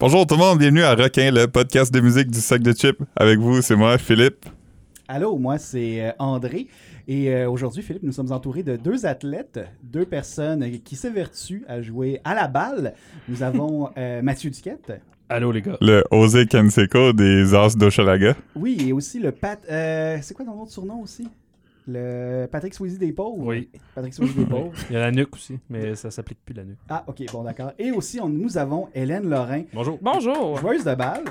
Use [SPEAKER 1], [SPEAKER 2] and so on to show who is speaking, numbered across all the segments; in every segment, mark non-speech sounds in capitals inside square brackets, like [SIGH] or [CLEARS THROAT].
[SPEAKER 1] Bonjour tout le monde, bienvenue à Requin, le podcast de musique du sac de chips. Avec vous, c'est moi, Philippe.
[SPEAKER 2] Allô, moi c'est euh, André. Et euh, aujourd'hui, Philippe, nous sommes entourés de deux athlètes, deux personnes qui s'évertuent à jouer à la balle. Nous avons euh, Mathieu Duquette.
[SPEAKER 3] Allô les gars.
[SPEAKER 1] Le Osé Canseco des As d'Ochalaga.
[SPEAKER 2] Oui, et aussi le Pat. euh, c'est quoi ton autre surnom aussi Le Patrick Swayze des pauvres.
[SPEAKER 3] Oui.
[SPEAKER 2] Patrick Swayze des
[SPEAKER 3] [LAUGHS]
[SPEAKER 2] pauvres.
[SPEAKER 3] Oh. Il y a la nuque aussi, mais ça s'applique plus la nuque.
[SPEAKER 2] Ah, ok, bon, d'accord. Et aussi, on- nous avons Hélène Lorrain,
[SPEAKER 3] Bonjour.
[SPEAKER 4] Bonjour.
[SPEAKER 2] joueuse de balle.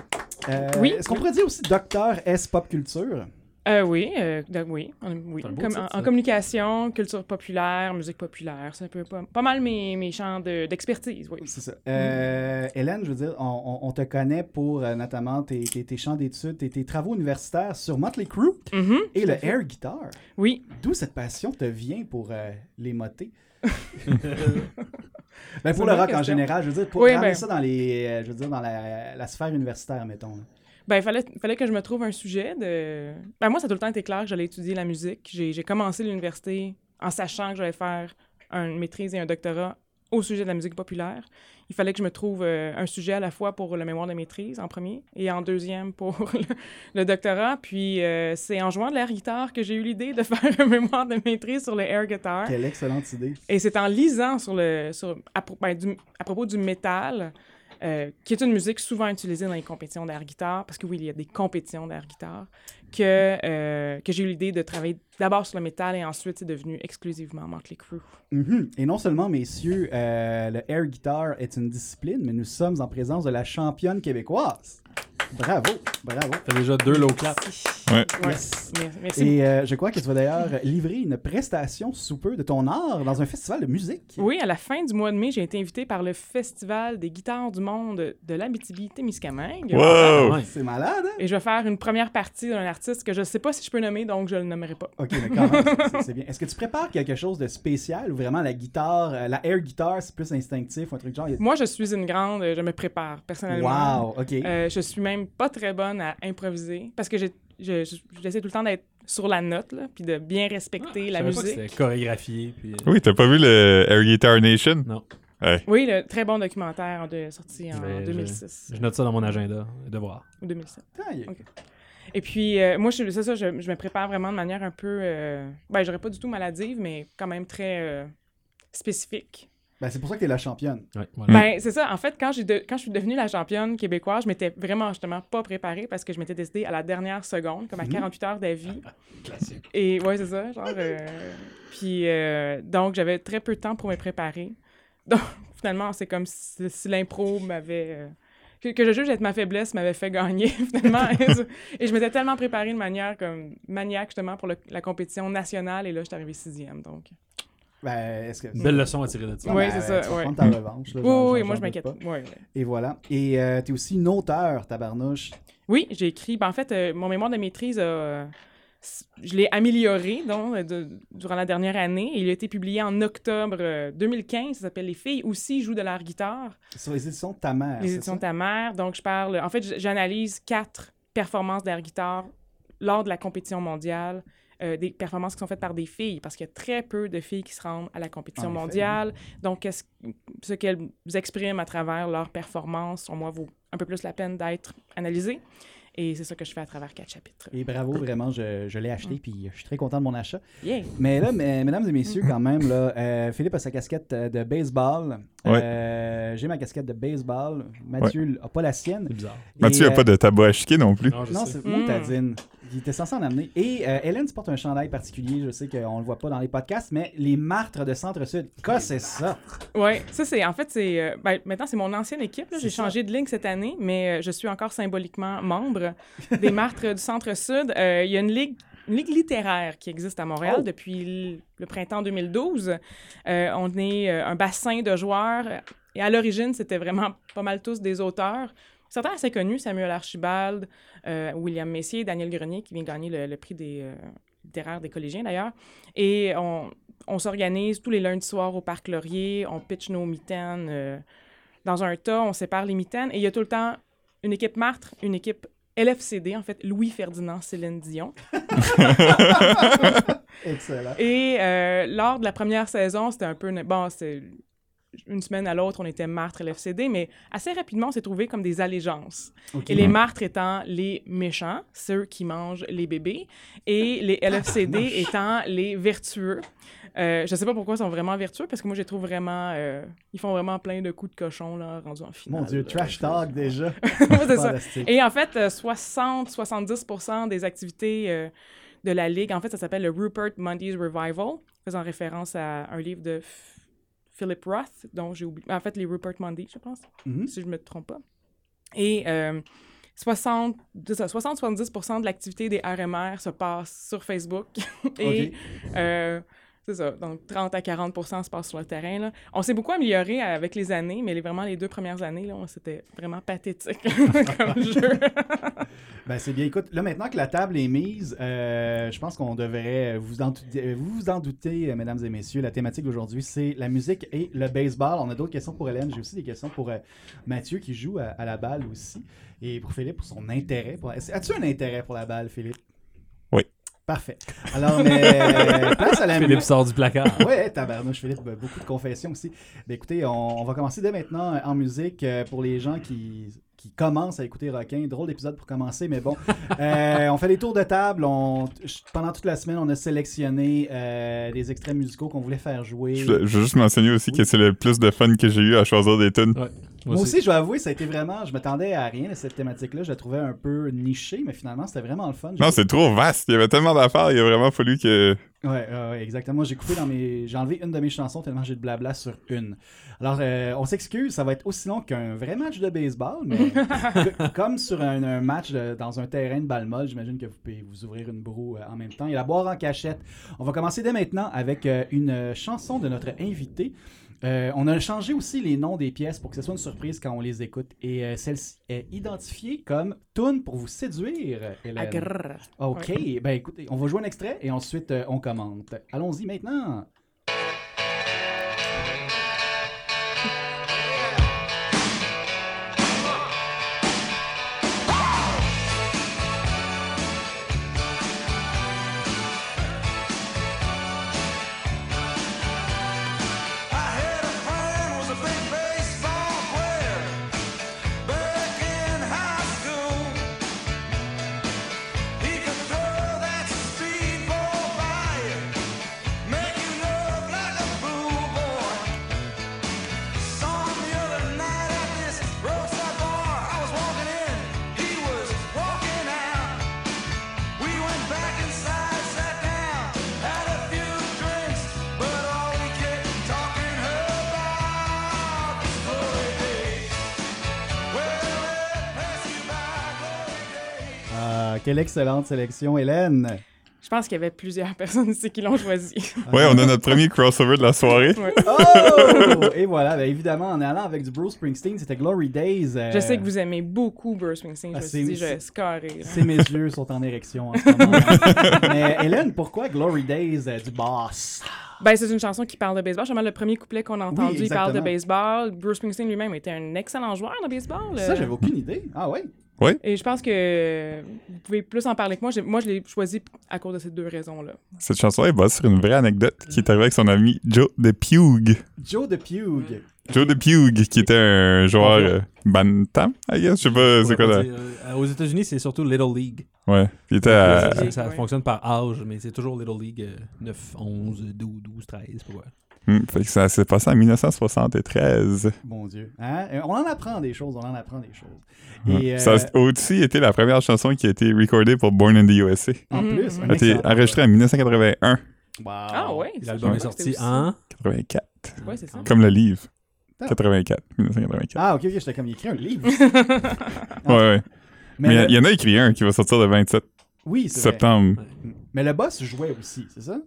[SPEAKER 2] Euh,
[SPEAKER 4] Oui.
[SPEAKER 2] Est-ce qu'on pourrait dire aussi docteur S pop culture
[SPEAKER 4] Euh, oui, euh, donc oui, en- oui.
[SPEAKER 3] C'est un beau
[SPEAKER 4] Comme-
[SPEAKER 3] titre,
[SPEAKER 4] en- en,
[SPEAKER 3] ça.
[SPEAKER 4] communication, culture populaire, musique populaire, c'est un peu pas, pas mal mes, mes champs de- d'expertise, oui.
[SPEAKER 2] C'est ça. Euh, Hélène, je veux dire, on, on- on te connaît pour euh, notamment tes, tes- tes champs d'études, tes, tes travaux universitaires sur Motley Crue
[SPEAKER 4] Mhm,
[SPEAKER 2] et
[SPEAKER 4] tout à
[SPEAKER 2] le
[SPEAKER 4] fait.
[SPEAKER 2] air guitar.
[SPEAKER 4] Oui,
[SPEAKER 2] D'où cette passion te vient pour euh,
[SPEAKER 4] [LAUGHS]
[SPEAKER 2] les motés? ben pour le
[SPEAKER 4] une bonne
[SPEAKER 2] rock en
[SPEAKER 4] question.
[SPEAKER 2] général, je veux dire, pour
[SPEAKER 4] Oui,
[SPEAKER 2] ramener
[SPEAKER 4] ben-
[SPEAKER 2] ça dans, les, euh, je veux dire, dans la, la sphère universitaire, mettons. là.
[SPEAKER 4] ben il fallait, fallait que je me trouve un sujet de... Ben moi, ça a tout le temps été clair que j'allais étudier la musique. J'ai j'ai commencé l'université en sachant que j'allais faire une maîtrise et un doctorat au sujet de la musique populaire. Il fallait que je me trouve euh, un sujet à la fois pour le mémoire de maîtrise en premier et en deuxième [LAUGHS] pour le, le doctorat. Puis euh, c'est en jouant de l'air guitare que j'ai eu l'idée de [LAUGHS] faire un mémoire de maîtrise sur le air guitar.
[SPEAKER 2] Quelle excellente idée.
[SPEAKER 4] Et c'est en lisant sur le, sur, à, pro- ben, du- à propos du métal, euh, qui est une musique souvent utilisée dans les compétitions d'air guitare, parce que oui, il y a des compétitions d'air guitare, que, euh, que j'ai eu l'idée de travailler d'abord sur le métal et ensuite c'est devenu exclusivement Motley Crue.
[SPEAKER 2] Mhm. Et non seulement, messieurs, euh, le air guitar est une discipline, mais nous sommes en présence de la championne québécoise. Bravo, bravo.
[SPEAKER 3] T'as déjà deux low claps.
[SPEAKER 1] Ouais.
[SPEAKER 4] Ouais.
[SPEAKER 2] Yes.
[SPEAKER 4] Mer- Merci.
[SPEAKER 2] Et euh, je crois que tu vas d'ailleurs livrer une prestation sous peu de ton art dans un festival de musique.
[SPEAKER 4] Oui, à la fin du mois de mai, j'ai été invitée par le Festival des guitares du monde de l'Abitibi-Témiscamingue.
[SPEAKER 1] Wow!
[SPEAKER 3] Ouais.
[SPEAKER 2] C'est malade, hein?
[SPEAKER 4] Et je vais faire une première partie d'un artiste que je ne sais pas si je peux nommer, donc je ne le nommerai pas.
[SPEAKER 2] Ok, mais quand même, c'est- c'est- c'est bien. Est-ce que tu prépares quelque chose de spécial ou vraiment la guitare, euh, la air guitar, c'est plus instinctif ou un truc du genre?
[SPEAKER 4] Moi, je suis une grande, je me prépare personnellement.
[SPEAKER 2] Wow, ok.
[SPEAKER 4] Euh, je suis même pas très bonne à improviser parce que j'ai- je- je- j'essaie tout le temps d'être sur la note, là, puis de bien respecter
[SPEAKER 3] Ah, Je
[SPEAKER 4] la
[SPEAKER 3] savais pas que
[SPEAKER 4] musique.
[SPEAKER 3] C'était chorégraphié. Puis... euh,
[SPEAKER 1] Oui, t'as pas vu le Air Guitar Nation?
[SPEAKER 3] Non.
[SPEAKER 1] Ouais.
[SPEAKER 4] Oui, le très bon documentaire de, sorti en
[SPEAKER 3] Mais je-
[SPEAKER 4] 2006
[SPEAKER 3] Je note ça dans mon agenda, devoir.
[SPEAKER 4] ou 2007.
[SPEAKER 2] Putain, il-
[SPEAKER 4] ok. Et puis, euh, moi, je- c'est ça, je, je me prépare vraiment de manière un peu, euh, ben, j'aurais pas du tout maladive, mais quand même très euh, spécifique.
[SPEAKER 2] ben, c'est pour ça que t'es la championne.
[SPEAKER 3] Ouais, voilà.
[SPEAKER 4] Ben, c'est ça. En fait, quand, j'ai de- quand je suis devenue la championne québécoise, je m'étais vraiment justement pas préparée parce que je m'étais décidée à la dernière seconde, comme à
[SPEAKER 2] Mhm.
[SPEAKER 4] 48 heures d'avis. Et ouais, c'est ça. Genre, euh, puis euh, donc, j'avais très peu de temps pour me préparer. Donc, [LAUGHS] finalement, c'est comme si, si l'impro m'avait. euh, que, que je juge être ma faiblesse m'avait fait gagner, [LAUGHS] finalement. et je m'étais tellement préparée de manière comme maniaque, justement, pour le- la compétition nationale. Et là, je suis arrivée sixième. Donc,
[SPEAKER 2] Ben, est-ce que.
[SPEAKER 3] Belle leçon à tirer de ça.
[SPEAKER 2] Non,
[SPEAKER 4] Ouais,
[SPEAKER 2] ben,
[SPEAKER 4] c'est ça,
[SPEAKER 2] Tu vas
[SPEAKER 4] ouais.
[SPEAKER 2] prendre ta revanche. là,
[SPEAKER 4] oui,
[SPEAKER 2] j'en-
[SPEAKER 4] oui,
[SPEAKER 2] j'en-
[SPEAKER 4] moi, je
[SPEAKER 2] j'en doute
[SPEAKER 4] m'inquiète.
[SPEAKER 2] pas.
[SPEAKER 4] Ouais, ouais.
[SPEAKER 2] Et voilà. Et euh, t'es aussi une auteure, tabarnouche.
[SPEAKER 4] Oui, j'ai écrit. ben, en fait, euh, mon mémoire de maîtrise, a, euh, s- je l'ai amélioré donc, euh, de- durant la dernière année. Et il a été publié en octobre euh, 2015. Ça s'appelle Les filles aussi jouent de leur guitare.
[SPEAKER 2] Sur les éditions de ta mère.
[SPEAKER 4] Les
[SPEAKER 2] Ah, c'est
[SPEAKER 4] éditions
[SPEAKER 2] ça?
[SPEAKER 4] de ta mère. Donc, je parle. En fait, j- j'analyse quatre performances d'air guitare lors de la compétition mondiale. euh, des performances qui sont faites par des filles, parce qu'il y a très peu de filles qui se rendent à la compétition
[SPEAKER 2] En effet,
[SPEAKER 4] mondiale. Donc, qu'est-ce- ce qu'elles expriment à travers leurs performances, au moins, vaut un peu plus la peine d'être analysées. Et c'est ça que je fais à travers quatre chapitres.
[SPEAKER 2] Et bravo, vraiment, je, je l'ai acheté, puis je suis très content de mon achat.
[SPEAKER 4] Yeah.
[SPEAKER 2] Mais là, mais- mesdames et messieurs, quand même, là, euh, Philippe a sa casquette euh, de baseball.
[SPEAKER 1] Ouais.
[SPEAKER 2] Euh, J'ai ma casquette de baseball. Mathieu n'a pas la sienne.
[SPEAKER 3] C'est bizarre.
[SPEAKER 1] Mathieu
[SPEAKER 2] Et, euh,
[SPEAKER 1] a pas de tabac à chiquer non plus.
[SPEAKER 3] Non, je
[SPEAKER 2] Non,
[SPEAKER 3] sais.
[SPEAKER 2] c'est Montadine.
[SPEAKER 4] Mm.
[SPEAKER 2] Il était censé en amener. Et euh, Hélène se porte un chandail particulier, je sais qu'on le voit pas dans les podcasts, mais les martres de Centre-Sud. Quoi, c'est ça?
[SPEAKER 4] Ouais, ça c'est en fait c'est euh, ben, maintenant c'est mon ancienne équipe. là. J'ai
[SPEAKER 2] C'est ça.
[SPEAKER 4] changé de ligne cette année, mais euh, je suis encore symboliquement
[SPEAKER 2] [LAUGHS]
[SPEAKER 4] membre des Martres du Centre Sud. Euh, Il y a une ligue. Une ligue littéraire qui existe à Montréal
[SPEAKER 2] Oh.
[SPEAKER 4] depuis l- le printemps 2012. Euh, on est euh, un bassin de joueurs euh, et à l'origine, c'était vraiment pas mal tous des auteurs. Certains assez connus, Samuel Archibald, euh, William Messier, Daniel Grenier, qui vient de gagner le, le prix des, euh, littéraires des collégiens d'ailleurs. Et on, on s'organise tous les lundis soirs au Parc Laurier, on pitch nos mitaines euh, dans un tas, on sépare les mitaines. Et il y a tout le temps une équipe Martre, une équipe LFCD, en fait, Louis-Ferdinand Céline Dion.
[SPEAKER 2] Excellent.
[SPEAKER 4] Et euh, lors de la première saison, c'était un peu... une- Bon, c'est une semaine à l'autre, on était martre LFCD, mais assez rapidement, on s'est trouvé comme des allégeances.
[SPEAKER 2] OK.
[SPEAKER 4] Et les martres étant les méchants, ceux qui mangent les bébés, et
[SPEAKER 2] Ah,
[SPEAKER 4] les LFCD étant les vertueux. Euh, je sais pas pourquoi ils sont vraiment vertueux, parce que moi, je les trouve vraiment... euh, ils font vraiment plein de coups de cochon, là, rendus en finale.
[SPEAKER 2] Mon Dieu,
[SPEAKER 4] là.
[SPEAKER 2] trash talk déjà.
[SPEAKER 4] Ouais, [LAUGHS] c'est
[SPEAKER 2] [LAUGHS]
[SPEAKER 4] ça.
[SPEAKER 2] Fantastique.
[SPEAKER 4] Et en fait, euh, 60-70 des activités euh, de la Ligue, en fait, ça s'appelle le Rupert Monday's Revival, faisant référence à un livre de F- Philip Roth, dont j'ai oublié. En fait, les Rupert Monday, je pense,
[SPEAKER 2] Mhm.
[SPEAKER 4] si je ne me trompe pas. Et euh, 60 de ça, 60-70 de l'activité des RMR se passe sur Facebook. [LAUGHS] Et
[SPEAKER 2] Ok.
[SPEAKER 4] euh, c'est ça. Donc, 30 à 40 se passe sur le terrain. là. On s'est beaucoup amélioré euh, avec les années, mais les, vraiment, les deux premières années, là, on- c'était vraiment pathétique [LAUGHS] comme jeu.
[SPEAKER 2] Ben, c'est bien. Écoute, là, maintenant que la table est mise, euh, je pense qu'on devrait vous en, dou- vous vous en doutez, euh, mesdames et messieurs. La thématique d'aujourd'hui, c'est la musique et le baseball. On a d'autres questions pour Hélène. J'ai aussi des questions pour euh, Mathieu qui joue à, à la balle aussi. Et pour Philippe, pour son intérêt. pour- As-tu un intérêt pour la balle, Philippe?
[SPEAKER 1] Oui.
[SPEAKER 2] Parfait. Alors, mais euh, place à la musique.
[SPEAKER 3] Philippe sort
[SPEAKER 1] [LAUGHS]
[SPEAKER 3] du placard.
[SPEAKER 2] Ah Ouais, hein, tabarnouche, Philippe, ben, beaucoup de confessions aussi. Ben, écoutez, on, on va commencer dès maintenant euh, en musique euh, pour les gens qui, qui commencent à écouter Rockin. Drôle d'épisode pour commencer, mais bon. Euh, on fait des tours de table. On, ch- pendant toute la semaine, on a sélectionné euh, des extraits musicaux qu'on voulait faire jouer.
[SPEAKER 1] Je, je veux juste mentionner aussi
[SPEAKER 2] Oui.
[SPEAKER 1] que c'est le plus de fun que j'ai eu à choisir des tunes.
[SPEAKER 2] Moi aussi, je dois avouer, ça a été vraiment. Je m'attendais à rien de cette thématique-là. Je la trouvais un peu nichée, mais finalement, c'était vraiment le fun. J'ai-
[SPEAKER 1] Non, c'est trop vaste. Il y avait tellement d'affaires. Il a vraiment fallu que.
[SPEAKER 2] Ouais, ouais, ouais, exactement. J'ai coupé dans mes. J'ai enlevé une de mes chansons tellement j'ai de blabla sur une. Alors, euh, on s'excuse, ça va être aussi long qu'un vrai match de baseball, mais que- comme sur un, un match de- dans un terrain de balle molle, j'imagine que vous pouvez vous ouvrir une broue euh, en même temps et la boire en cachette. On va commencer dès maintenant avec euh, une euh, chanson de notre invité. Euh, on a changé aussi les noms des pièces pour que ce soit une surprise quand on les écoute. Et euh, celle-ci est identifiée comme Toon pour vous séduire, Hélène.
[SPEAKER 4] Agrrr.
[SPEAKER 2] Ok, ben écoutez, on va jouer un extrait et ensuite euh, on commente. Allons-y maintenant.
[SPEAKER 5] I had a friend was a big baseball player back in high school. He could throw that speedball by you, make you look like a blue boy. Saw him the other night at this roadside bar. I was walking in, he was walking out. We went back inside, sat down, had a few drinks, but all we kept talking about was glory days. Well, it passed you by, glory days.
[SPEAKER 2] Ah, quelle excellente sélection, Hélène.
[SPEAKER 4] Je pense qu'il y avait plusieurs [LAUGHS] personnes ici qui l'ont choisi.
[SPEAKER 2] [LAUGHS]
[SPEAKER 1] Ouais, on a notre premier crossover de la soirée.
[SPEAKER 4] Ouais.
[SPEAKER 2] Oh! et voilà, ben évidemment, en allant avec du Bruce Springsteen, c'était Glory Days. euh,
[SPEAKER 4] Je sais que vous aimez beaucoup Bruce Springsteen. Je
[SPEAKER 2] Ah,
[SPEAKER 4] me
[SPEAKER 2] c'est-
[SPEAKER 4] suis dit, je
[SPEAKER 2] c'est-
[SPEAKER 4] vais scorer. là.
[SPEAKER 2] C'est mes yeux sont en érection en ce
[SPEAKER 4] [LAUGHS]
[SPEAKER 2] moment. Mais Hélène, pourquoi Glory Days euh, du boss?
[SPEAKER 4] Ben, c'est une chanson qui parle de baseball. Justement, le premier couplet qu'on a entendu, il parle de baseball. Bruce Springsteen lui-même était un excellent joueur de baseball.
[SPEAKER 2] Ça,
[SPEAKER 4] euh,
[SPEAKER 2] j'avais aucune idée. Ah ouais?
[SPEAKER 4] Et je pense que vous pouvez plus en parler que moi. J'ai- Moi, je l'ai choisi à cause de ces deux raisons-là.
[SPEAKER 1] Cette chanson est basée sur une vraie anecdote qui est arrivée avec son ami Joe de Pugue.
[SPEAKER 2] Joe de Pugue.
[SPEAKER 1] Joe de Pugue, qui était un joueur euh, bantam, I guess. Je sais pas c'est quoi la...
[SPEAKER 3] euh, Aux États-Unis, c'est surtout Little League.
[SPEAKER 1] Ouais. Il était à...
[SPEAKER 3] Ça- ça
[SPEAKER 4] Ouais.
[SPEAKER 3] fonctionne par âge, mais c'est toujours Little League euh, 9, 11, 12, 12, 13. pourquoi?
[SPEAKER 1] Hmm, fait que ça s'est passé en 1973.
[SPEAKER 2] Mon Dieu. Hein? Euh, On en apprend des choses, on en apprend des choses.
[SPEAKER 1] Ouais.
[SPEAKER 2] Et euh,
[SPEAKER 1] Ah. Ça a aussi été la première chanson qui a été recordée pour Born in the USA.
[SPEAKER 2] en plus, un
[SPEAKER 1] Elle a été
[SPEAKER 2] excellent-
[SPEAKER 1] enregistrée en 1981,
[SPEAKER 2] Wow.
[SPEAKER 4] Mm-hmm. Ah ouais? ça,
[SPEAKER 3] L'album
[SPEAKER 4] je pensais
[SPEAKER 3] est
[SPEAKER 4] que
[SPEAKER 3] sorti
[SPEAKER 4] c'était aussi-
[SPEAKER 3] en.
[SPEAKER 1] 84,
[SPEAKER 4] Ouais, c'est ça.
[SPEAKER 1] comme le livre.
[SPEAKER 2] Ah.
[SPEAKER 1] 84, 1984.
[SPEAKER 2] Ah ok, ok, j'étais comme il écrit
[SPEAKER 4] [LAUGHS]
[SPEAKER 2] un livre. ah.
[SPEAKER 1] Ouais, ouais. Mais il
[SPEAKER 2] euh,
[SPEAKER 1] y, en a écrit un qui va sortir le 27
[SPEAKER 2] oui, c'est vrai.
[SPEAKER 1] septembre.
[SPEAKER 2] Mais le boss jouait aussi, c'est ça?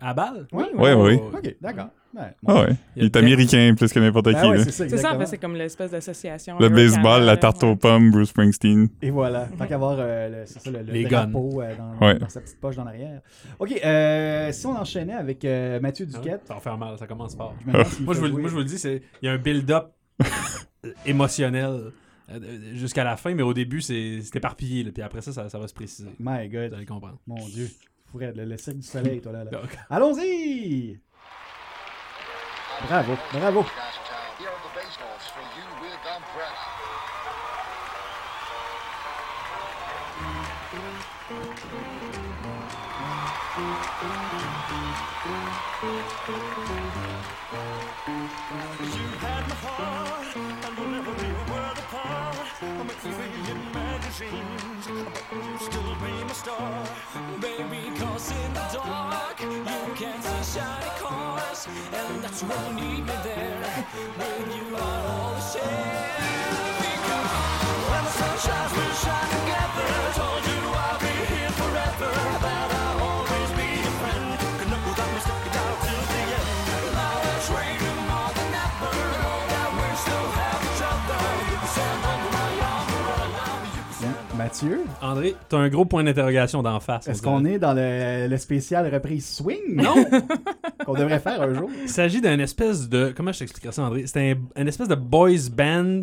[SPEAKER 3] À balle?
[SPEAKER 2] Oui,
[SPEAKER 1] Ouais, ouais.
[SPEAKER 2] Ok, d'accord. Ouais,
[SPEAKER 1] Ah
[SPEAKER 2] bon.
[SPEAKER 1] ouais.
[SPEAKER 3] Il y a
[SPEAKER 1] Il est
[SPEAKER 3] quatre-
[SPEAKER 1] américain plus que n'importe
[SPEAKER 2] Ben
[SPEAKER 1] qui.
[SPEAKER 2] ouais,
[SPEAKER 1] là.
[SPEAKER 2] c'est ça,
[SPEAKER 4] C'est ça, en
[SPEAKER 2] exactement.
[SPEAKER 4] fait, c'est comme l'espèce d'association.
[SPEAKER 1] Le
[SPEAKER 4] Eric
[SPEAKER 1] baseball,
[SPEAKER 4] Hammer,
[SPEAKER 1] la
[SPEAKER 4] euh,
[SPEAKER 1] tarte
[SPEAKER 4] ouais.
[SPEAKER 1] aux pommes, Bruce Springsteen.
[SPEAKER 2] Et voilà, tant qu'à avoir euh, le, c'est ça, le, le
[SPEAKER 3] Les
[SPEAKER 2] drapeau euh, dans,
[SPEAKER 1] Ouais.
[SPEAKER 2] dans sa petite poche dans l'arrière. Ok, euh, si on enchaînait avec euh, Mathieu
[SPEAKER 3] Hein?
[SPEAKER 2] Duquette.
[SPEAKER 3] Ça va faire mal, ça commence fort.
[SPEAKER 1] [LAUGHS]
[SPEAKER 2] me demande s'il
[SPEAKER 3] Moi, je
[SPEAKER 2] peut
[SPEAKER 3] vous,
[SPEAKER 2] jouer.
[SPEAKER 3] moi, je vous le dis, c'est- il y a un build-up euh, émotionnel euh, jusqu'à la fin, mais au début, c'est c'est éparpillé. là, puis après ça, ça, ça va se préciser.
[SPEAKER 2] My
[SPEAKER 3] Vous
[SPEAKER 2] God,
[SPEAKER 3] allez comprendre.
[SPEAKER 2] mon Dieu. Fourette, le, le cirque du soleil, toi là. là.
[SPEAKER 3] Donc,
[SPEAKER 2] Allons-y! Bravo, bravo.
[SPEAKER 6] You had my heart, and we'll never be a world apart. I make you feel in magazines, but you still be my star.
[SPEAKER 7] Baby, cause in the dark you can see shiny cars, and that's what you need me there. With you, I always share. Because when the sun shines, we shine together. Told you I'll be here forever. That I'll always be your friend. Could not without me, stick it out till the end. Now it's raining more than ever. Know that we still have each other. You can stand under my umbrella.
[SPEAKER 2] Mathieu,
[SPEAKER 3] André, t'as un gros point d'interrogation d'en face.
[SPEAKER 2] est-ce
[SPEAKER 3] on
[SPEAKER 2] qu'on
[SPEAKER 3] dirait.
[SPEAKER 2] est dans le, le spécial reprise swing
[SPEAKER 3] Non!
[SPEAKER 2] [LAUGHS] qu'on devrait faire un jour?
[SPEAKER 3] Il s'agit d'un espèce de. Comment je t'expliquerais ça, André? C'est un, un espèce de boys band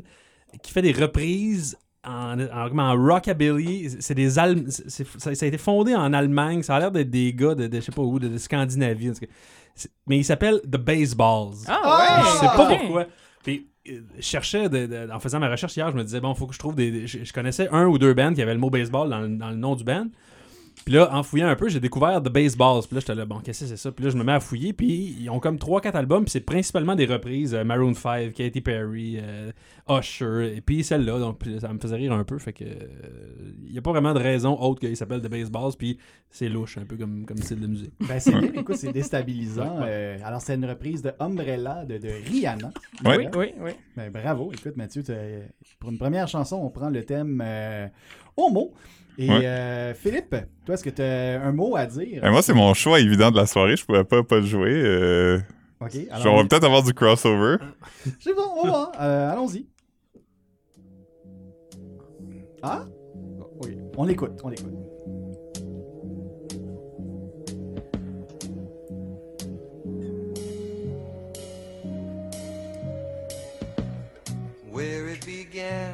[SPEAKER 3] qui fait des reprises en, en- comment, en rockabilly. C'est des Allem- c'est- c'est- ça, ça a été fondé en Allemagne. Ça a l'air d'être des gars de, de je sais pas où, de, de Scandinavie. en tout cas. C'est- Mais il s'appelle The Baseballs.
[SPEAKER 4] Ah
[SPEAKER 3] Je
[SPEAKER 4] ouais!
[SPEAKER 3] sais pas
[SPEAKER 4] Ok.
[SPEAKER 3] pourquoi. Puis, euh, je cherchais, de- de- en faisant ma recherche hier, je me disais, bon, faut que je trouve des. des- je, je connaissais un ou deux bands qui avaient le mot baseball dans, le- dans le nom du band. Puis là, en fouillant un peu, j'ai découvert The Baseballs. Puis là, j'étais là, bon, qu'est-ce que c'est ça? Puis là, je me mets à fouiller. Puis ils ont comme 3-4 albums. Puis c'est principalement des reprises. euh, Maroon 5, Katy Perry, euh, Usher. Et puis celle-là. Donc, puis ça me faisait rire un peu. Fait que. Il n'y a pas vraiment de raison autre qu'il s'appelle The Baseballs. Puis c'est louche, un peu comme, comme style de musique.
[SPEAKER 2] Ben c'est bien, écoute, c'est déstabilisant. Euh, alors c'est une reprise de Umbrella de, de Rihanna.
[SPEAKER 1] Ouais.
[SPEAKER 4] Oui, oui, oui.
[SPEAKER 2] Ben, bravo, écoute Mathieu, t'as- pour une première chanson, on prend le thème euh, homo. Et
[SPEAKER 1] Ouais.
[SPEAKER 2] euh, Philippe, toi, est-ce que tu as un mot à
[SPEAKER 1] Et
[SPEAKER 2] dire?
[SPEAKER 1] Eh, moi, c'est mon choix évident de la soirée. Je pouvais pas pas le jouer. euh,
[SPEAKER 2] Ok, alors,
[SPEAKER 1] genre, on va peut-être avoir du crossover.
[SPEAKER 2] C'est bon, on va. Euh, Allons-y. Ah? Ok, On l'écoute, on l'écoute.
[SPEAKER 6] where it began.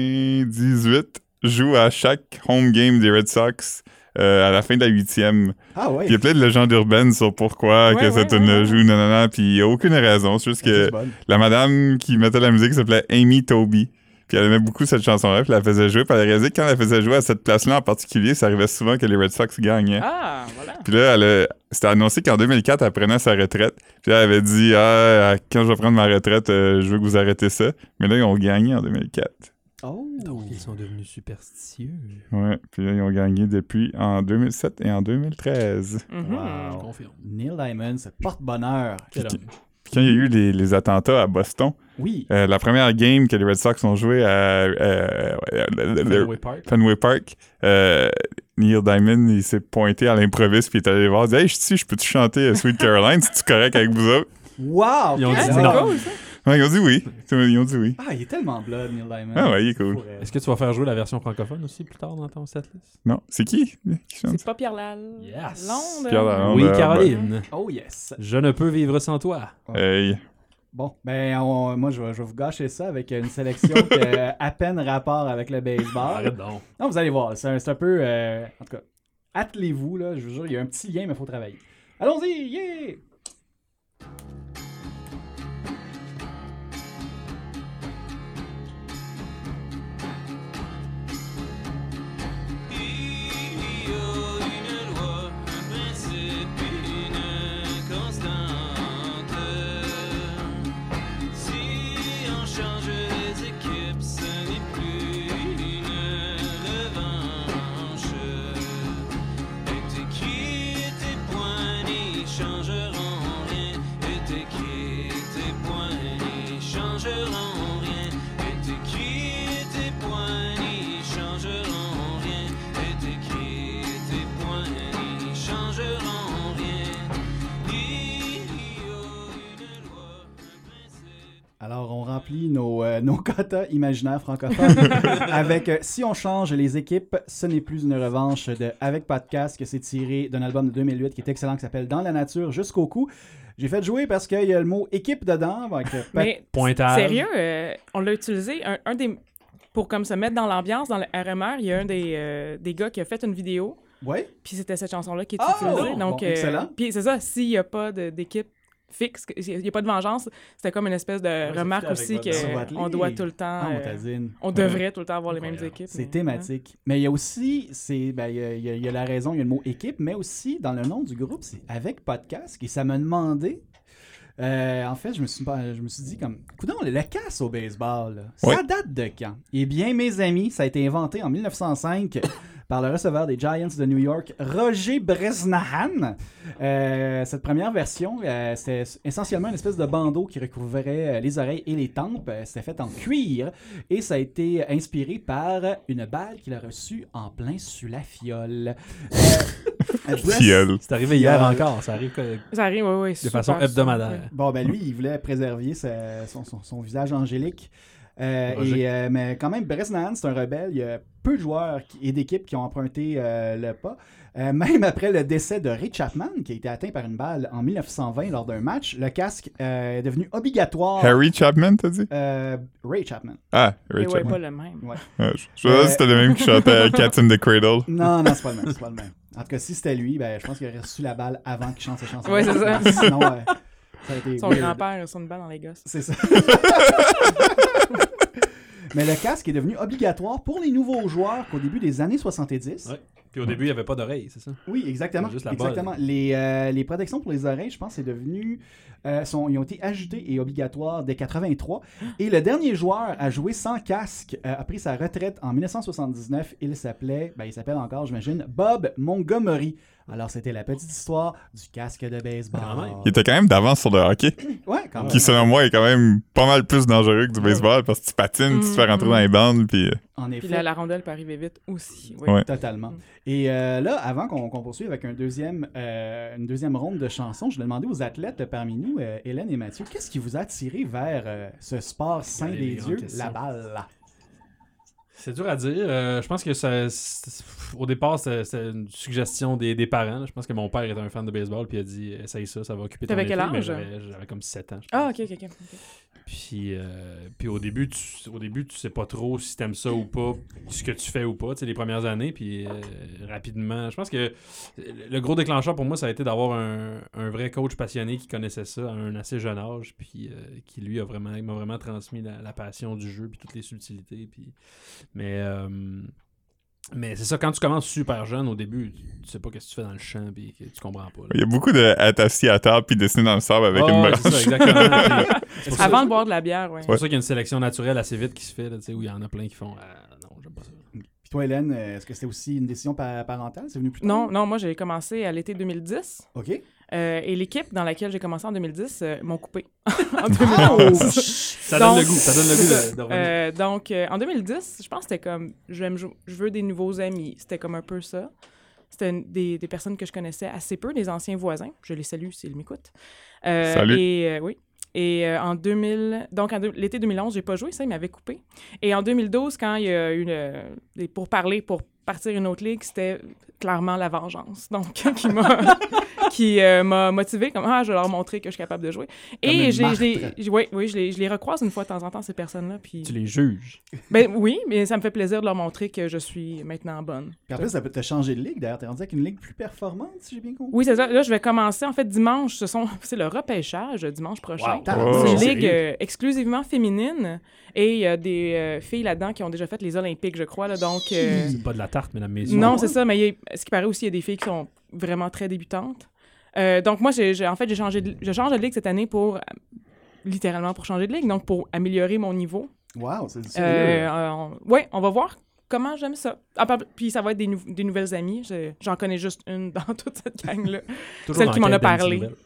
[SPEAKER 1] 1998, joue à chaque home game des Red Sox. euh, à la fin de la huitième.
[SPEAKER 2] Ah ouais.
[SPEAKER 1] Puis Il y a plein de légendes urbaines sur pourquoi
[SPEAKER 4] Ouais,
[SPEAKER 1] que cette
[SPEAKER 4] ouais,
[SPEAKER 1] tune
[SPEAKER 4] ouais.
[SPEAKER 1] joue, nanana, puis il y a aucune raison. C'est juste que
[SPEAKER 2] C'est bonne.
[SPEAKER 1] la madame qui mettait la musique s'appelait Amy Toby. Puis elle aimait beaucoup cette chanson-là, puis elle la faisait jouer. Puis elle a réalisé que quand elle la faisait jouer à cette place-là en particulier, ça arrivait souvent que les Red Sox gagnaient.
[SPEAKER 4] Ah, voilà.
[SPEAKER 1] Puis là, elle a- c'était annoncé qu'en 2004, elle prenait sa retraite. Puis là, elle avait dit Ah, quand je vais prendre ma retraite, euh, je veux que vous arrêtez ça. Mais là, ils ont gagné en 2004.
[SPEAKER 2] Oh!
[SPEAKER 3] Donc, ils sont devenus superstitieux.
[SPEAKER 1] Ouais. Puis là, ils ont gagné depuis en 2007 et en 2013.
[SPEAKER 4] Mhm.
[SPEAKER 3] Je
[SPEAKER 2] Wow.
[SPEAKER 3] confirme.
[SPEAKER 2] Neil Diamond, ce porte-bonheur.
[SPEAKER 3] Quel homme.
[SPEAKER 1] Puis quand il y a eu les, les attentats à Boston,
[SPEAKER 2] Oui.
[SPEAKER 1] euh, la première game que les Red Sox ont joué à. euh, euh,
[SPEAKER 3] Fenway Park.
[SPEAKER 1] Fenway Park, euh, Neil Diamond, il s'est pointé à l'improviste, puis il est allé les voir, il dit Hey, je suis ici, je peux-tu chanter euh, Sweet Caroline si tu correct avec vous autres
[SPEAKER 2] Wow!
[SPEAKER 3] Ils ont
[SPEAKER 2] quel
[SPEAKER 3] dit
[SPEAKER 2] homme.
[SPEAKER 4] C'est
[SPEAKER 3] non.
[SPEAKER 4] cool, ça.
[SPEAKER 1] Ouais, Ils ont dit oui. Ils ont dit oui.
[SPEAKER 2] Ah, il est tellement blood, Neil Diamond.
[SPEAKER 1] Ah ouais, il est cool.
[SPEAKER 2] Pour, euh,
[SPEAKER 3] Est-ce que tu vas faire jouer la version francophone aussi plus tard dans ton setlist?
[SPEAKER 1] Non, c'est qui qui chante
[SPEAKER 4] C'est pas Pierre Lal...
[SPEAKER 3] Yes.
[SPEAKER 4] Lalonde?
[SPEAKER 3] Ah,
[SPEAKER 1] Pierre Lalonde.
[SPEAKER 3] oui,
[SPEAKER 1] ben,
[SPEAKER 3] Caroline.
[SPEAKER 2] Oh yes.
[SPEAKER 1] Euh,
[SPEAKER 3] Je ne peux vivre sans toi.
[SPEAKER 1] Hey,
[SPEAKER 2] Bon, ben on- moi je vais, je vais vous gâcher ça avec une sélection qui a euh, à peine rapport avec le baseball.
[SPEAKER 3] Arrête donc.
[SPEAKER 2] Non, vous allez voir, c'est un, c'est un peu... euh, en tout cas, attelez-vous, là, je vous jure, il y a un petit lien, mais il faut travailler. Allons-y, yeah!
[SPEAKER 8] Si on change les équipes, ce n'est plus une revanche. Et tes qui tes points n'y changeront rien. Et tes qui tes points n'y changeront rien. Et tes qui tes points n'y changeront rien. Et tes qui tes points n'y changeront rien. Il y a une loi, un principe.
[SPEAKER 2] Alors, on remplit nos, euh, [LAUGHS] nos quotas imaginaires francophones avec euh, Si on change les équipes, ce n'est plus une revanche de Avec Podcast, que c'est tiré d'un album de 2008 qui est excellent, qui s'appelle Dans la nature jusqu'au cou. J'ai fait jouer parce qu'il y a le mot équipe dedans. donc, euh, pa-
[SPEAKER 4] Mais
[SPEAKER 3] Pointage.
[SPEAKER 4] Sérieux, euh, on l'a utilisé. Un, un des, pour comme se mettre dans l'ambiance, dans le RMR, il y a un des, euh, des gars qui a fait une vidéo,
[SPEAKER 2] ouais.
[SPEAKER 4] puis c'était cette chanson-là qui est
[SPEAKER 2] Oh!
[SPEAKER 4] utilisée. Donc, euh,
[SPEAKER 2] Bon, excellent.
[SPEAKER 4] Puis c'est ça, s'il n'y a pas de- d'équipe fixe, que- s'il n'y a pas de vengeance, c'était comme une espèce de
[SPEAKER 3] ça
[SPEAKER 4] remarque
[SPEAKER 3] fit
[SPEAKER 4] aussi
[SPEAKER 3] avec votre-
[SPEAKER 2] Sur
[SPEAKER 4] que
[SPEAKER 2] votre
[SPEAKER 4] on
[SPEAKER 2] lit.
[SPEAKER 4] doit tout le temps.
[SPEAKER 2] Ah,
[SPEAKER 4] euh,
[SPEAKER 2] mon tazine.
[SPEAKER 4] on devrait tout le temps avoir les mêmes
[SPEAKER 3] Incroyable.
[SPEAKER 4] équipes. mais- hein.
[SPEAKER 2] C'est thématique. Mais il y a aussi, c'est, ben, il, y a, il y a- il y a la raison, il y a le mot équipe, mais aussi dans le nom du groupe, c'est avec podcast, et ça m'a demandé. euh, en fait, je me suis, pas- je me suis dit comme, coudon, la casse au baseball, là,
[SPEAKER 1] Ouais.
[SPEAKER 2] ça date de quand Eh bien, mes amis, ça a été inventé en 1905 par le receveur des Giants de New York, Roger Bresnahan. Euh, cette première version, euh, c'était essentiellement une espèce de bandeau qui recouvrait euh, les oreilles et les tempes. Euh, C'était fait en cuir et ça a été inspiré par une balle qu'il a reçue en plein sur la fiole. Euh, Bress-
[SPEAKER 1] Fiel.
[SPEAKER 3] C'est arrivé hier encore. Ça arrive que-
[SPEAKER 4] Ça arrive, oui, oui.
[SPEAKER 3] de façon hebdomadaire.
[SPEAKER 2] Bon, ben lui, il voulait préserver sa- son, son- son visage angélique. Euh,
[SPEAKER 3] Roger.
[SPEAKER 2] et, euh, mais quand même, Bresnahan, c'est un rebelle. Il y a peu de joueurs qui- et d'équipes qui ont emprunté euh, le pas. Euh, même après le décès de Ray Chapman, qui a été atteint par une balle en 1920 lors d'un match, le casque euh, est devenu obligatoire.
[SPEAKER 1] Harry Chapman, t'as dit?
[SPEAKER 2] Euh, Ray Chapman.
[SPEAKER 1] Ah, Harry
[SPEAKER 4] Mais ouais,
[SPEAKER 1] Chapman.
[SPEAKER 4] pas le même.
[SPEAKER 1] Ouais, je- je sais
[SPEAKER 2] Euh,
[SPEAKER 1] pas si c'était le même qui chantait Cats in the Cradle.
[SPEAKER 2] Non, non, c'est pas le même. C'est pas le même. En tout cas, si c'était lui, ben, je pense qu'il aurait reçu la balle avant qu'il chante ses chansons.
[SPEAKER 4] Ouais, c'est ça.
[SPEAKER 2] Sinon, euh, ça a été.
[SPEAKER 4] Son
[SPEAKER 2] weird.
[SPEAKER 4] grand-père, son une balle dans les gosses.
[SPEAKER 2] C'est
[SPEAKER 3] [LAUGHS]
[SPEAKER 2] ça. Mais le casque est devenu obligatoire pour les nouveaux joueurs qu'au début des années 70.
[SPEAKER 3] Ouais. Puis au début, il n'y avait pas d'oreille, c'est ça?
[SPEAKER 2] Oui, exactement.
[SPEAKER 3] Juste la
[SPEAKER 2] exactement. Les, euh, les protections pour les oreilles, je pense, c'est devenu. euh, sont, ils ont été ajoutées et obligatoires dès 83. Et le dernier joueur à jouer sans casque euh, a pris sa retraite en 1979. Il s'appelait, ben, il s'appelle encore, j'imagine, Bob Montgomery. Alors, c'était la petite histoire du casque de
[SPEAKER 3] Quand
[SPEAKER 2] baseball.
[SPEAKER 3] même.
[SPEAKER 1] Il était quand même d'avance sur le hockey,
[SPEAKER 2] Ouais, quand même.
[SPEAKER 1] qui selon moi est quand même pas mal plus dangereux que du baseball parce que tu patines, tu te fais rentrer dans les bandes, puis euh,
[SPEAKER 2] En effet.
[SPEAKER 4] Puis la, la rondelle peut arriver vite aussi. Oui.
[SPEAKER 1] Ouais.
[SPEAKER 2] Totalement.
[SPEAKER 4] Mm.
[SPEAKER 2] Et euh, là, avant qu'on qu'on poursuive avec un deuxième, euh, une deuxième ronde de chansons, je vais demander aux athlètes parmi nous, euh, Hélène et Mathieu, qu'est-ce qui vous a attiré vers euh, ce sport saint
[SPEAKER 3] Allez,
[SPEAKER 2] des
[SPEAKER 3] les grandes
[SPEAKER 2] dieux,
[SPEAKER 3] questions.
[SPEAKER 2] la balle?
[SPEAKER 3] C'est dur à dire. Euh, je pense que ça, c'est- au départ, c'était c'était une suggestion des, des parents. là. Je pense que mon père était un fan de baseball puis il a dit essaye ça, ça va occuper ton
[SPEAKER 4] T'avais quel
[SPEAKER 3] été. Mais
[SPEAKER 4] âge?
[SPEAKER 3] J'avais j'avais comme 7 ans. je
[SPEAKER 4] Ah,
[SPEAKER 3] pense.
[SPEAKER 4] ok, ok, ok. ok.
[SPEAKER 3] Puis, euh, puis au début, tu, au début, tu sais pas trop si t'aimes ça ou pas, ce que tu fais ou pas, tu sais, les premières années. Puis euh, rapidement, je pense que le gros déclencheur pour moi, ça a été d'avoir un, un vrai coach passionné qui connaissait ça à un assez jeune âge, puis euh, qui lui a vraiment, il m'a vraiment transmis la, la passion du jeu, puis toutes les subtilités. Puis, mais euh, mais c'est ça, quand tu commences super jeune, au début, tu, tu sais pas qu'est-ce que tu fais dans le champ, puis que tu comprends pas. là.
[SPEAKER 1] il y a beaucoup de être assis à table puis dessiner dans le sable avec une
[SPEAKER 3] Ah,
[SPEAKER 1] branche.
[SPEAKER 3] c'est ça, exactement. Puis- c'est pour ça-
[SPEAKER 4] Avant de boire de la bière, oui.
[SPEAKER 1] Ouais.
[SPEAKER 3] c'est pour ça qu'il y a une sélection naturelle assez vite qui se fait, là, tu sais, où il y en a plein qui font Ah, non, j'aime pas ça.
[SPEAKER 2] Puis toi, Hélène, euh, est-ce que c'était aussi une décision pa- parentale? C'est venu plus tard?
[SPEAKER 4] Non, non, moi j'ai commencé à l'été 2010
[SPEAKER 2] OK.
[SPEAKER 4] euh, et l'équipe dans laquelle j'ai commencé en 2010 euh, m'ont coupé. [LAUGHS]
[SPEAKER 3] Ah, oh, Ça
[SPEAKER 4] Donc-
[SPEAKER 3] donne le goût, ça donne le goût de, de revenir.
[SPEAKER 4] Euh, donc euh, en 2010, je pense que c'était comme je, vais me jou- je veux des nouveaux amis. C'était comme un peu ça. C'était une- des, des personnes que je connaissais assez peu, des anciens voisins. Je les salue s'ils m'écoutent. Euh,
[SPEAKER 1] Salut.
[SPEAKER 4] Et euh, oui. Et euh, en 2000, donc en deux- l'été 2011, j'ai pas joué, ça, ils m'avaient coupé. Et en 2012, quand il y a eu le- des pourparlers pour partir une autre ligue, c'était clairement la vengeance, donc [LAUGHS] qui m'a qui euh, m'a motivé comme ah je vais leur montrer que je suis capable de jouer.
[SPEAKER 2] Comme une
[SPEAKER 4] Et j'ai
[SPEAKER 2] martre.
[SPEAKER 4] j'ai- j'ai- oui oui je les, je les recroise une fois de temps en temps ces personnes là puis
[SPEAKER 3] Tu les juges.
[SPEAKER 4] ben oui mais ça me fait plaisir de leur montrer que je suis maintenant bonne.
[SPEAKER 2] Puis en plus, ça peut te changer de ligue, d'ailleurs. T'es rendu avec une ligue plus performante, si j'ai bien compris.
[SPEAKER 4] Oui c'est ça là je vais commencer en fait dimanche ce sont [LAUGHS] c'est le repêchage euh, dimanche prochain.
[SPEAKER 2] Wow, t'as-
[SPEAKER 1] Wow.
[SPEAKER 4] C'est
[SPEAKER 1] Oh.
[SPEAKER 4] une ligue euh, exclusivement féminine et il y a des euh, filles là-dedans qui ont déjà fait les Olympiques, je crois. Là, donc, euh,
[SPEAKER 3] C'est pas de la tarte, mesdames, messieurs.
[SPEAKER 4] non, c'est ça, mais il y a- ce qui paraît aussi, il y a des filles qui sont vraiment très débutantes. Euh, donc, moi, j'ai j'ai- en fait, j'ai changé de, je change de ligue cette année pour, euh, littéralement, pour changer de ligue, donc pour améliorer mon niveau.
[SPEAKER 2] Wow, c'est du
[SPEAKER 4] Euh,
[SPEAKER 2] sérieux.
[SPEAKER 4] euh, on- ouais, on va voir comment j'aime ça. Ah, par- puis ça va être des, nou- des nouvelles amies. Je- J'en connais juste une [LAUGHS] dans toute cette gang-là.
[SPEAKER 3] Toujours
[SPEAKER 4] celle
[SPEAKER 3] dans
[SPEAKER 4] qui m'en
[SPEAKER 3] la
[SPEAKER 4] a
[SPEAKER 3] quête d'Andy
[SPEAKER 4] parlé.
[SPEAKER 3] Nouvelle.
[SPEAKER 2] [LAUGHS]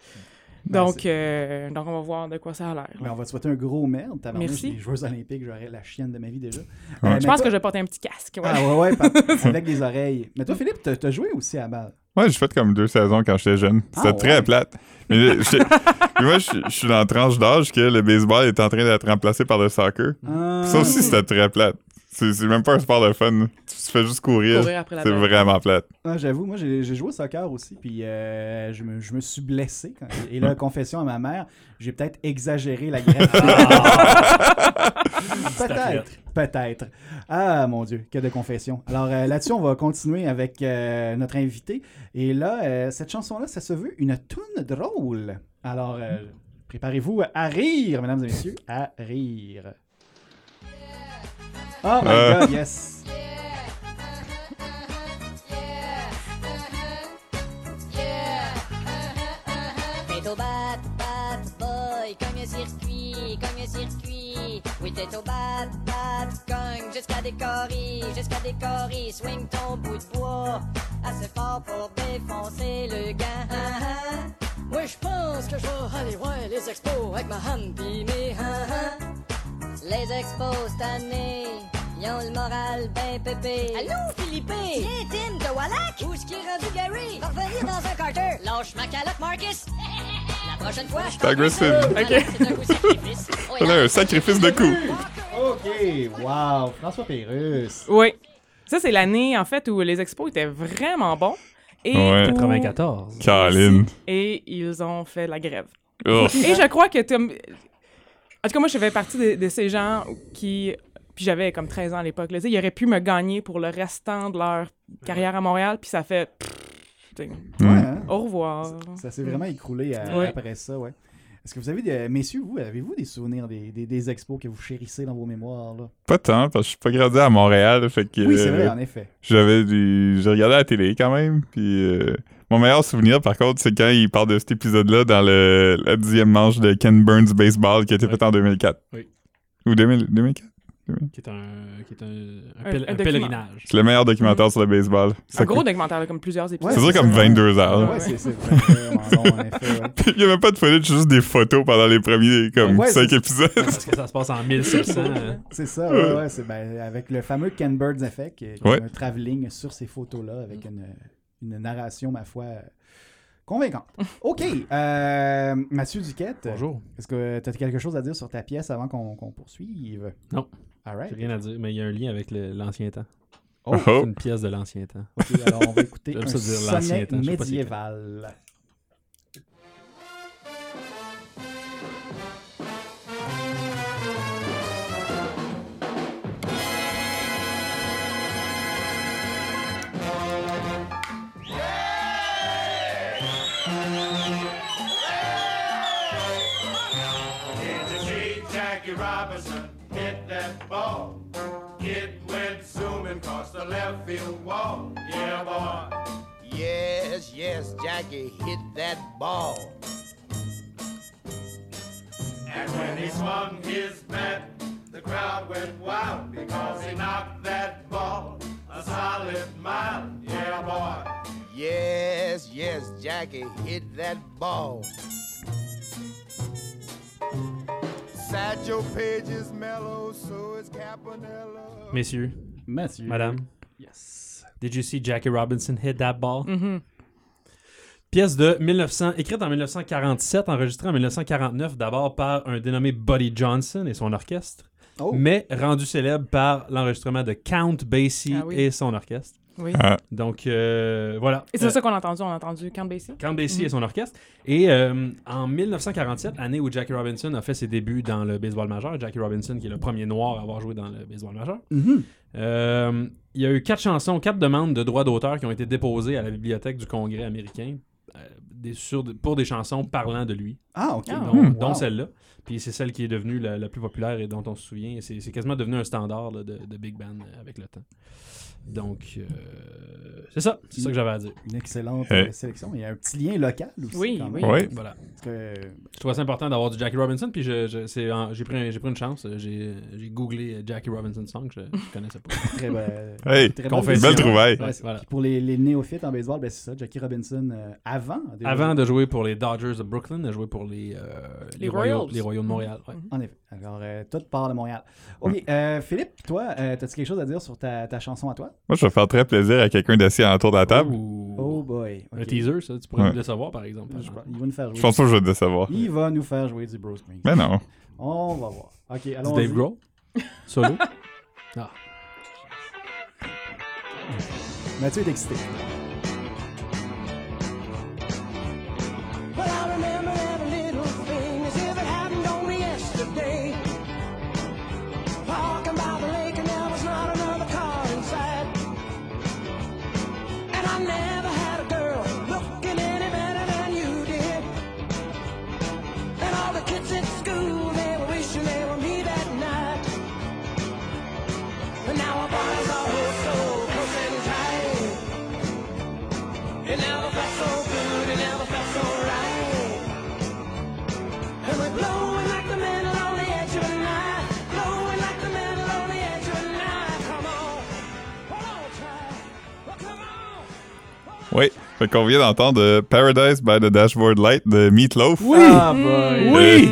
[SPEAKER 2] Ben,
[SPEAKER 4] donc,
[SPEAKER 2] c'est-
[SPEAKER 4] euh, donc, on va voir de quoi ça a l'air.
[SPEAKER 2] Mais Ben, on va te souhaiter un gros merde. T'as
[SPEAKER 4] Merci.
[SPEAKER 2] les joueuses olympiques, j'aurais la chienne de ma vie déjà. Euh,
[SPEAKER 1] Ouais.
[SPEAKER 4] Je pense que je vais porter un petit casque. ouais.
[SPEAKER 2] Ah ouais, ouais, par- avec des oreilles. Mais toi, Philippe, t'as t'as joué aussi à balle.
[SPEAKER 1] [LAUGHS] Ouais, j'ai fait comme deux saisons quand j'étais jeune. C'était
[SPEAKER 2] Ah, ouais.
[SPEAKER 1] très plate. Mais là, [LAUGHS] j'étais- puis moi, je je suis dans la tranche d'âge que le baseball est en train d'être remplacé par le soccer.
[SPEAKER 2] Ah,
[SPEAKER 1] Ça aussi, c'était très plate. C'est c'est même pas un sport de fun. Tu te fais juste courir.
[SPEAKER 4] Courir après la
[SPEAKER 1] C'est
[SPEAKER 4] balle.
[SPEAKER 1] vraiment plate.
[SPEAKER 2] ah, J'avoue, moi, j'ai j'ai joué au soccer aussi, puis euh, je, me, je me suis blessé. quand- Et là, confession à ma mère, j'ai peut-être exagéré la graine. peut-être, peut-être. Ah, mon Dieu, que de confessions. Alors euh, là-dessus, on va continuer avec euh, notre invité. Et là, euh, cette chanson-là, ça se veut une toune drôle. Alors, euh, préparez-vous à rire, mesdames et messieurs, à rire. Oh my
[SPEAKER 1] Euh.
[SPEAKER 2] God, yes!
[SPEAKER 9] T'es au bat, bat, boy, cogne le circuit, cogne le circuit. Oui, t'es au bat, bat, cogne jusqu'à décorer, jusqu'à décorer. Swing ton bout de bois, assez fort pour défoncer le gain.
[SPEAKER 7] Ouais, je pense que je vais aller voir les expos avec ma hand pis mes
[SPEAKER 9] hein,
[SPEAKER 7] hands.
[SPEAKER 9] Les expos cette année, ils ont le moral ben pépé.
[SPEAKER 7] Allô, Philippe?
[SPEAKER 9] Tiens, Tim, de Wallach? Où est-ce qu'il est rendu, Gary? Va revenir dans un carter. Lâche ma calotte, Marcus. La prochaine fois, je
[SPEAKER 1] C'est agressive.
[SPEAKER 9] Ah C'est un coup de sacrifice. Oh,
[SPEAKER 1] Là, un sacrifice de coups.
[SPEAKER 2] OK, wow, François Pérus.
[SPEAKER 4] [LAUGHS] Oui. Ça, c'est l'année, en fait, où les expos étaient vraiment bons. Et
[SPEAKER 1] Ouais.
[SPEAKER 4] où-
[SPEAKER 3] 94.
[SPEAKER 1] Caroline.
[SPEAKER 4] Et ils ont fait la
[SPEAKER 2] [LAUGHS]
[SPEAKER 4] grève.
[SPEAKER 1] Ouf.
[SPEAKER 4] Et je crois que Tom... En tout cas, moi, je fais partie de, de ces gens qui... Puis j'avais comme 13 ans à l'époque. là. Tu sais, Ils auraient pu me gagner pour le restant de leur carrière à Montréal. Puis ça fait... Tu sais,
[SPEAKER 2] Ouais,
[SPEAKER 1] Hmm.
[SPEAKER 2] hein?
[SPEAKER 4] Au revoir.
[SPEAKER 2] Ça s'est vraiment écroulé euh,
[SPEAKER 4] Ouais.
[SPEAKER 2] après ça, ouais. Est-ce que vous avez, des, messieurs, vous, avez-vous des souvenirs des, des, des expos que vous chérissez dans vos mémoires? Là?
[SPEAKER 1] Pas tant, parce que je suis pas grandi à Montréal. Fait que.
[SPEAKER 2] Oui, c'est vrai,
[SPEAKER 1] euh,
[SPEAKER 2] en effet.
[SPEAKER 1] J'avais du. J'ai regardé la télé quand même. Puis euh, mon meilleur souvenir, par contre, c'est quand il parle de cet épisode-là dans le, la dixième manche de Ken Burns Baseball qui a été
[SPEAKER 3] Oui.
[SPEAKER 1] faite en 2004.
[SPEAKER 3] Oui.
[SPEAKER 1] Ou 2000 2004.
[SPEAKER 3] Qui est un, qui est un, un
[SPEAKER 4] Un-
[SPEAKER 3] pel-
[SPEAKER 4] un
[SPEAKER 3] un pèlerinage.
[SPEAKER 1] C'est le meilleur documentaire sur le baseball.
[SPEAKER 4] Un
[SPEAKER 1] Ça
[SPEAKER 4] gros
[SPEAKER 1] coûte-
[SPEAKER 4] documentaire, là, comme plusieurs épisodes.
[SPEAKER 1] ça
[SPEAKER 2] Ouais,
[SPEAKER 1] dure comme
[SPEAKER 2] c'est ça.
[SPEAKER 1] 22 heures. [LAUGHS]
[SPEAKER 2] Ouais, c'est c'est vraiment long, en effet. ouais.
[SPEAKER 1] il y avait pas de footage, juste des photos pendant les premiers comme
[SPEAKER 2] Ouais,
[SPEAKER 1] 5
[SPEAKER 2] c'est-
[SPEAKER 1] épisodes.
[SPEAKER 3] [LAUGHS] Parce que ça se passe en 1700. hein.
[SPEAKER 2] C'est ça, ouais, ouais, c'est ben, avec le fameux Ken Burns Effect, qui est
[SPEAKER 1] Ouais.
[SPEAKER 2] un travelling sur ces photos-là, avec une, une narration, ma foi, euh, convaincante. OK, euh, Mathieu Duquette,
[SPEAKER 3] Bonjour.
[SPEAKER 2] est-ce que tu as quelque chose à dire sur ta pièce avant qu'on qu'on poursuive?
[SPEAKER 3] Non.
[SPEAKER 2] All
[SPEAKER 3] J'ai
[SPEAKER 2] right.
[SPEAKER 3] rien à dire, mais il y a un lien avec le- l'ancien temps.
[SPEAKER 1] Oh,
[SPEAKER 3] C'est
[SPEAKER 1] oh.
[SPEAKER 3] une pièce de l'ancien temps.
[SPEAKER 2] OK, alors on va écouter
[SPEAKER 3] J'aime
[SPEAKER 2] un
[SPEAKER 3] ça dire l'ancien
[SPEAKER 2] sonnet
[SPEAKER 3] temps, je sais pas c'est
[SPEAKER 2] médiéval.
[SPEAKER 10] Hit the sheet, Jackie Robinson hit that ball. It went zooming across the left field wall. Yeah, boy.
[SPEAKER 11] Yes, yes, Jackie hit that ball.
[SPEAKER 10] And when he swung his bat, the crowd went wild because he knocked that ball a solid mile. Yeah, boy.
[SPEAKER 11] Yes, yes, Jackie hit that ball. Satchel Paige is mellow, so is Caponella.
[SPEAKER 3] Messieurs,
[SPEAKER 2] Mathieu.
[SPEAKER 3] madame. Yes. Did you see Jackie Robinson hit that ball?
[SPEAKER 4] Mm-hmm.
[SPEAKER 3] Pièce de 1900, écrite en 1947, enregistrée en 1949 d'abord par un dénommé Buddy Johnson et son orchestre,
[SPEAKER 2] Oh.
[SPEAKER 3] mais rendue célèbre par l'enregistrement de Count Basie
[SPEAKER 4] Ah oui.
[SPEAKER 3] et son orchestre.
[SPEAKER 4] Oui.
[SPEAKER 1] Ah.
[SPEAKER 3] Donc, euh, voilà. Euh,
[SPEAKER 4] Et c'est ça Mm. qu'on a entendu. On a entendu Count Basie.
[SPEAKER 3] Count Basie et son orchestre. Et euh, en 1947, année où Jackie Robinson a fait ses débuts dans le baseball majeur, Jackie Robinson qui est le premier noir à avoir joué dans le baseball majeur,
[SPEAKER 2] Mhm.
[SPEAKER 3] euh, il y a eu quatre chansons, quatre demandes de droits d'auteur qui ont été déposées à la bibliothèque du Congrès américain euh, des- sur- pour des chansons parlant de lui,
[SPEAKER 2] Ah, ok.
[SPEAKER 4] Ah.
[SPEAKER 3] dont,
[SPEAKER 2] Hmm.
[SPEAKER 3] dont
[SPEAKER 2] Wow.
[SPEAKER 3] celle-là. Puis c'est celle qui est devenue la, la plus populaire et dont on se souvient. Et C'est c'est quasiment devenu un standard là, de, de Big Band euh, avec le temps. Donc, euh, c'est ça. C'est ça que j'avais à dire.
[SPEAKER 2] Une excellente
[SPEAKER 1] Hey.
[SPEAKER 2] euh, sélection. Il y a un petit lien local aussi.
[SPEAKER 4] Oui,
[SPEAKER 2] quand
[SPEAKER 4] oui.
[SPEAKER 2] même.
[SPEAKER 1] [LAUGHS] Ouais.
[SPEAKER 3] Voilà.
[SPEAKER 2] Parce que- euh,
[SPEAKER 3] Je trouvais ça important d'avoir du Jackie Robinson, puis je- je- c'est en- j'ai pris, un- j'ai pris une chance. euh, J'ai j'ai googlé euh, Jackie Robinson song, je, je connaissais pas.
[SPEAKER 2] très belle-
[SPEAKER 1] [LAUGHS] Hey,
[SPEAKER 2] très
[SPEAKER 3] confession.
[SPEAKER 1] belle
[SPEAKER 2] belle
[SPEAKER 1] trouvaille.
[SPEAKER 2] Ouais,
[SPEAKER 3] Voilà.
[SPEAKER 2] Puis pour les, les néophytes en baseball, ben c'est ça, Jackie Robinson euh, avant. déjà.
[SPEAKER 3] Avant de jouer pour les Dodgers de Brooklyn, elle a joué pour les, euh, les,
[SPEAKER 4] Les
[SPEAKER 3] Royaux-
[SPEAKER 4] Royals.
[SPEAKER 3] les Royaux
[SPEAKER 2] Mhm.
[SPEAKER 3] de Montréal. ouais.
[SPEAKER 2] En effet. Alors, euh, tout part de Montréal. OK. euh, Philippe, toi, euh, t'as-tu quelque chose à dire sur ta, ta chanson à toi?
[SPEAKER 1] Moi, je vais faire très plaisir à quelqu'un d'assis à l'entour de la table.
[SPEAKER 3] Ou-
[SPEAKER 2] Oh boy.
[SPEAKER 3] Un
[SPEAKER 2] OK.
[SPEAKER 3] teaser, ça, tu pourrais
[SPEAKER 1] Ouais.
[SPEAKER 3] me le savoir par exemple.
[SPEAKER 2] Je crois- Il va nous faire jouer.
[SPEAKER 1] Je pense pas que je vais te décevoir.
[SPEAKER 2] Il va nous faire jouer du Bruce Springsteen.
[SPEAKER 1] Mais non.
[SPEAKER 2] On va voir. OK,
[SPEAKER 3] Du
[SPEAKER 2] allons-y.
[SPEAKER 3] Dave Grohl, [LAUGHS] solo. Ah.
[SPEAKER 2] Mathieu est excité.
[SPEAKER 7] Well, I remember every little thing as if it happened only yesterday. Walking by the lake and there was not another car in sight. And I never had a girl looking any better than you did. And all the kids at school, they were wishing they were me that night. But now our bodies are held so close and tight. It never felt so good, it never felt so right. And we're blowing like the metal on the edge of a night. Blowing like the metal on the edge of a night. Come on, hold on tight. Well, come on.
[SPEAKER 1] Oui. Fait qu'on vient d'entendre euh, Paradise by the Dashboard Light de Meatloaf. Euh, Oui!
[SPEAKER 2] Ah boy.
[SPEAKER 1] Oui!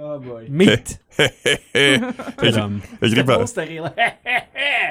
[SPEAKER 2] Ah boy.
[SPEAKER 1] [LAUGHS]
[SPEAKER 3] Meat.
[SPEAKER 1] écrit, écrit par,
[SPEAKER 2] Grosse rire là.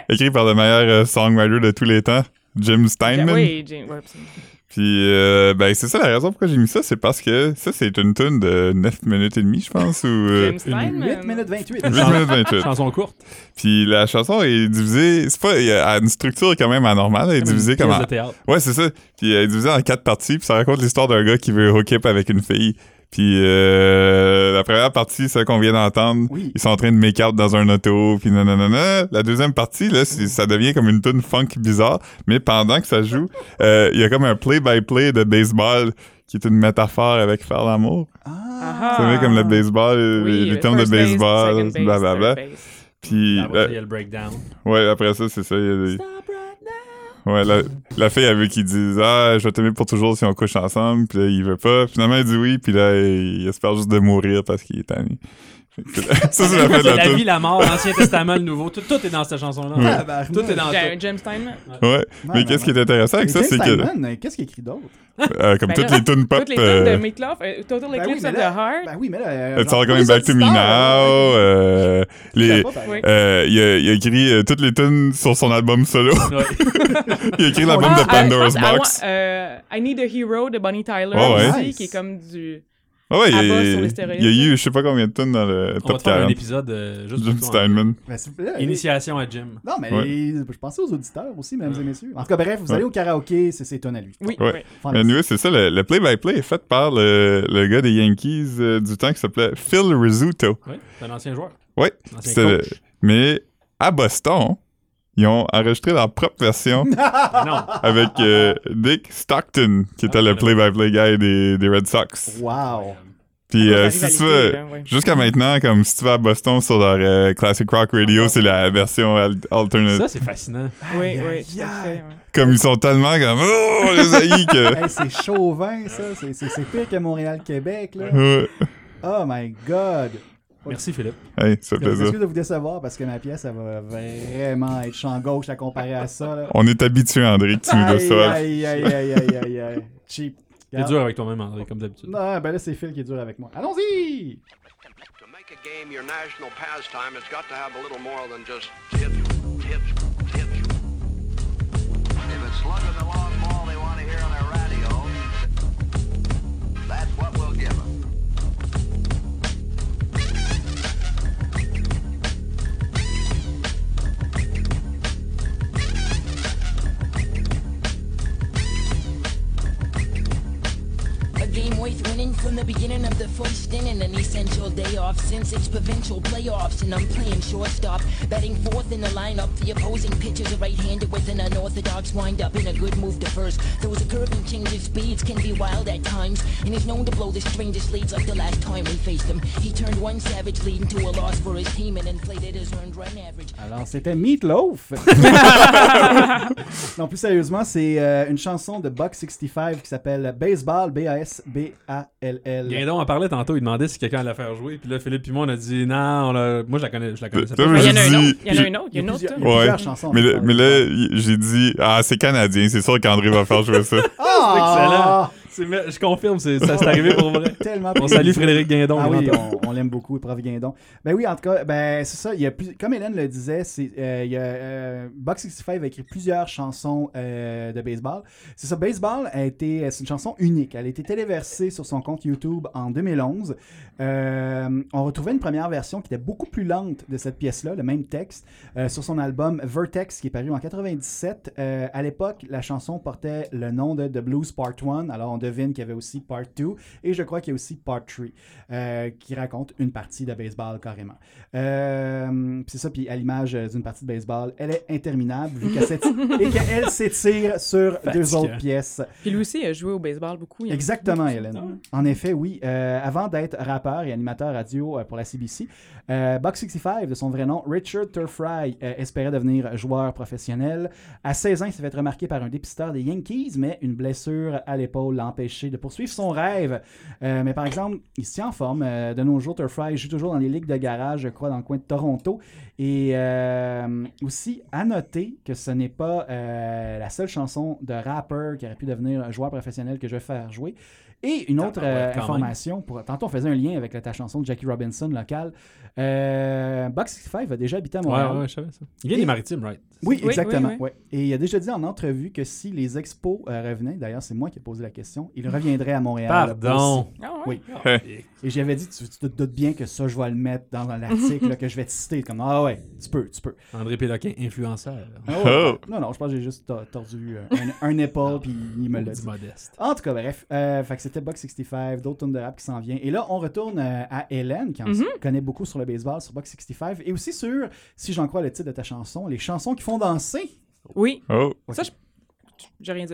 [SPEAKER 1] écrit par le meilleur euh, songwriter de tous les temps, Jim Steinman.
[SPEAKER 4] Ben Oui, James. ouais, absolument.
[SPEAKER 1] Puis, euh, ben, c'est ça la raison pourquoi j'ai mis ça, c'est parce que ça, c'est une tune de 9 minutes et demie, je pense, ou euh,
[SPEAKER 4] James Steinman.
[SPEAKER 2] 8 minutes 28.
[SPEAKER 1] 8 minutes 28.
[SPEAKER 3] Chanson courte.
[SPEAKER 1] Puis la chanson est divisée, c'est pas, elle a une structure quand même anormale, elle est divisée
[SPEAKER 3] Pièce
[SPEAKER 1] comme en,
[SPEAKER 3] de théâtre.
[SPEAKER 1] Ouais, c'est ça. Puis elle est divisée en quatre parties, puis ça raconte l'histoire d'un gars qui veut hook-up avec une fille. Puis euh, la première partie, celle qu'on vient d'entendre,
[SPEAKER 2] Oui.
[SPEAKER 1] ils sont en train de make-out dans un auto, puis nanana. La deuxième partie, là, c'est- ça devient comme une tune funk bizarre, mais pendant que ça joue, euh, il y a comme un play-by-play de baseball qui est une métaphore avec faire l'amour.
[SPEAKER 4] Ah,
[SPEAKER 1] Vous savez, comme le baseball,
[SPEAKER 4] Oui,
[SPEAKER 1] Euh, les
[SPEAKER 4] le
[SPEAKER 1] termes de
[SPEAKER 4] first base,
[SPEAKER 1] baseball,
[SPEAKER 4] second base,
[SPEAKER 1] blablabla.
[SPEAKER 4] third base.
[SPEAKER 1] Puis
[SPEAKER 3] Après,
[SPEAKER 1] euh,
[SPEAKER 3] Ah, il y a le breakdown.
[SPEAKER 1] Ouais, après ça, c'est ça. il y a des- Ouais, la, la fille, elle veut qu'il dise Ah, je vais t'aimer pour toujours si on couche ensemble. Puis là, il veut pas. Finalement, il dit oui. Puis là, il, il espère juste de mourir parce qu'il est tanné. Fait que c'est la- [LAUGHS] ça, c'est la fin
[SPEAKER 3] C'est
[SPEAKER 1] de la,
[SPEAKER 3] la
[SPEAKER 1] toune.
[SPEAKER 3] vie, la mort, l'Ancien Testament, le Nouveau. Tout, tout est dans cette chanson-là.
[SPEAKER 2] Tabarnak.
[SPEAKER 3] Tout est dans
[SPEAKER 4] Ja-
[SPEAKER 3] tout.
[SPEAKER 4] James Steinman.
[SPEAKER 1] Ouais.
[SPEAKER 2] Non,
[SPEAKER 1] Mais
[SPEAKER 2] non,
[SPEAKER 1] qu'est-ce qui
[SPEAKER 2] non.
[SPEAKER 1] est intéressant avec
[SPEAKER 2] Mais
[SPEAKER 1] ça,
[SPEAKER 2] James
[SPEAKER 1] c'est que,
[SPEAKER 2] Steinman, euh, qu'est-ce qu'il écrit d'autre?
[SPEAKER 1] euh, comme
[SPEAKER 4] Ben
[SPEAKER 1] toutes
[SPEAKER 4] là,
[SPEAKER 1] les tunes pop,
[SPEAKER 4] Toutes les
[SPEAKER 1] euh,
[SPEAKER 4] tunes de Meatloaf, euh, Total
[SPEAKER 2] Ben oui,
[SPEAKER 4] Eclipse
[SPEAKER 2] mais
[SPEAKER 4] of the
[SPEAKER 2] là-
[SPEAKER 4] Heart.
[SPEAKER 2] Ben oui, mais là. euh,
[SPEAKER 1] It's
[SPEAKER 2] genre,
[SPEAKER 1] all going
[SPEAKER 2] tous les
[SPEAKER 1] back to me now.
[SPEAKER 2] auditeurs, euh,
[SPEAKER 1] euh, les,
[SPEAKER 2] savent pas, ben, pareil.
[SPEAKER 4] Oui.
[SPEAKER 1] euh, il, a, il a écrit euh, toutes les tunes sur son album solo. [LAUGHS]
[SPEAKER 3] Ouais.
[SPEAKER 1] il a écrit l'album
[SPEAKER 4] Ah,
[SPEAKER 1] de Pandora's
[SPEAKER 4] euh, je pense, I
[SPEAKER 1] Box.
[SPEAKER 4] want- euh, I Need a Hero de Bonnie Tyler
[SPEAKER 1] Ouais, ouais.
[SPEAKER 4] aussi,
[SPEAKER 2] Nice.
[SPEAKER 4] qui est comme du.
[SPEAKER 1] Ah ouais, il,
[SPEAKER 4] à
[SPEAKER 1] y a-
[SPEAKER 4] bas sur les
[SPEAKER 1] il y a
[SPEAKER 4] stéroïdes.
[SPEAKER 1] eu je sais pas combien de tunes dans le
[SPEAKER 3] On va
[SPEAKER 1] top
[SPEAKER 3] te faire un
[SPEAKER 1] 40.
[SPEAKER 3] épisode euh, juste
[SPEAKER 1] Jim
[SPEAKER 3] pour toi.
[SPEAKER 1] Steinman.
[SPEAKER 2] ben, s'il vous plaît,
[SPEAKER 3] Initiation à Jim.
[SPEAKER 2] Non, mais
[SPEAKER 1] Ouais.
[SPEAKER 2] les- je pensais aux auditeurs aussi, mesdames et messieurs. En tout cas, bref, vous allez au karaoké, c'est ses tonnes à lui.
[SPEAKER 4] Oui,
[SPEAKER 1] Ouais.
[SPEAKER 4] oui.
[SPEAKER 2] Enfin,
[SPEAKER 1] Mais anyway, c'est ça, le le play-by-play est fait par le, le gars des Yankees euh, du temps qui s'appelait Phil Rizzuto.
[SPEAKER 3] Oui, c'est un ancien joueur.
[SPEAKER 1] Ouais,
[SPEAKER 4] Ah,
[SPEAKER 3] Un ancien
[SPEAKER 1] c'est-
[SPEAKER 3] coach.
[SPEAKER 1] mais à Boston, ils ont enregistré leur propre
[SPEAKER 4] [LAUGHS]
[SPEAKER 1] version
[SPEAKER 3] Non.
[SPEAKER 1] avec euh, Dick Stockton, qui était
[SPEAKER 3] Ah,
[SPEAKER 1] le
[SPEAKER 3] voilà.
[SPEAKER 1] play-by-play guy des, des Red Sox.
[SPEAKER 2] Wow.
[SPEAKER 1] Puis
[SPEAKER 4] La
[SPEAKER 1] euh, si tu
[SPEAKER 4] rivalité,
[SPEAKER 1] veux,
[SPEAKER 4] là, ouais.
[SPEAKER 1] jusqu'à maintenant, comme si tu vas à Boston sur leur euh, Classic Rock Radio, c'est la version al- alternate. [LAUGHS]
[SPEAKER 3] Ça, c'est fascinant.
[SPEAKER 4] Oui,
[SPEAKER 2] Aïe, aïe,
[SPEAKER 4] oui, tout à
[SPEAKER 2] aïe.
[SPEAKER 4] fait, ouais.
[SPEAKER 1] Comme ils sont tellement comme Oh, on les
[SPEAKER 4] [LAUGHS]
[SPEAKER 1] haïs que.
[SPEAKER 2] Hey, c'est chauvin, ça. C'est- C'est c'est pire que Montréal-Québec, là.
[SPEAKER 1] Ouais.
[SPEAKER 2] Oh my God.
[SPEAKER 3] Merci, Philippe.
[SPEAKER 1] Hey, ça fait
[SPEAKER 2] Je
[SPEAKER 1] plaisir.
[SPEAKER 2] m'excuse de vous décevoir parce que ma pièce, elle va vraiment être champ gauche à comparer à ça. Là.
[SPEAKER 1] On est habitué, André, que tu nous
[SPEAKER 2] Aïe,
[SPEAKER 1] déçois.
[SPEAKER 2] aïe, aïe, aïe, aïe, aïe, aïe. Cheap.
[SPEAKER 3] T'es dur avec toi-même, André, comme d'habitude.
[SPEAKER 2] Non, ben là, c'est Phil qui est dur avec moi. Allons-y!
[SPEAKER 10] To make a game your national pastime, it's got to have a little more than just tips, tips, tips. If it's slugging the long ball they want to hear on their radio, that's what we'll give them.
[SPEAKER 12] always winning from the beginning of the first inning. An essential day off since it's provincial playoffs, and I'm playing shortstop, batting fourth in the lineup. The opposing pitcher's a right-hander with an unorthodox windup in a good move to first. Throws a curve and changes speeds can be wild at times, and is known to blow the strangest leads like the last time we faced him. He turned one savage lead into a loss for his team and inflated his earned run average.
[SPEAKER 2] Alors, c'était Meatloaf. [LAUGHS] non, plus sérieusement, c'est euh, une chanson de Buck 65 qui s'appelle Baseball, B-A-S-B-A-L-L.
[SPEAKER 3] Guindon en parlait tantôt, il demandait si quelqu'un allait la faire jouer. Puis là, Philippe puis moi, on a dit non, on l'a- moi je la connais, je la connaissais
[SPEAKER 1] Toi,
[SPEAKER 3] pas.
[SPEAKER 1] mais
[SPEAKER 4] Il y en a
[SPEAKER 1] Je
[SPEAKER 4] un
[SPEAKER 1] dis-
[SPEAKER 4] autre. Il y en a un autre. Il y en a un autre.
[SPEAKER 2] plusieurs-
[SPEAKER 4] hein.
[SPEAKER 2] il y a plusieurs chansons.
[SPEAKER 1] Mais, là- mais là, y- j'ai dit, ah, c'est canadien, c'est sûr qu'André va faire jouer
[SPEAKER 2] [LAUGHS]
[SPEAKER 1] ça.
[SPEAKER 2] Ah!
[SPEAKER 3] C'est- mais Je confirme, c'est- ça s'est arrivé
[SPEAKER 2] [LAUGHS]
[SPEAKER 3] pour vrai.
[SPEAKER 2] Tellement
[SPEAKER 3] On salue Frédéric Guindon.
[SPEAKER 2] Ah
[SPEAKER 3] grand
[SPEAKER 2] oui,
[SPEAKER 3] homme.
[SPEAKER 2] on, on l'aime beaucoup, prof Guindon. Ben oui, en tout cas, ben c'est ça. Il y a plus, comme Hélène le disait, c'est euh, il y a, euh, Buck 65 a écrit plusieurs chansons euh, de baseball. C'est ça, baseball a été, euh, c'est une chanson unique. Elle a été téléversée sur son compte YouTube en 2011. Euh, on retrouvait une première version qui était beaucoup plus lente de cette pièce-là, le même texte, euh, sur son album Vertex qui est paru en 97. Euh, à l'époque, la chanson portait le nom de The Blues Part 1. Alors on devine qu'il y avait aussi Part 2 et je crois qu'il y a aussi Part 3 euh, qui raconte une partie de baseball carrément. Euh, c'est ça, puis à l'image euh, d'une partie de baseball, elle est interminable vu qu'elle s'éti- et qu'elle s'étire sur deux
[SPEAKER 3] Fatigant.
[SPEAKER 2] autres pièces.
[SPEAKER 4] Puis lui aussi, il a joué au baseball beaucoup. hein. il y en a
[SPEAKER 2] Exactement,
[SPEAKER 4] beaucoup qui
[SPEAKER 2] Hélène.
[SPEAKER 4] sont-
[SPEAKER 2] En effet, oui. Euh, avant d'être rappeur et animateur radio euh, pour la CBC, euh, Buck 65, de son vrai nom, Richard Turfry, euh, espérait devenir joueur professionnel. À 16 ans, il s'est fait remarquer par un dépisteur des Yankees, mais une blessure à l'épaule l'a empêché de poursuivre son rêve. Euh, mais par exemple, il se tient en forme. Euh, de nos jours, Turfry joue toujours dans les ligues de garage, je crois, dans le coin de Toronto. Et euh, aussi, à noter que ce n'est pas euh, la seule chanson de rappeur qui aurait pu devenir un joueur professionnel que je vais faire jouer. Et une autre
[SPEAKER 3] Ah, ouais,
[SPEAKER 2] euh,
[SPEAKER 3] quand
[SPEAKER 2] information, pour, tantôt on faisait un lien avec la- ta chanson de Jackie Robinson locale. Euh, Buck 65 a déjà habité à Montréal.
[SPEAKER 3] Ouais, ouais, je savais ça. Il vient des maritimes, right?
[SPEAKER 2] Oui,
[SPEAKER 4] Oui,
[SPEAKER 2] exactement.
[SPEAKER 4] oui, oui.
[SPEAKER 2] ouais. Et il a déjà dit en entrevue que si les expos euh, revenaient, d'ailleurs c'est moi qui ai posé la question, il reviendrait à Montréal. aussi.
[SPEAKER 3] Pardon.
[SPEAKER 4] Ah ouais?
[SPEAKER 2] Oui.
[SPEAKER 1] Hein.
[SPEAKER 2] Et j'avais dit, tu, tu te doutes bien que ça, je vais le mettre dans l'article là, que je vais te citer. Comme, ah ouais, tu peux, tu peux.
[SPEAKER 3] André Péloquin, influenceur.
[SPEAKER 2] Ah
[SPEAKER 1] Oh.
[SPEAKER 2] ouais. Non, non, je pense que j'ai juste to- tordu euh, un, un épaule, puis il me l'a
[SPEAKER 3] Petit
[SPEAKER 2] dit.
[SPEAKER 3] modeste.
[SPEAKER 2] En tout cas, bref, euh, fait que c'était Buck 65, d'autres tonnes de rap qui s'en viennent. Et là, on retourne euh, à Hélène, qui en connaît beaucoup sur le baseball, sur Buck 65, et aussi sur, si j'en crois le titre de ta chanson, les chansons qui font danser.
[SPEAKER 4] Oui,
[SPEAKER 1] Oh.
[SPEAKER 4] j'ai rien dit.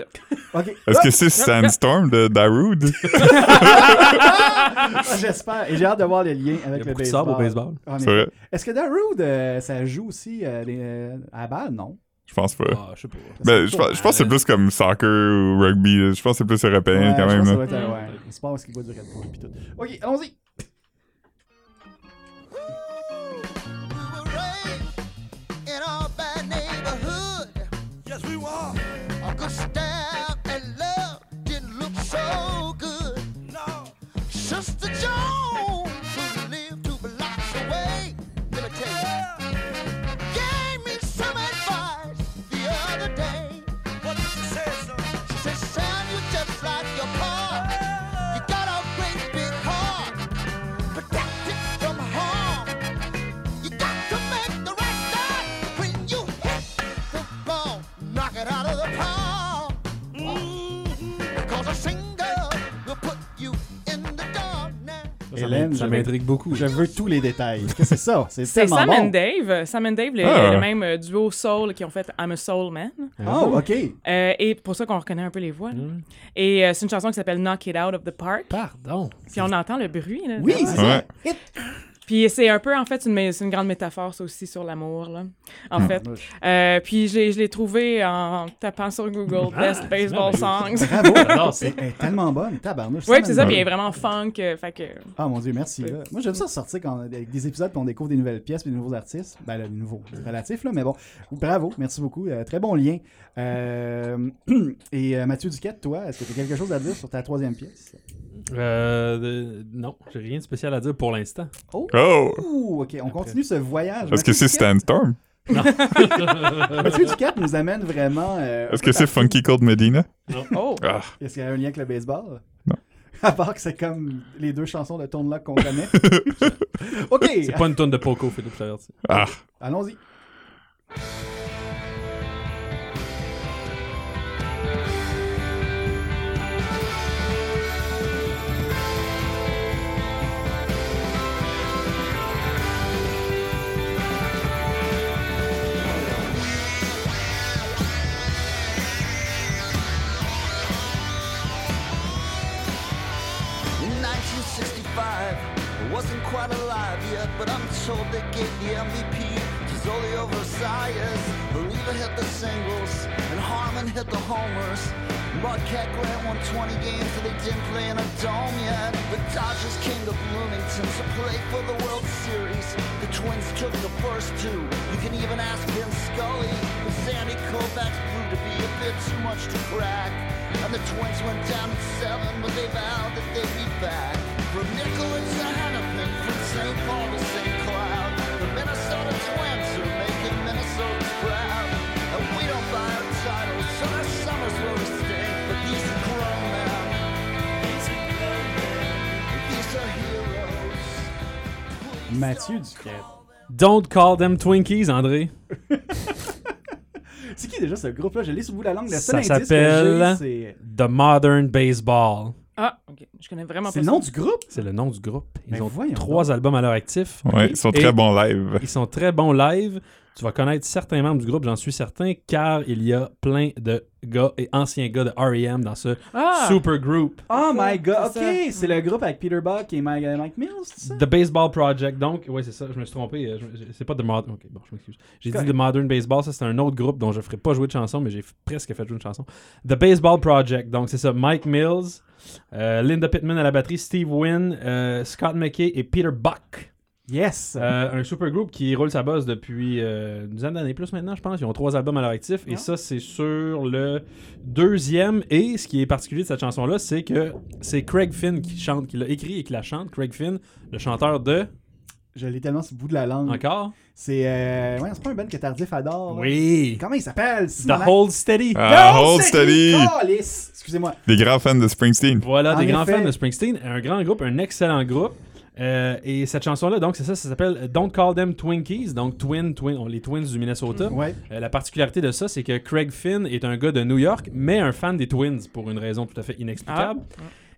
[SPEAKER 2] OK.
[SPEAKER 1] Est-ce
[SPEAKER 2] Ah,
[SPEAKER 1] que c'est Sandstorm de Darude?
[SPEAKER 2] Ah, J'espère. Et j'ai hâte de voir les liens avec
[SPEAKER 3] Il y a
[SPEAKER 2] le
[SPEAKER 3] beaucoup de
[SPEAKER 2] baseball.
[SPEAKER 3] sable au baseball.
[SPEAKER 2] En
[SPEAKER 1] C'est
[SPEAKER 2] effet.
[SPEAKER 1] vrai?
[SPEAKER 2] Est-ce que Darude, euh, ça joue aussi euh, les- euh, à la balle? Non.
[SPEAKER 1] Je pense pas.
[SPEAKER 3] Ah, je sais pas.
[SPEAKER 1] Ben, je pense, je pense que c'est plus comme soccer ou rugby. là. Je pense que c'est plus européen
[SPEAKER 2] Ouais,
[SPEAKER 1] quand
[SPEAKER 2] je
[SPEAKER 1] même.
[SPEAKER 2] pense
[SPEAKER 1] là.
[SPEAKER 2] que ça doit être, euh, ouais, c'est pas parce qu'il boit du Red Bull pis tout. Ok, allons-y.
[SPEAKER 11] were raised in our bad neighborhood.
[SPEAKER 10] Yes, we were.
[SPEAKER 11] Uncle Stab and love didn't look so good.
[SPEAKER 10] No.
[SPEAKER 11] Sister Jones, who lived two blocks away, let me tell you, gave me some advice the other day.
[SPEAKER 10] What did you say, son?
[SPEAKER 11] She said, "Son, you just like your pa. You got a great big heart, protect it from harm. You got to make the right start when you hit the ball. Knock it out of the park.
[SPEAKER 10] Mm-hmm.
[SPEAKER 11] Because a single will put you in the dark now."
[SPEAKER 2] Hélène,
[SPEAKER 3] Ça
[SPEAKER 2] je-
[SPEAKER 3] m'intrigue beaucoup.
[SPEAKER 2] Je veux tous les détails. Est-ce que c'est ça? C'est
[SPEAKER 4] C'est
[SPEAKER 2] tellement
[SPEAKER 4] Sam
[SPEAKER 2] bon.
[SPEAKER 4] and Dave. Sam and Dave, le,
[SPEAKER 1] Ah.
[SPEAKER 4] le même euh, duo soul qui ont fait I'm a soul man.
[SPEAKER 2] Oh, ok.
[SPEAKER 4] Euh, et pour ça qu'on reconnaît un peu les voix. là. Et euh, c'est une chanson qui s'appelle Knock It Out of the Park.
[SPEAKER 3] Pardon.
[SPEAKER 4] Puis on entend le bruit. Là,
[SPEAKER 2] Oui,
[SPEAKER 4] derrière.
[SPEAKER 2] c'est
[SPEAKER 1] Ouais.
[SPEAKER 4] Puis c'est un peu, en fait, une, c'est une grande métaphore, ça aussi, sur l'amour, là, en
[SPEAKER 2] Hmm.
[SPEAKER 4] fait. Euh, puis je l'ai- je l'ai trouvé en tapant sur Google
[SPEAKER 2] Ah,
[SPEAKER 4] Best Baseball Songs.
[SPEAKER 2] Bravo.
[SPEAKER 3] J'adore ça.
[SPEAKER 2] c'est elle est tellement bonne. Tabarnouche.
[SPEAKER 4] Oui,
[SPEAKER 2] Sam
[SPEAKER 4] puis c'est
[SPEAKER 2] and
[SPEAKER 4] ça,
[SPEAKER 2] Dave.
[SPEAKER 4] puis il est vraiment funk. euh, fait que...
[SPEAKER 2] Ah mon dieu, merci. là. Moi j'aime ça sortir quand, avec des épisodes puis on découvre des nouvelles pièces puis des nouveaux artistes. Ben là, des nouveaux, c'est relatif là, mais bon. Bravo, merci beaucoup. Euh, très bon lien. Euh, [CLEARS THROAT] et euh, Mathieu Duquette, toi, est-ce que tu as quelque chose à dire sur ta troisième pièce?
[SPEAKER 3] Euh, de- non, j'ai rien de spécial à dire pour l'instant.
[SPEAKER 1] Oh!
[SPEAKER 2] Ouh, ok, on continue ce voyage.
[SPEAKER 1] Est-ce que
[SPEAKER 2] Mathieu
[SPEAKER 1] c'est
[SPEAKER 2] Duquette-
[SPEAKER 1] Sandstorm?
[SPEAKER 2] Mathieu Duquette nous amène vraiment. euh,
[SPEAKER 1] Est-ce que c'est Funky Cold Medina?
[SPEAKER 4] Oh!
[SPEAKER 1] Ah,
[SPEAKER 2] Est-ce qu'il y a un lien avec le baseball?
[SPEAKER 1] Non.
[SPEAKER 2] [LAUGHS] À part que c'est comme les deux chansons de Tone Lock
[SPEAKER 1] [LAUGHS]
[SPEAKER 2] qu'on connaît. ok,
[SPEAKER 3] C'est pas une tonne de poco, Philippe, je t'avertis.
[SPEAKER 1] ah.
[SPEAKER 2] allons-y.
[SPEAKER 10] Knock
[SPEAKER 11] quite alive yet, but I'm told they gave the MVP to Zolio Versailles. Believer hit the singles, and Harmon hit the homers. Marquette Grant won 20 games that they didn't play in a dome yet. The Dodgers came to Bloomington to play for the World Series. The Twins took the first two. You can even ask Vin Scully. But Sandy Koufax proved to be a bit too much to crack. And the Twins went down to seven, but they vowed that they'd be back. From Nicholas to Hennepin, from St. Paul to St. Cloud, the Minnesota Twins are making Minnesota proud. And we don't buy our titles, so our summers will stink. But these are grown men. These are grown men. These are heroes. Please
[SPEAKER 2] Mathieu
[SPEAKER 11] don't
[SPEAKER 2] Duquette.
[SPEAKER 11] call them
[SPEAKER 3] Don't call them Twinkies, André.
[SPEAKER 2] C'est qui déjà ce groupe-là? Je l'ai sous le bout de la langue. Le seul
[SPEAKER 3] Ça
[SPEAKER 2] indice que
[SPEAKER 3] s'appelle-
[SPEAKER 2] j'ai,
[SPEAKER 3] The Modern Baseball.
[SPEAKER 4] Ah, OK. Je connais vraiment
[SPEAKER 2] c'est...
[SPEAKER 4] pas
[SPEAKER 2] c'est
[SPEAKER 4] ça.
[SPEAKER 2] le nom du groupe?
[SPEAKER 3] C'est le nom du groupe. Ils
[SPEAKER 2] Mais
[SPEAKER 3] ont
[SPEAKER 2] Ben voyons
[SPEAKER 3] trois albums à leur actif.
[SPEAKER 1] Ouais, ils sont
[SPEAKER 3] Et-
[SPEAKER 1] très bons live.
[SPEAKER 3] Ils sont très bons live. Tu vas connaître certains membres du groupe, j'en suis certain, car il y a plein de gars et anciens gars de REM dans ce
[SPEAKER 4] Ah!
[SPEAKER 3] super group.
[SPEAKER 2] Oh
[SPEAKER 4] ça,
[SPEAKER 2] my god,
[SPEAKER 4] c'est
[SPEAKER 2] ok! C'est le groupe avec Peter Buck et Mike, euh, Mike Mills, c'est ça?
[SPEAKER 3] The Baseball Project, donc, ouais, c'est ça, je me suis trompé. euh, je- je- C'est pas The Modern. Ok, bon, je m'excuse. J'ai dit
[SPEAKER 2] Correct.
[SPEAKER 3] The Modern Baseball, ça c'est un autre groupe dont je ferai pas jouer de chanson, mais j'ai f- presque fait jouer une chanson. The Baseball Project, donc c'est ça, Mike Mills, euh, Linda Pittman à la batterie, Steve Wynn, euh, Scott McKay et Peter Buck.
[SPEAKER 2] Yes!
[SPEAKER 3] Euh, un super groupe qui roule sa bosse depuis euh, une dizaine d'années plus maintenant, je pense. Ils ont trois albums à leur actif. Et
[SPEAKER 2] Ah.
[SPEAKER 3] ça, c'est sur le deuxième. Et ce qui est particulier de cette chanson-là, c'est que c'est Craig Finn qui chante, qui l'a écrit et qui la chante. Craig Finn, le chanteur de.
[SPEAKER 2] Je l'ai tellement sur le bout de la langue.
[SPEAKER 3] Encore
[SPEAKER 2] C'est. Euh... Ouais, c'est pas un band que Tardif adore. là.
[SPEAKER 3] Oui
[SPEAKER 2] Comment il s'appelle? Oh,
[SPEAKER 3] The Hold Steady
[SPEAKER 1] Ah, hold steady!
[SPEAKER 2] Excusez-moi.
[SPEAKER 1] Des grands fans de Springsteen.
[SPEAKER 3] Voilà,
[SPEAKER 2] En
[SPEAKER 3] des grands
[SPEAKER 2] effet.
[SPEAKER 3] fans de Springsteen. Un grand groupe, un excellent groupe. Euh, et cette chanson-là, donc, c'est ça, ça s'appelle Don't Call Them Twinkies. Donc, Twin, Twin, on- les Twins du Minnesota.
[SPEAKER 2] Ouais. [LAUGHS]
[SPEAKER 3] Euh, la particularité de ça, c'est que Craig Finn est un gars de New York, mais un fan des Twins pour une raison tout à fait inexplicable.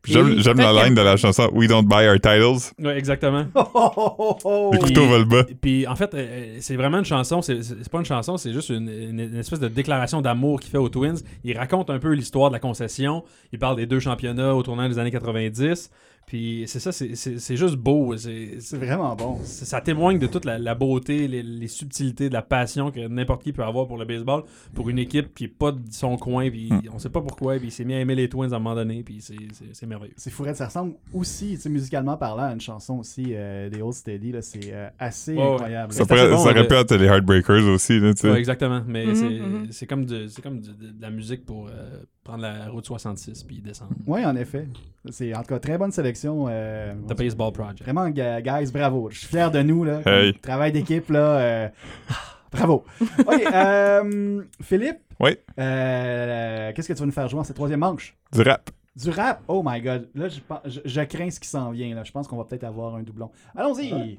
[SPEAKER 1] J'aime
[SPEAKER 3] Et-
[SPEAKER 1] j'aime la
[SPEAKER 4] Fait
[SPEAKER 1] line de la chanson We don't buy our titles.
[SPEAKER 3] Ouais, exactement.
[SPEAKER 2] Oh, oh, oh, oh, oh.
[SPEAKER 1] Le couteau va le bas.
[SPEAKER 3] Puis en fait, euh, c'est vraiment une chanson. C'est c'est pas une chanson, c'est juste une, une- une espèce de déclaration d'amour qu'il fait aux Twins. Il raconte un peu l'histoire de la concession. Il parle des deux championnats au tournant des années 90. Puis c'est ça, c'est- c'est c'est juste beau. C'est-
[SPEAKER 2] C'est vraiment bon.
[SPEAKER 3] ça ça témoigne de toute la, la beauté, les, les subtilités, de la passion que n'importe qui peut avoir pour le baseball, pour une équipe qui est pas de son coin, puis
[SPEAKER 2] Hmm.
[SPEAKER 3] on sait pas pourquoi, puis il s'est mis à aimer les Twins à un moment donné, puis c'est- c'est c'est merveilleux.
[SPEAKER 2] C'est fourré, ça ressemble aussi, tu sais, musicalement parlant, à une chanson aussi euh, des Old Steady. là, C'est euh, assez
[SPEAKER 3] Ouais, ouais.
[SPEAKER 2] incroyable.
[SPEAKER 1] Ça,
[SPEAKER 3] C'est
[SPEAKER 1] pourrait-
[SPEAKER 3] assez bon,
[SPEAKER 1] ça aurait
[SPEAKER 3] le-
[SPEAKER 1] pu être les Heartbreakers aussi. Là, tu sais.
[SPEAKER 3] Ouais, exactement, mais
[SPEAKER 4] Mhm,
[SPEAKER 3] c'est-
[SPEAKER 4] mhm.
[SPEAKER 3] c'est comme, de, c'est comme de, de- de la musique pour euh, prendre la route 66 puis descendre.
[SPEAKER 2] Oui, en effet. C'est en tout cas très bonne sélection. euh,
[SPEAKER 3] The Baseball Project.
[SPEAKER 2] Vraiment, ga- guys, bravo. Je suis fier de nous. Là,
[SPEAKER 1] Hey.
[SPEAKER 2] Comme Travail d'équipe, là. euh, [LAUGHS] bravo. OK, euh, Philippe.
[SPEAKER 1] Oui.
[SPEAKER 2] euh, Qu'est-ce que tu vas nous faire jouer en cette troisième manche?
[SPEAKER 1] Du rap.
[SPEAKER 2] Du rap? Oh my God. Là, je, pen- je- je crains ce qui s'en vient. Là. Je pense qu'on va peut-être avoir un doublon. Allons-y.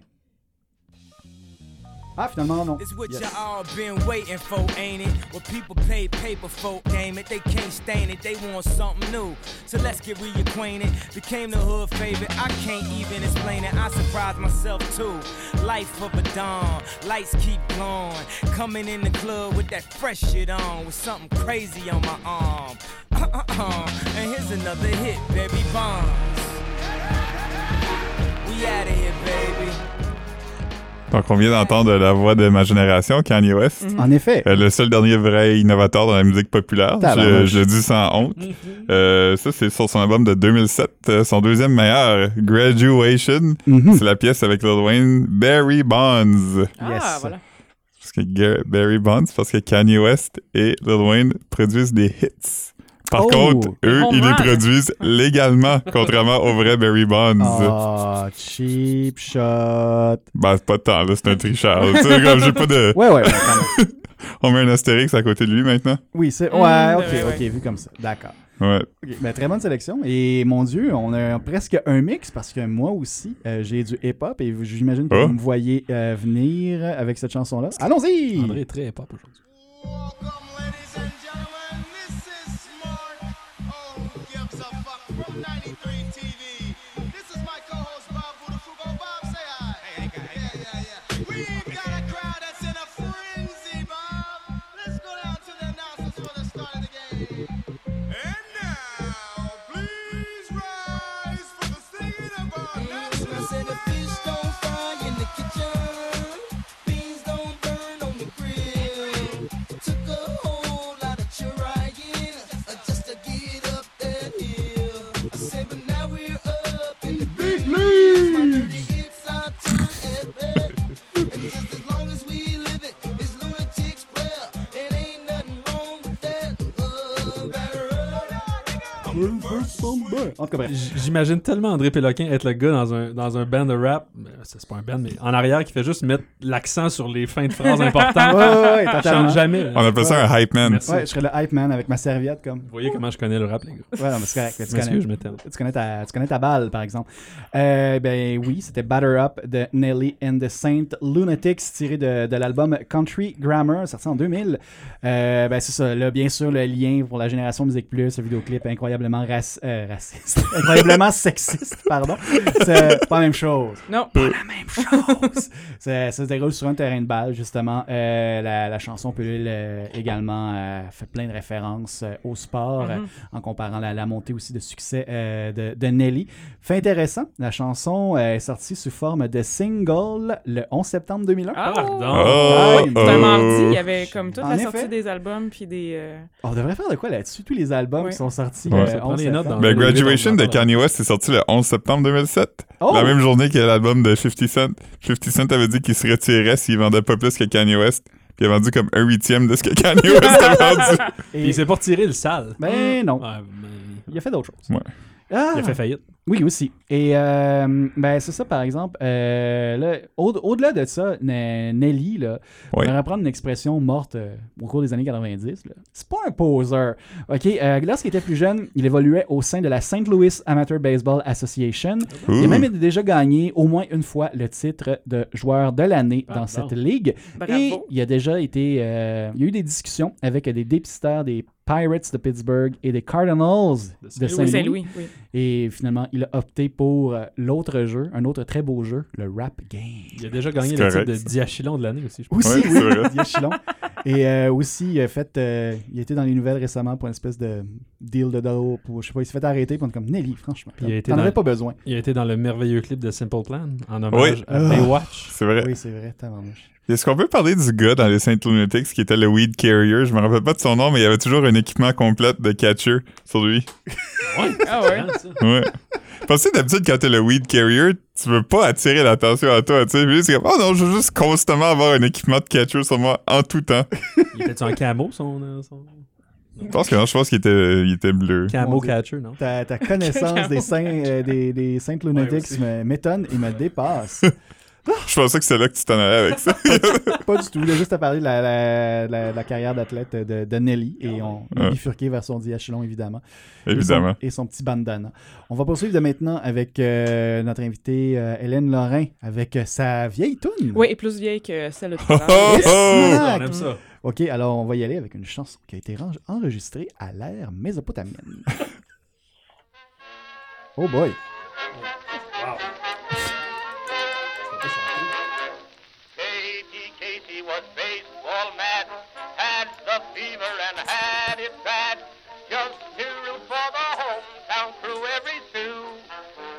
[SPEAKER 2] Ah, finalement, non.
[SPEAKER 8] It's what
[SPEAKER 2] Yes.
[SPEAKER 8] you all been waiting for, ain't it? What people pay paper for, damn it. They can't stand it, they want something new. So let's get reacquainted. Became the hood favorite, I can't even explain it. I surprised myself too. Life of a dawn, lights keep glowing. Coming in the club with that fresh shit on, with something crazy on my arm. and here's another hit, baby Bonds. We out of here, baby.
[SPEAKER 1] Donc, on vient d'entendre la voix de ma génération, Kanye West.
[SPEAKER 4] Mm.
[SPEAKER 2] En effet.
[SPEAKER 1] Euh, le seul dernier vrai innovateur dans la musique populaire. Je,
[SPEAKER 2] Tabarnouche.
[SPEAKER 1] je le dis sans honte. Euh, ça, c'est sur son album de 2007. euh, son deuxième meilleur, Graduation.
[SPEAKER 2] Mhm.
[SPEAKER 1] C'est la pièce avec Lil Wayne, Barry Bonds.
[SPEAKER 4] Ah,
[SPEAKER 2] Yes.
[SPEAKER 4] voilà.
[SPEAKER 1] Parce que Ga- Barry Bonds, parce que Kanye West et Lil Wayne produisent des hits. Par
[SPEAKER 2] Oh!
[SPEAKER 1] contre, eux,
[SPEAKER 4] Home
[SPEAKER 1] ils les
[SPEAKER 4] run.
[SPEAKER 1] produisent légalement, contrairement au vrai Barry Bonds.
[SPEAKER 2] Ah, cheap shot.
[SPEAKER 1] Ben, c'est pas tant, là, c'est un tricheur. tu sais, comme j'ai pas de...
[SPEAKER 2] Ouais, ouais, ouais, quand [LAUGHS] même.
[SPEAKER 1] On met un astérix à côté de lui maintenant.
[SPEAKER 2] Oui, c'est.
[SPEAKER 4] Mm,
[SPEAKER 2] Ouais,
[SPEAKER 4] ouais,
[SPEAKER 2] ok,
[SPEAKER 4] ouais,
[SPEAKER 2] ok, vu comme ça. D'accord.
[SPEAKER 1] Ouais.
[SPEAKER 2] Ok, ben, très bonne sélection. Et mon Dieu, on a presque un mix parce que moi aussi, euh, j'ai du hip-hop et vous- j'imagine que
[SPEAKER 1] Oh.
[SPEAKER 2] vous me voyez euh, venir avec cette chanson-là. Allons-y!
[SPEAKER 3] André est très pop aujourd'hui.
[SPEAKER 11] Welcome, ladies and gentlemen. This is Smart. Oh, who gives a fuck from 93 TV. This is my co-host Bob Budafugo. Bob, say hi. yeah, yeah, yeah. We've got a crowd that's in a frenzy, Bob. Let's go down to the announcers for the start of the game. And now, please rise for the singing of our national anthem.
[SPEAKER 2] En tout cas, [LAUGHS] bref.
[SPEAKER 3] J- J'imagine tellement André Péloquin être le gars dans un, dans un band de rap, mais c'est c'est pas un band, mais en arrière qui fait juste mettre l'accent sur les fins
[SPEAKER 4] [LAUGHS]
[SPEAKER 3] de phrases importantes.
[SPEAKER 2] Ouais, ouais, ouais,
[SPEAKER 3] Il chante
[SPEAKER 2] totalement.
[SPEAKER 3] jamais. là.
[SPEAKER 1] On appelle ça un hype man.
[SPEAKER 3] Merci.
[SPEAKER 2] Ouais, je serais le hype man avec ma serviette comme.
[SPEAKER 3] Vous voyez comment je connais le rap, les gars.
[SPEAKER 2] Ouais, non, mais c'est correct. mais
[SPEAKER 3] Je
[SPEAKER 2] tu connais.
[SPEAKER 3] m'excuse, je m'étonne.
[SPEAKER 2] Tu connais, ta, tu connais ta balle, par exemple. Euh, ben oui, c'était Batter Up de Nelly and the Saint Lunatics, tiré de, de l'album Country Grammar, sorti en 2000. Euh, ben c'est ça, là, bien sûr, le lien pour la génération Musique Plus, le vidéoclip incroyablement raci- euh, raciste, [LAUGHS] incroyablement sexiste, pardon. C'est pas la même chose.
[SPEAKER 4] Non.
[SPEAKER 2] Rose. [LAUGHS] ça, ça se déroule sur un terrain de balle, justement. Euh, la, la chanson Pelule euh, également euh, fait plein de références euh, au sport, euh, en comparant la, la montée aussi de succès euh, de, de Nelly. Fait intéressant, la chanson euh, est sortie sous forme de single le 11 septembre 2001.
[SPEAKER 4] Ah!
[SPEAKER 3] Pardon.
[SPEAKER 1] Oh,
[SPEAKER 4] C'est un mardi, il y
[SPEAKER 1] oh.
[SPEAKER 4] avait comme toute
[SPEAKER 2] En
[SPEAKER 4] la
[SPEAKER 2] effet.
[SPEAKER 4] sortie des albums puis des. euh,
[SPEAKER 2] On devrait faire de quoi là-dessus? Tous les albums
[SPEAKER 4] Ouais.
[SPEAKER 2] qui sont sortis
[SPEAKER 1] Ouais.
[SPEAKER 2] euh,
[SPEAKER 1] Ça
[SPEAKER 3] prend
[SPEAKER 2] 11
[SPEAKER 3] des notes
[SPEAKER 2] septembre.
[SPEAKER 3] dans-
[SPEAKER 1] Ben, Graduation de
[SPEAKER 3] Pardon.
[SPEAKER 1] Kanye West est sorti le 11 septembre 2007.
[SPEAKER 2] Oh!
[SPEAKER 1] La même journée que l'album de 50 Cent. 50 Cent avait dit qu'il se retirait s'il vendait pas plus que Kanye West. Puis il a vendu comme un huitième de ce que
[SPEAKER 2] [LAUGHS]
[SPEAKER 1] Kanye West a vendu.
[SPEAKER 2] Et-
[SPEAKER 3] Puis il s'est pas retiré le sale.
[SPEAKER 2] Ben non,
[SPEAKER 3] Ouais, mais
[SPEAKER 2] il a fait d'autres choses.
[SPEAKER 1] Ouais.
[SPEAKER 2] Ah!
[SPEAKER 3] Il a fait faillite.
[SPEAKER 2] Oui, aussi. Et euh, ben, c'est ça, par exemple. euh, là, au- Au-delà de ça, Ne- Nelly, là,
[SPEAKER 1] Oui.
[SPEAKER 2] on va reprendre une expression morte euh, au cours des années 90. là. C'est pas un poseur. OK? euh, lorsqu'il était plus jeune, il évoluait au sein de la St. Louis Amateur Baseball Association. Il a
[SPEAKER 1] Ouh.
[SPEAKER 2] même déjà gagné au moins une fois le titre de joueur de l'année dans
[SPEAKER 3] Pardon.
[SPEAKER 2] cette ligue.
[SPEAKER 4] Bravo.
[SPEAKER 2] Et il a déjà été. euh, il y a eu des discussions avec des dépisteurs des Pirates de Pittsburgh et des Cardinals de
[SPEAKER 3] Saint-Louis.
[SPEAKER 2] Saint-Louis.
[SPEAKER 4] Saint-Louis, oui.
[SPEAKER 2] Et finalement, il a opté pour euh, l'autre jeu, un autre très beau jeu, le Rap Game.
[SPEAKER 3] Il a déjà gagné
[SPEAKER 1] C'est
[SPEAKER 3] le titre
[SPEAKER 1] correct,
[SPEAKER 3] de
[SPEAKER 1] ça.
[SPEAKER 3] Diachylon de l'année aussi, je pense.
[SPEAKER 2] Aussi,
[SPEAKER 1] Ouais,
[SPEAKER 2] oui,
[SPEAKER 1] c'est vrai.
[SPEAKER 2] il y a Chilon. Et euh, aussi, il a fait, euh, il était dans les nouvelles récemment pour une espèce de deal de dollars. Pour, je sais pas, il s'est fait arrêter. Pour comme Nelly, franchement.
[SPEAKER 3] Puis il a été
[SPEAKER 2] T'en
[SPEAKER 3] dans-
[SPEAKER 2] avais pas besoin.
[SPEAKER 3] Il a été dans le merveilleux clip de Simple Plan en hommage à
[SPEAKER 2] Ah.
[SPEAKER 3] Baywatch.
[SPEAKER 1] C'est vrai.
[SPEAKER 2] Oui, c'est vrai, tabarnouche.
[SPEAKER 1] Est-ce qu'on peut parler du gars dans les Saint Lunatics qui était le weed carrier? Je me rappelle pas de son nom, mais il avait toujours un équipement complet de catcher sur lui.
[SPEAKER 3] Ouais,
[SPEAKER 4] Ah ouais.
[SPEAKER 1] Ouais. Parce que d'habitude, quand t'es le weed carrier, tu veux pas attirer l'attention à toi, tu sais. Puis lui, c'est comme, oh non, je veux juste constamment avoir un équipement de catcher sur moi en tout temps.
[SPEAKER 3] Il était-tu en camo, son, euh, son...
[SPEAKER 1] Je pense que non, je pense qu'il était, il était bleu.
[SPEAKER 3] Camo
[SPEAKER 2] Mon Dieu.
[SPEAKER 3] catcher, non?
[SPEAKER 2] Ta, ta
[SPEAKER 3] [LAUGHS]
[SPEAKER 2] connaissance des saints, euh, des, des saints lunatics me- m'étonne et me dépasse.
[SPEAKER 1] Je pensais que c'est là que tu t'en allais avec ça.
[SPEAKER 2] pas du tout. Il a juste à parler de la, la- la- la carrière d'athlète de, de Nelly
[SPEAKER 3] Ah
[SPEAKER 2] et on on a
[SPEAKER 1] Ouais.
[SPEAKER 2] bifurqué vers son diachylon, évidemment.
[SPEAKER 1] Évidemment.
[SPEAKER 2] Et son, et son petit bandana. On va poursuivre de maintenant avec euh, notre invitée euh, Hélène Lorrain avec euh, sa vieille toune.
[SPEAKER 4] Oui, et plus vieille que celle de tout
[SPEAKER 1] [LAUGHS] Oh,
[SPEAKER 4] à l'heure.
[SPEAKER 1] oh!
[SPEAKER 2] Ah,
[SPEAKER 3] On aime ça.
[SPEAKER 2] OK, alors on va y aller avec une chanson qui a été ren- enregistrée à l'ère
[SPEAKER 4] [LAUGHS]
[SPEAKER 2] mésopotamienne. oh boy!
[SPEAKER 13] Katie, Katie was baseball mad, had the fever and had it bad. Just to root for the hometown crew every Sue,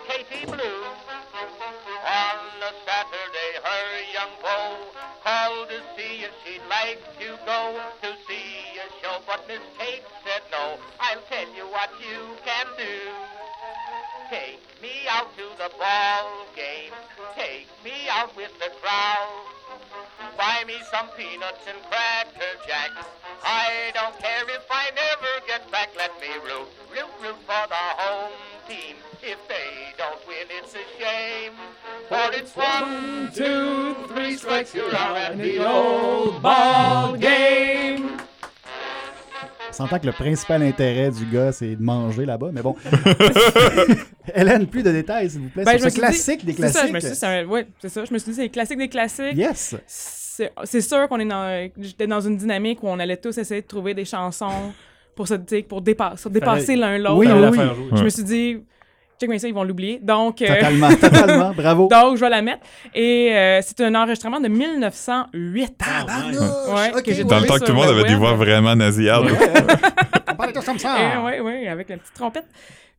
[SPEAKER 13] Katie Blue. On a Saturday, her young beau called to see if she'd like to go to see a show, but Miss Kate said no. I'll tell you what you can do. Take me out to the ball game. Take me out with the crowd. Buy me some peanuts and cracker jack. I don't care if I never get back. Let me root, root, root for the home team. If they don't win, it's a shame. For it's one, two, three strikes you're out, and the old ball game.
[SPEAKER 2] On s'entend que le principal intérêt du gars, c'est de manger là-bas,
[SPEAKER 4] [LAUGHS]
[SPEAKER 2] mais bon. Hélène, plus de détails, s'il vous plaît.
[SPEAKER 4] Ben,
[SPEAKER 2] sur
[SPEAKER 4] je me
[SPEAKER 2] ce
[SPEAKER 4] suis
[SPEAKER 2] classique
[SPEAKER 4] dit-
[SPEAKER 2] des
[SPEAKER 4] c'est ça, je
[SPEAKER 2] classiques.
[SPEAKER 4] me suis dit, c'est un- ouais, c'est ça. Je me suis dit, c'est les classiques des classiques.
[SPEAKER 2] Yes!
[SPEAKER 4] C'est c'est sûr qu'on est dans, j'étais dans une dynamique où on allait tous essayer de trouver des chansons pour se tu sais, pour dépasser, se dépasser l'un l'autre. Ah
[SPEAKER 2] Oui,
[SPEAKER 3] Fallait la
[SPEAKER 2] Ah oui.
[SPEAKER 3] faire jouer.
[SPEAKER 4] Je me suis dit, check bien ça, ils vont l'oublier. Donc, euh,
[SPEAKER 2] Totalement, totalement, bravo.
[SPEAKER 4] [LAUGHS] donc je vais la mettre. Et euh, c'est un enregistrement de 1908.
[SPEAKER 2] Ah,
[SPEAKER 3] Ah,
[SPEAKER 4] Ouais, que j'ai
[SPEAKER 1] Dans
[SPEAKER 4] trouvé
[SPEAKER 1] le temps
[SPEAKER 4] sur
[SPEAKER 1] que tout le monde avait des
[SPEAKER 4] web.
[SPEAKER 1] voix vraiment nasillardes.
[SPEAKER 2] On parle tous comme
[SPEAKER 4] Eh
[SPEAKER 2] ça.
[SPEAKER 4] oui, oui, avec la petite trompette.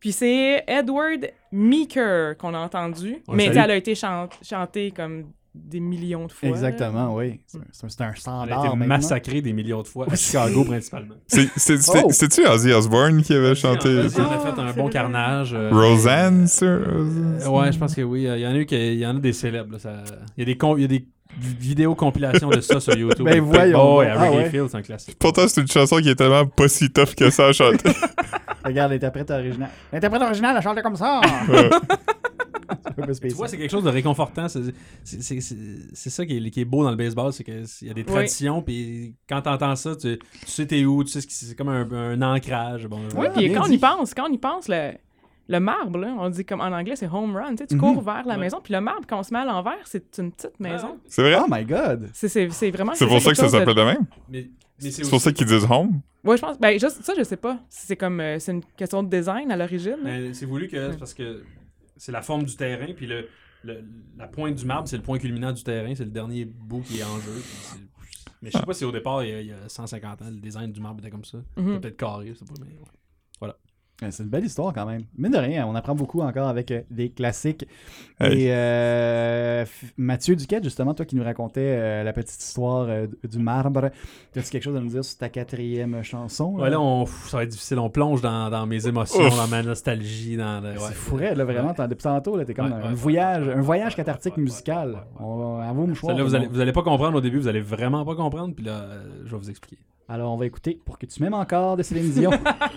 [SPEAKER 4] Puis c'est Edward Meeker qu'on a entendu,
[SPEAKER 3] On le
[SPEAKER 4] mais
[SPEAKER 3] salue.
[SPEAKER 4] elle a été chan- chantée comme des millions de fois. là.
[SPEAKER 2] Exactement, oui. C'est un- C'est un, c'est un
[SPEAKER 3] Elle a
[SPEAKER 2] standard.
[SPEAKER 3] été
[SPEAKER 2] maintenant.
[SPEAKER 3] massacré des millions de fois, à Chicago principalement.
[SPEAKER 1] C'est- c'est- c'est-
[SPEAKER 2] Oh!
[SPEAKER 1] C'est-tu Ozzy Osbourne qui avait chanté
[SPEAKER 3] Vas-y, on a fait un
[SPEAKER 4] Ah,
[SPEAKER 3] bon
[SPEAKER 4] c'est
[SPEAKER 3] carnage. euh,
[SPEAKER 1] Roseanne, sur-
[SPEAKER 3] euh, Ouais, je pense que oui. euh, Il y en a eu qui- il y en a des célèbres. là, ça- Il y a des con- il y a des vidéos compilations
[SPEAKER 2] [LAUGHS]
[SPEAKER 3] de ça sur YouTube.
[SPEAKER 2] Ben voyons
[SPEAKER 3] Oh, ouais,
[SPEAKER 2] donc.
[SPEAKER 3] Reggae
[SPEAKER 2] Ah ouais.
[SPEAKER 3] Fields, c'est un classique.
[SPEAKER 1] Pourtant, c'est une chanson qui est tellement pas si tough que ça à chanter. [LAUGHS]
[SPEAKER 2] Regarde l'interprète original. L'interprète original a chanté comme [LAUGHS]
[SPEAKER 3] [LAUGHS]
[SPEAKER 2] ça. C'est un peu
[SPEAKER 3] Tu vois,
[SPEAKER 2] spécial.
[SPEAKER 3] c'est quelque chose de réconfortant. C'est c'est- c'est- c'est- c'est ça qui est, qui est beau dans le baseball, c'est qu'il y a des traditions, puis quand t'entends ça, tu, tu sais t'es où, tu sais ce qui- c'est comme un, un ancrage. Bon,
[SPEAKER 4] Oui,
[SPEAKER 3] voilà.
[SPEAKER 4] puis
[SPEAKER 2] bien
[SPEAKER 4] quand on
[SPEAKER 2] dit.
[SPEAKER 4] y pense, quand on y pense, le, le marbre, là, on dit comme en anglais, c'est home run. Tu, sais, tu cours vers la
[SPEAKER 3] Ouais.
[SPEAKER 4] maison, puis le marbre, quand on se met à l'envers, c'est une petite maison.
[SPEAKER 1] C'est vrai?
[SPEAKER 2] Oh my god.
[SPEAKER 4] C'est- C'est c'est vraiment.
[SPEAKER 1] C'est pour ça
[SPEAKER 4] quelque
[SPEAKER 1] que ça
[SPEAKER 4] chose de-
[SPEAKER 1] s'appelle de même?
[SPEAKER 3] Mais, mais c'est
[SPEAKER 1] C'est pour
[SPEAKER 3] aussi-
[SPEAKER 1] ça qu'ils disent home?
[SPEAKER 4] Ouais, je pense. Ben, juste, ça, je sais pas. Si C'est comme. euh, c'est une question de design à l'origine. là.
[SPEAKER 3] Ben, c'est voulu que c'est parce que c'est la forme du terrain, puis le, le- la pointe du marbre, c'est le point culminant du terrain, c'est le dernier bout qui est en jeu. puis c'est- Mais je sais pas si au départ, il y, a, il y a 150 ans, le design du marbre était comme ça.
[SPEAKER 4] Mhm.
[SPEAKER 3] C'était Peut-être carré, je sais pas. Mais ouais.
[SPEAKER 2] Ouais, C'est une belle histoire quand même. Mine de rien, on apprend beaucoup encore avec euh, les classiques.
[SPEAKER 1] Hey.
[SPEAKER 2] Et euh, F- Mathieu Duquette, justement, toi qui nous racontais euh, la petite histoire euh, d- du marbre, as-tu quelque chose à nous dire sur ta quatrième chanson?
[SPEAKER 3] Ouais, là, on, pff, ça va être difficile. On plonge dans, dans mes émotions,
[SPEAKER 1] Ouf.
[SPEAKER 3] dans ma nostalgie. Dans le- ouais.
[SPEAKER 2] C'est fourré, là, vraiment. t'en- Depuis tantôt, là, t'es comme
[SPEAKER 3] Ouais,
[SPEAKER 2] dans
[SPEAKER 3] ouais,
[SPEAKER 2] un
[SPEAKER 3] ouais,
[SPEAKER 2] voyage,
[SPEAKER 3] ouais,
[SPEAKER 2] un voyage
[SPEAKER 3] ouais,
[SPEAKER 2] cathartique
[SPEAKER 3] ouais, ouais,
[SPEAKER 2] musical.
[SPEAKER 3] ouais, ouais,
[SPEAKER 2] On va à vos mouchoirs.
[SPEAKER 3] Celle-là,
[SPEAKER 2] tout
[SPEAKER 3] vous
[SPEAKER 2] le
[SPEAKER 3] allez,
[SPEAKER 2] monde.
[SPEAKER 3] vous allez pas comprendre au début, vous allez vraiment pas comprendre, puis là, euh, je vais vous expliquer.
[SPEAKER 2] Alors, on va écouter pour que tu m'aimes encore de Céline Dion.
[SPEAKER 3] [LAUGHS]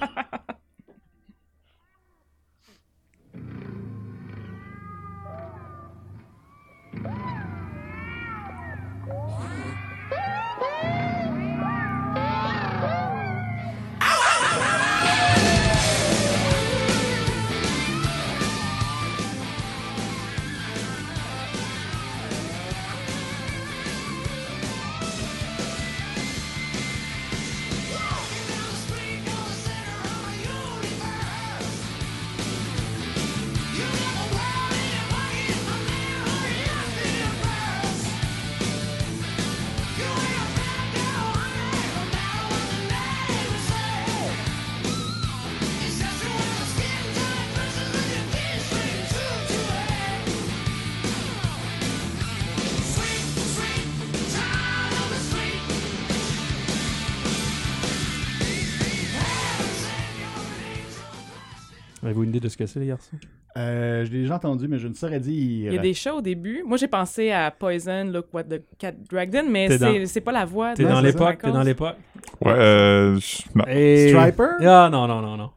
[SPEAKER 3] Avez-vous une idée de ce que c'est, les garçons
[SPEAKER 2] Euh, je l'ai déjà entendu, mais je ne saurais dire.
[SPEAKER 4] Il y a des chats au début. Moi, j'ai pensé à Poison, Look What the Cat Dragged In, mais
[SPEAKER 3] T'es dans-
[SPEAKER 4] c'est- c'est pas la voix.
[SPEAKER 3] T'es
[SPEAKER 4] de
[SPEAKER 2] Non,
[SPEAKER 3] dans
[SPEAKER 2] c'est
[SPEAKER 3] l'époque,
[SPEAKER 4] Michael.
[SPEAKER 3] t'es dans l'époque.
[SPEAKER 1] Ouais, euh, je- non.
[SPEAKER 3] Et...
[SPEAKER 2] Striper?
[SPEAKER 3] Ah, non, non, non, non.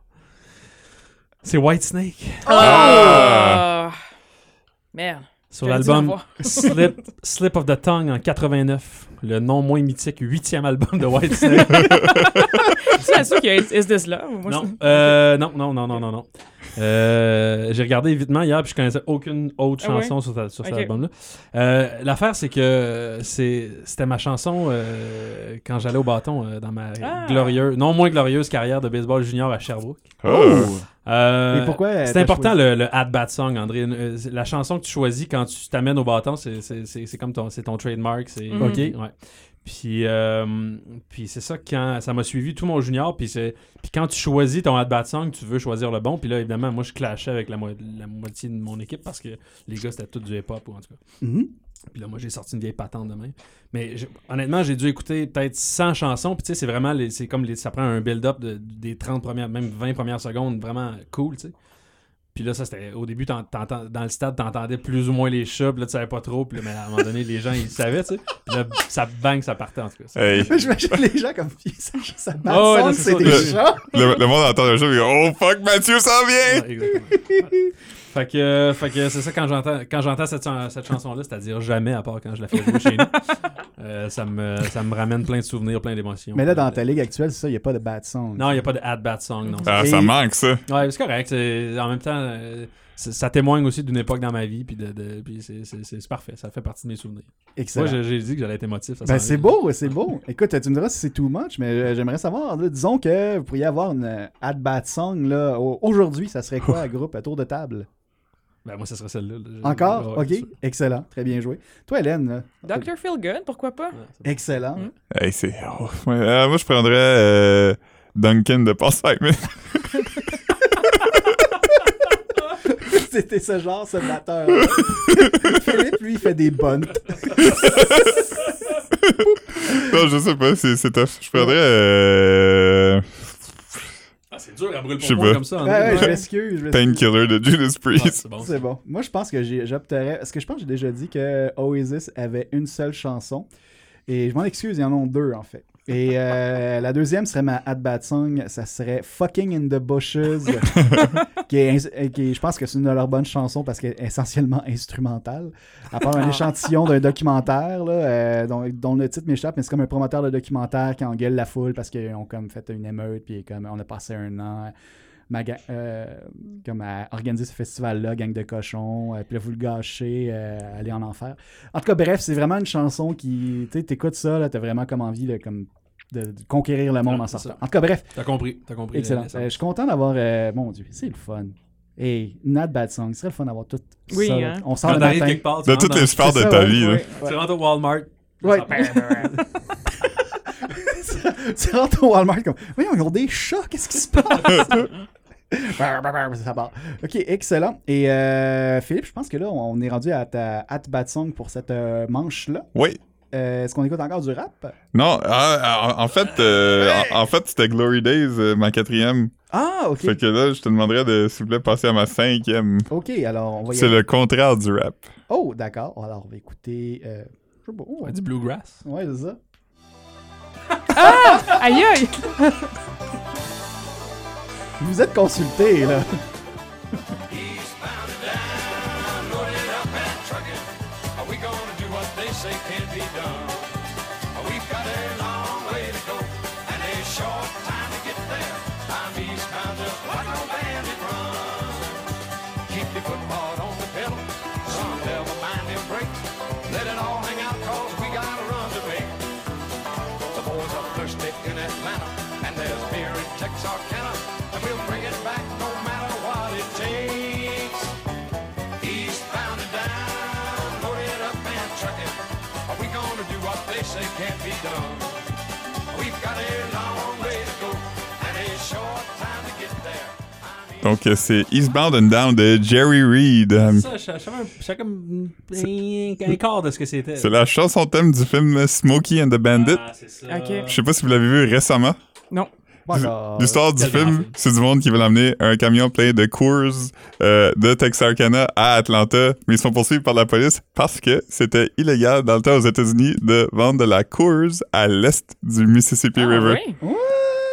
[SPEAKER 3] C'est White Snake.
[SPEAKER 2] Oh!
[SPEAKER 4] Ah! Merde.
[SPEAKER 3] Sur
[SPEAKER 4] J'aurais dû
[SPEAKER 3] l'album
[SPEAKER 4] l'avoir. [LAUGHS]
[SPEAKER 3] Slip, Slip of the Tongue en 89, le non moins mythique huitième album
[SPEAKER 4] [LAUGHS]
[SPEAKER 3] de White Snake.
[SPEAKER 4] Je suis sûr qu'il y a Is Is This Love. Moi,
[SPEAKER 3] non,
[SPEAKER 4] je-
[SPEAKER 3] euh, non, non, non, non, non, non. Euh, J'ai regardé vitement hier puis je connaissais aucune autre
[SPEAKER 4] Ah ouais?
[SPEAKER 3] chanson sur, ta- sur cet
[SPEAKER 4] Ok.
[SPEAKER 3] album-là. Euh, L'affaire, c'est que c'est- c'était ma chanson euh, quand j'allais au bâton euh, dans ma
[SPEAKER 4] Ah.
[SPEAKER 3] glorieuse, non moins glorieuse carrière de baseball junior à Sherbrooke.
[SPEAKER 1] Oh!
[SPEAKER 3] Euh,
[SPEAKER 2] Et pourquoi
[SPEAKER 3] C'est
[SPEAKER 2] t'as
[SPEAKER 3] important le, le at bat song, André. Une- euh, c'est- la chanson que tu choisis quand tu t'amènes au bâton, c'est, c'est, c'est, c'est comme ton, c'est ton trademark. C'est,
[SPEAKER 4] Mhm.
[SPEAKER 3] OK. Ouais. Puis, euh, puis c'est ça quand ça m'a suivi tout mon junior. Puis, c'est, puis quand tu choisis ton at bat song, tu veux choisir le bon. Puis là, évidemment, moi, je clashais avec la, mo- la moitié de mon équipe parce que les gars, c'était tout du hip-hop ou en tout cas.
[SPEAKER 2] [LAUGHS] Mhm.
[SPEAKER 3] Puis là, moi, j'ai sorti une vieille patente demain. Mais je- honnêtement, j'ai dû écouter peut-être 100 chansons. Puis tu sais, c'est vraiment, les- c'est comme les, ça prend un build-up de- des 30 premières, même 20 premières secondes, vraiment cool, tu sais. Puis là, ça, c'était au début, t'en- t'entends- dans le stade, t'entendais plus ou moins les chats, puis là, tu savais pas trop, puis là, mais à un moment donné, les gens, ils savaient, tu sais. Puis là, ça bang, ça partait, en tout
[SPEAKER 2] [LAUGHS]
[SPEAKER 3] cas.
[SPEAKER 1] Hey.
[SPEAKER 2] J'imagine les gens comme [LAUGHS] ça, ça bat
[SPEAKER 3] Ah ouais,
[SPEAKER 2] son,
[SPEAKER 3] là, c'est
[SPEAKER 2] c'est
[SPEAKER 3] ça,
[SPEAKER 2] des
[SPEAKER 1] le-
[SPEAKER 2] chats.
[SPEAKER 1] Le, le monde entend le jeu et Oh fuck, Mathieu s'en vient!
[SPEAKER 3] Ouais, exactement. Ouais. Fait que, euh, fait que c'est ça quand j'entends quand j'entends cette, chan- cette chanson là, c'est-à-dire jamais à part quand je la fais jouer chez nous. Euh, ça me ça me ramène plein de souvenirs, plein d'émotions. Euh,
[SPEAKER 2] Mais là, dans ta ligue actuelle, c'est ça, il n'y a pas de bad song.
[SPEAKER 3] Non, il n'y a pas de ad bat song non.
[SPEAKER 1] Ah,
[SPEAKER 2] Et-
[SPEAKER 1] ça manque ça.
[SPEAKER 3] Ouais, c'est correct, c'est- en même temps euh, c'est- ça témoigne aussi d'une époque dans ma vie puis de, de- puis c'est- c'est c'est- c'est parfait, ça fait partie de mes souvenirs.
[SPEAKER 2] Excellent.
[SPEAKER 3] Moi j'ai j'ai dit que j'allais être émotif ça
[SPEAKER 2] Ben,
[SPEAKER 3] s'en
[SPEAKER 2] c'est
[SPEAKER 3] vient.
[SPEAKER 2] beau, c'est beau. Écoute, tu me diras si c'est too much, mais euh, j'aimerais savoir. là, disons que vous pourriez avoir une euh, at bat song là, au- aujourd'hui, ça serait
[SPEAKER 3] [LAUGHS]
[SPEAKER 2] quoi, groupe, à tour de table
[SPEAKER 3] Ben, moi ça serait celle-là. là. Je-
[SPEAKER 2] Encore
[SPEAKER 3] ouais,
[SPEAKER 2] Ok,
[SPEAKER 3] c'est sûr.
[SPEAKER 2] excellent, très bien joué. Toi, Hélène, là,
[SPEAKER 4] Dr. Feelgood, pourquoi
[SPEAKER 2] [LAUGHS]
[SPEAKER 4] pas?
[SPEAKER 3] Ouais, c'est bon.
[SPEAKER 2] excellent.
[SPEAKER 4] Mm.
[SPEAKER 1] Hey, c'est. oh, ouais. Euh, moi, je prendrais euh, Duncan de Paul Simon.
[SPEAKER 2] C'était ce genre, ce batteur. [LAUGHS] Philippe, lui, il fait des
[SPEAKER 3] [LAUGHS]
[SPEAKER 2] bunts.
[SPEAKER 1] [LAUGHS] Non, je sais pas, c'est c'est tough. Je perdrais. Euh...
[SPEAKER 3] Ah, c'est dur à brûler
[SPEAKER 1] Je sais
[SPEAKER 3] le pompon
[SPEAKER 1] pas.
[SPEAKER 3] comme ça. hein. en
[SPEAKER 2] Ouais, ouais,
[SPEAKER 3] même
[SPEAKER 2] je
[SPEAKER 3] temps.
[SPEAKER 2] m'excuse. je m'excuse.
[SPEAKER 1] Painkiller de Judas
[SPEAKER 3] Ah,
[SPEAKER 1] Priest.
[SPEAKER 3] c'est bon.
[SPEAKER 2] C'est bon. Moi, je pense que j'ai- j'opterais. Parce que je pense que j'ai déjà dit que Oasis avait une seule chanson. Et je m'en excuse, il y en a deux, en fait. Et euh, la deuxième serait ma At Bad Song. Ça serait Fucking in the Bushes. qui est, ins- euh, qui est- je pense que c'est une de leurs bonnes chansons parce qu'elle est essentiellement instrumentale. À part un échantillon d'un documentaire, là, euh, dont, dont le titre m'échappe, mais c'est comme un promoteur de documentaire qui engueule la foule parce qu'ils ont comme fait une émeute. Puis comme on a passé un an. maga- euh, comme à organiser ce festival-là, gang de cochons, euh, puis là, vous le gâchez, euh, aller en enfer. En tout cas, bref, c'est vraiment une chanson qui, tu sais, t'écoutes ça, là, t'as vraiment comme envie de, comme, de, de conquérir le monde
[SPEAKER 3] Ouais,
[SPEAKER 2] en
[SPEAKER 3] c'est
[SPEAKER 2] sortant.
[SPEAKER 3] ça.
[SPEAKER 2] En tout cas, bref,
[SPEAKER 3] T'as compris. T'as compris.
[SPEAKER 2] excellent.
[SPEAKER 3] l'essence.
[SPEAKER 2] Euh, je suis content d'avoir, euh, mon Dieu, c'est le fun. Et Not Bad Song, ce serait le fun d'avoir tout
[SPEAKER 4] Oui,
[SPEAKER 2] ça. là.
[SPEAKER 4] hein.
[SPEAKER 2] On sort
[SPEAKER 3] Quand
[SPEAKER 2] le
[SPEAKER 3] t'arrives
[SPEAKER 2] matin.
[SPEAKER 3] quelque part, tu
[SPEAKER 1] De
[SPEAKER 3] rentres
[SPEAKER 1] toutes
[SPEAKER 3] dans-
[SPEAKER 1] les sports de
[SPEAKER 2] C'est ça,
[SPEAKER 1] ta
[SPEAKER 2] ouais.
[SPEAKER 1] vie, là.
[SPEAKER 2] Ouais.
[SPEAKER 3] Tu rentres au Walmart.
[SPEAKER 2] Ouais.
[SPEAKER 3] hein.
[SPEAKER 2] [LAUGHS] tu rentres au Walmart comme Voyons, ils ont des chats, qu'est-ce qui se passe? Ça part. Ok, excellent. Et euh, Philippe, je pense que là, on est rendu à ta at bat song pour cette euh, manche-là.
[SPEAKER 1] Oui.
[SPEAKER 2] Euh, Est-ce qu'on écoute encore du rap?
[SPEAKER 1] Non, ah, en en fait, euh, en, en fait, c'était Glory Days, euh, ma quatrième.
[SPEAKER 2] Ah, ok.
[SPEAKER 1] Fait que là, je te demanderais de, s'il vous plaît, passer à ma cinquième.
[SPEAKER 2] Ok, alors on va y
[SPEAKER 1] C'est
[SPEAKER 2] aller.
[SPEAKER 1] le contraire du rap.
[SPEAKER 2] Oh, d'accord. Alors on va écouter. Euh... je sais pas. Oh,
[SPEAKER 3] Ouais, du bluegrass.
[SPEAKER 2] ouais, c'est ça.
[SPEAKER 4] Aïe, aïe!
[SPEAKER 2] Vous êtes consulté,
[SPEAKER 1] [LAUGHS]
[SPEAKER 2] là.
[SPEAKER 8] Are we gonna do what they say can't be done? We've got a long way to go and a short time to get there. I'm eastbound just like no bandit run. Keep your foot hard on the pedal, some never mind them brakes. Let it all hang out 'cause we got a run to make. The boys are thirsty in Atlanta and there's beer in Texarkana and we'll bring it back no matter what it takes. Eastbound and down, loaded up and trucking. Are we gonna do what they say can't be done? We've got a long way to go and a short time to get there.
[SPEAKER 1] Donc, euh, c'est Eastbound and Down de Jerry Reed. Euh,
[SPEAKER 3] Ça, je savais un- je savais comme un un quart de ce que c'était.
[SPEAKER 1] C'est la chanson thème du film Smokey and the Bandit.
[SPEAKER 3] Ah, c'est ça.
[SPEAKER 4] Ok.
[SPEAKER 1] Je sais pas si vous l'avez vu récemment.
[SPEAKER 4] Non.
[SPEAKER 2] Bon, alors,
[SPEAKER 1] L'histoire du
[SPEAKER 3] quel grand
[SPEAKER 1] film,
[SPEAKER 3] film.
[SPEAKER 1] c'est du monde qui veut l'amener un camion plein de Coors euh, de Texarkana à Atlanta, mais ils sont poursuivis par la police parce que c'était illégal dans le temps aux États-Unis de vendre de la Coors à l'est du Mississippi
[SPEAKER 4] Ah,
[SPEAKER 1] River.
[SPEAKER 4] oui.
[SPEAKER 2] euh,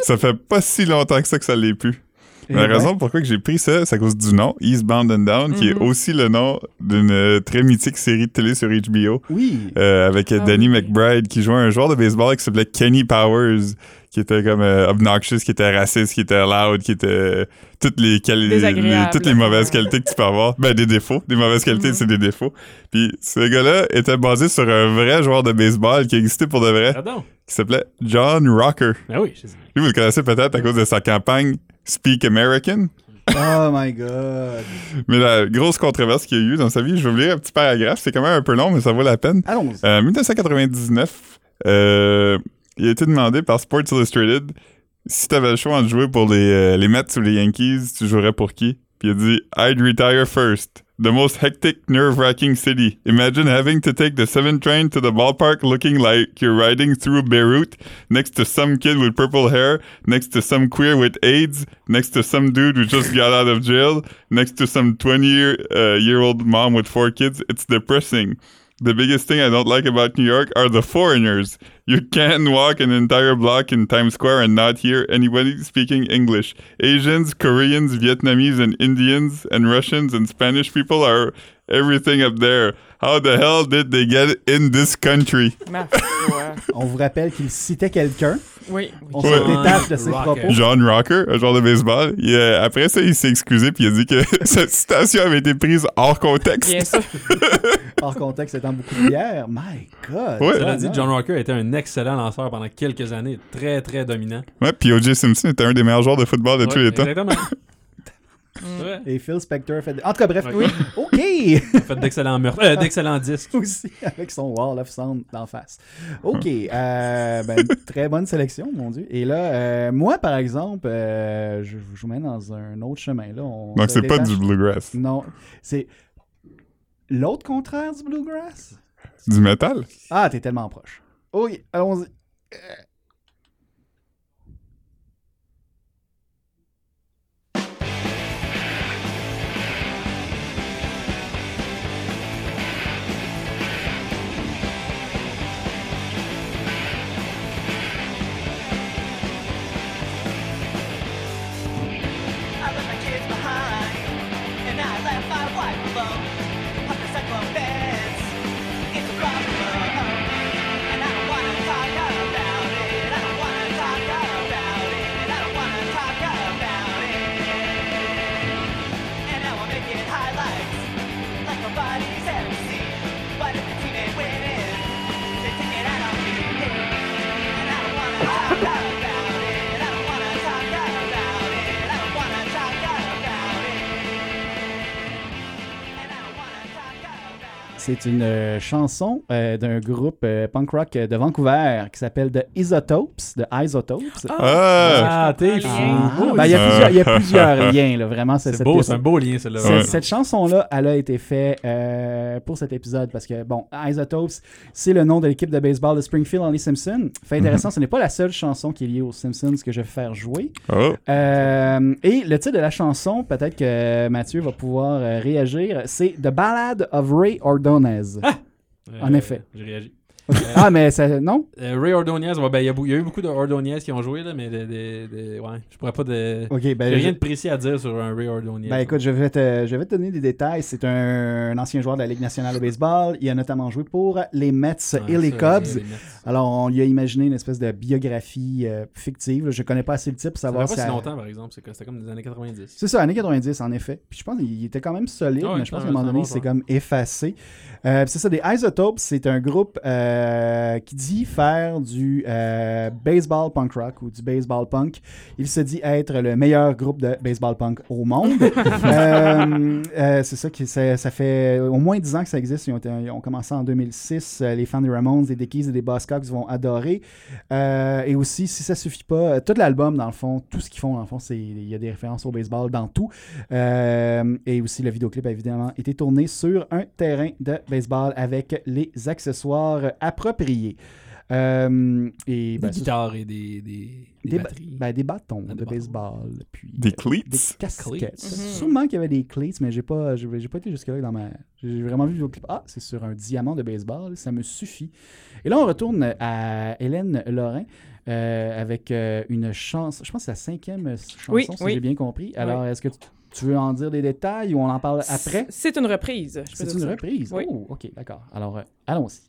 [SPEAKER 1] Ça fait pas si longtemps que ça que ça l'est plus.
[SPEAKER 2] eh
[SPEAKER 1] Mais la
[SPEAKER 2] ben,
[SPEAKER 1] raison pourquoi que j'ai pris ça, c'est à cause du nom, Eastbound and Down,
[SPEAKER 4] Mhm.
[SPEAKER 1] qui est aussi le nom d'une euh, très mythique série de télé sur HBO.
[SPEAKER 2] Oui.
[SPEAKER 1] Euh, avec euh,
[SPEAKER 4] Ah
[SPEAKER 1] Danny
[SPEAKER 4] oui.
[SPEAKER 1] McBride qui jouait un joueur de baseball qui s'appelait Kenny Powers qui était comme euh, obnoxious, qui était raciste, qui était loud, qui était euh, toutes les, quali-
[SPEAKER 4] Désagréable. Mhm.
[SPEAKER 1] les- toutes les mauvaises qualités que tu peux avoir, ben des défauts, des mauvaises qualités, c'est des défauts. Puis ce gars-là était basé sur un vrai joueur de baseball qui existait pour de vrai,
[SPEAKER 3] Pardon.
[SPEAKER 1] qui s'appelait John Rocker.
[SPEAKER 3] Ben oui, je sais.
[SPEAKER 1] Lui, vous le connaissez peut-être à cause de sa campagne Speak American.
[SPEAKER 2] Oh my god.
[SPEAKER 1] Mais la grosse controverse qu'il y a eu dans sa vie, je vais vous lire un petit paragraphe, c'est quand même un peu long, mais ça vaut la peine.
[SPEAKER 2] Allons-y.
[SPEAKER 1] Euh, En 1999, euh, il a été demandé par Sports Illustrated si t'avais le choix de jouer pour les, euh, les Mets ou les Yankees, tu jouerais pour qui? Puis il a dit I'd retire first. The most hectic, nerve-wracking city. Imagine having to take the 7 train to the ballpark looking like you're riding through Beirut next to some kid with purple hair, next to some queer with AIDS, next to some dude who just got out of jail, next to some 20-year-old uh, year old mom with four kids. It's depressing. The biggest thing I don't like about New York are the foreigners. You can walk an entire block in Times Square and not hear anybody speaking English. Asians, Koreans, Vietnamese, and Indians, and Russians and Spanish people are everything up there. How the hell did they get in this country?
[SPEAKER 4] Ma foi.
[SPEAKER 2] On vous rappelle qu'il citait quelqu'un.
[SPEAKER 4] Oui. oui.
[SPEAKER 2] On se
[SPEAKER 1] Ouais.
[SPEAKER 2] détache de ses
[SPEAKER 3] Rocket.
[SPEAKER 2] propos.
[SPEAKER 1] John Rocker, un joueur de baseball, il, euh, après ça, il s'est excusé puis il a dit que [LAUGHS] cette citation avait été prise hors contexte.
[SPEAKER 4] Bien sûr.
[SPEAKER 2] Hors contexte, étant beaucoup de bière. My god.
[SPEAKER 1] Ouais.
[SPEAKER 2] Ça
[SPEAKER 3] Cela dit,
[SPEAKER 2] va,
[SPEAKER 3] John Rocker était un excellent lanceur pendant quelques années, très très dominant.
[SPEAKER 1] Ouais, puis O.J. Simpson était un des meilleurs joueurs de football de tous
[SPEAKER 3] Ouais,
[SPEAKER 1] les temps.
[SPEAKER 3] Exactement. C'est vrai.
[SPEAKER 2] Et Phil Spector fait. En tout cas, bref.
[SPEAKER 3] Oui.
[SPEAKER 2] OK! [LAUGHS]
[SPEAKER 3] Fait d'excellents meurtres. Euh, d'excellents disques.
[SPEAKER 2] Aussi, avec son Wall of Sound d'en face. OK. euh, ben, très bonne sélection, mon Dieu. Et là, euh, moi, par exemple, euh, je je vous mène dans un autre chemin. Là. On
[SPEAKER 1] Donc,
[SPEAKER 2] se
[SPEAKER 1] Ben, c'est pas
[SPEAKER 2] détache-
[SPEAKER 1] du bluegrass.
[SPEAKER 2] Non. C'est l'autre contraire du bluegrass?
[SPEAKER 1] Du métal?
[SPEAKER 2] Ah, t'es tellement proche. Oui, allons-y.
[SPEAKER 7] I left my kids behind, and I left my wife alone. Up the cycle fence, it's a problem, and I don't wanna talk about it. I don't wanna talk about it. I don't wanna talk about it. And now I'm making highlights like nobody's ever seen. But if the team ain't winning, they take it out on me. And I don't wanna talk about it. I don't wanna talk about it. I don't wanna talk about it. And I don't wanna talk about it.
[SPEAKER 2] C'est une euh, chanson euh, d'un groupe euh, punk rock euh, de Vancouver qui s'appelle The Isotopes, The Isotopes.
[SPEAKER 1] Ah!
[SPEAKER 3] Ah, t'es
[SPEAKER 4] je
[SPEAKER 3] fou.
[SPEAKER 4] comprends
[SPEAKER 2] Ah, ben, il, y a
[SPEAKER 1] Ah.
[SPEAKER 2] plusieurs, il y
[SPEAKER 3] [LAUGHS]
[SPEAKER 2] a plusieurs liens, là, vraiment. C'est
[SPEAKER 3] C'est beau, c'est un beau lien, celle-là.
[SPEAKER 2] Cette,
[SPEAKER 1] Ouais.
[SPEAKER 2] cette chanson-là, elle a été faite euh, pour cet épisode parce que, bon, Isotopes, c'est le nom de l'équipe de baseball de Springfield dans Les Simpsons. Fait
[SPEAKER 3] Mhm.
[SPEAKER 2] intéressant, ce n'est pas la seule chanson qui est liée aux Simpsons que je vais faire jouer.
[SPEAKER 1] Oh!
[SPEAKER 2] Euh, et le titre de la chanson, peut-être que Mathieu va pouvoir euh, réagir, c'est The Ballad of Ray Ordonez. en
[SPEAKER 3] Euh,
[SPEAKER 2] effet.
[SPEAKER 3] J'ai réagi.
[SPEAKER 2] Ah, mais ça, non?
[SPEAKER 3] Euh, Ray Ordonez, ouais, ben, il y, a bou- il y a eu beaucoup de Ordonez qui ont joué, là, mais des- des- des- ouais, je pourrais pas de.
[SPEAKER 2] Ok, ben,
[SPEAKER 3] J'ai rien
[SPEAKER 2] je-
[SPEAKER 3] de précis à dire sur un Ray Ordonez.
[SPEAKER 2] Ben écoute, je vais, te, je vais te donner des détails. C'est un, un ancien joueur de la Ligue nationale de baseball. Il a notamment joué pour les Mets
[SPEAKER 3] Ouais,
[SPEAKER 2] et les
[SPEAKER 3] ça,
[SPEAKER 2] Cubs.
[SPEAKER 3] les Mets.
[SPEAKER 2] Alors, on lui a imaginé une espèce de biographie euh, fictive. là. Je connais pas assez le type pour
[SPEAKER 3] Ça fait pas
[SPEAKER 2] savoir ça-
[SPEAKER 3] si longtemps, par exemple. c'est que- C'était comme des années 90.
[SPEAKER 2] C'est ça, années 90, en effet. Puis je pense qu'il était quand même solide,
[SPEAKER 3] Ah ouais,
[SPEAKER 2] mais je pense
[SPEAKER 3] non,
[SPEAKER 2] qu'à un moment
[SPEAKER 3] c'est un
[SPEAKER 2] donné,
[SPEAKER 3] bon
[SPEAKER 2] c'est comme
[SPEAKER 3] joueur.
[SPEAKER 2] effacé. Euh, puis c'est ça, des Isotopes, c'est un groupe euh, qui dit faire du euh, baseball punk rock ou du baseball punk. Il se dit être le meilleur groupe de baseball punk au
[SPEAKER 3] [LAUGHS]
[SPEAKER 2] monde. Euh, euh, c'est ça, qui, ça, ça fait au moins 10 ans que ça existe. Ils ont, été- ils ont commencé en 2006. Euh, Les fans des Ramones, des Dickies et des Buzzcocks vont adorer. Euh, et aussi, si ça suffit pas, euh, tout l'album, dans le fond, tout ce qu'ils font, dans le fond, c'est il y a des références au baseball dans tout. Euh, et aussi, le vidéoclip a évidemment été tourné sur un terrain de baseball avec les accessoires appropriés. Euh, et
[SPEAKER 3] Des
[SPEAKER 2] ben, ça,
[SPEAKER 3] guitares et des, des, des
[SPEAKER 2] des, ba-
[SPEAKER 3] batteries.
[SPEAKER 2] ben, des bâtons
[SPEAKER 3] Ah, des
[SPEAKER 2] de
[SPEAKER 3] bâtons.
[SPEAKER 2] baseball. Puis,
[SPEAKER 1] Des
[SPEAKER 2] euh,
[SPEAKER 1] cleats?
[SPEAKER 2] Des casquettes.
[SPEAKER 3] cleats.
[SPEAKER 4] Mhm.
[SPEAKER 2] Sûrement qu'il y avait des cleats, mais j'ai pas, j'ai, j'ai pas été jusque-là dans ma. J'ai vraiment vu le clip. Ah, c'est sur un diamant de baseball, ça me suffit. Et là, on retourne à Hélène Lorrain euh, avec euh, une chance. Je pense que c'est la cinquième chanson,
[SPEAKER 4] Oui,
[SPEAKER 2] si
[SPEAKER 4] oui.
[SPEAKER 2] j'ai bien compris. Alors, est-ce que tu, tu veux en dire des détails ou on en parle après
[SPEAKER 4] C'est une reprise. je peux
[SPEAKER 2] C'est
[SPEAKER 4] dire
[SPEAKER 2] une
[SPEAKER 4] ça.
[SPEAKER 2] reprise.
[SPEAKER 4] Oui.
[SPEAKER 2] Oh, ok, d'accord. Alors, euh, allons-y.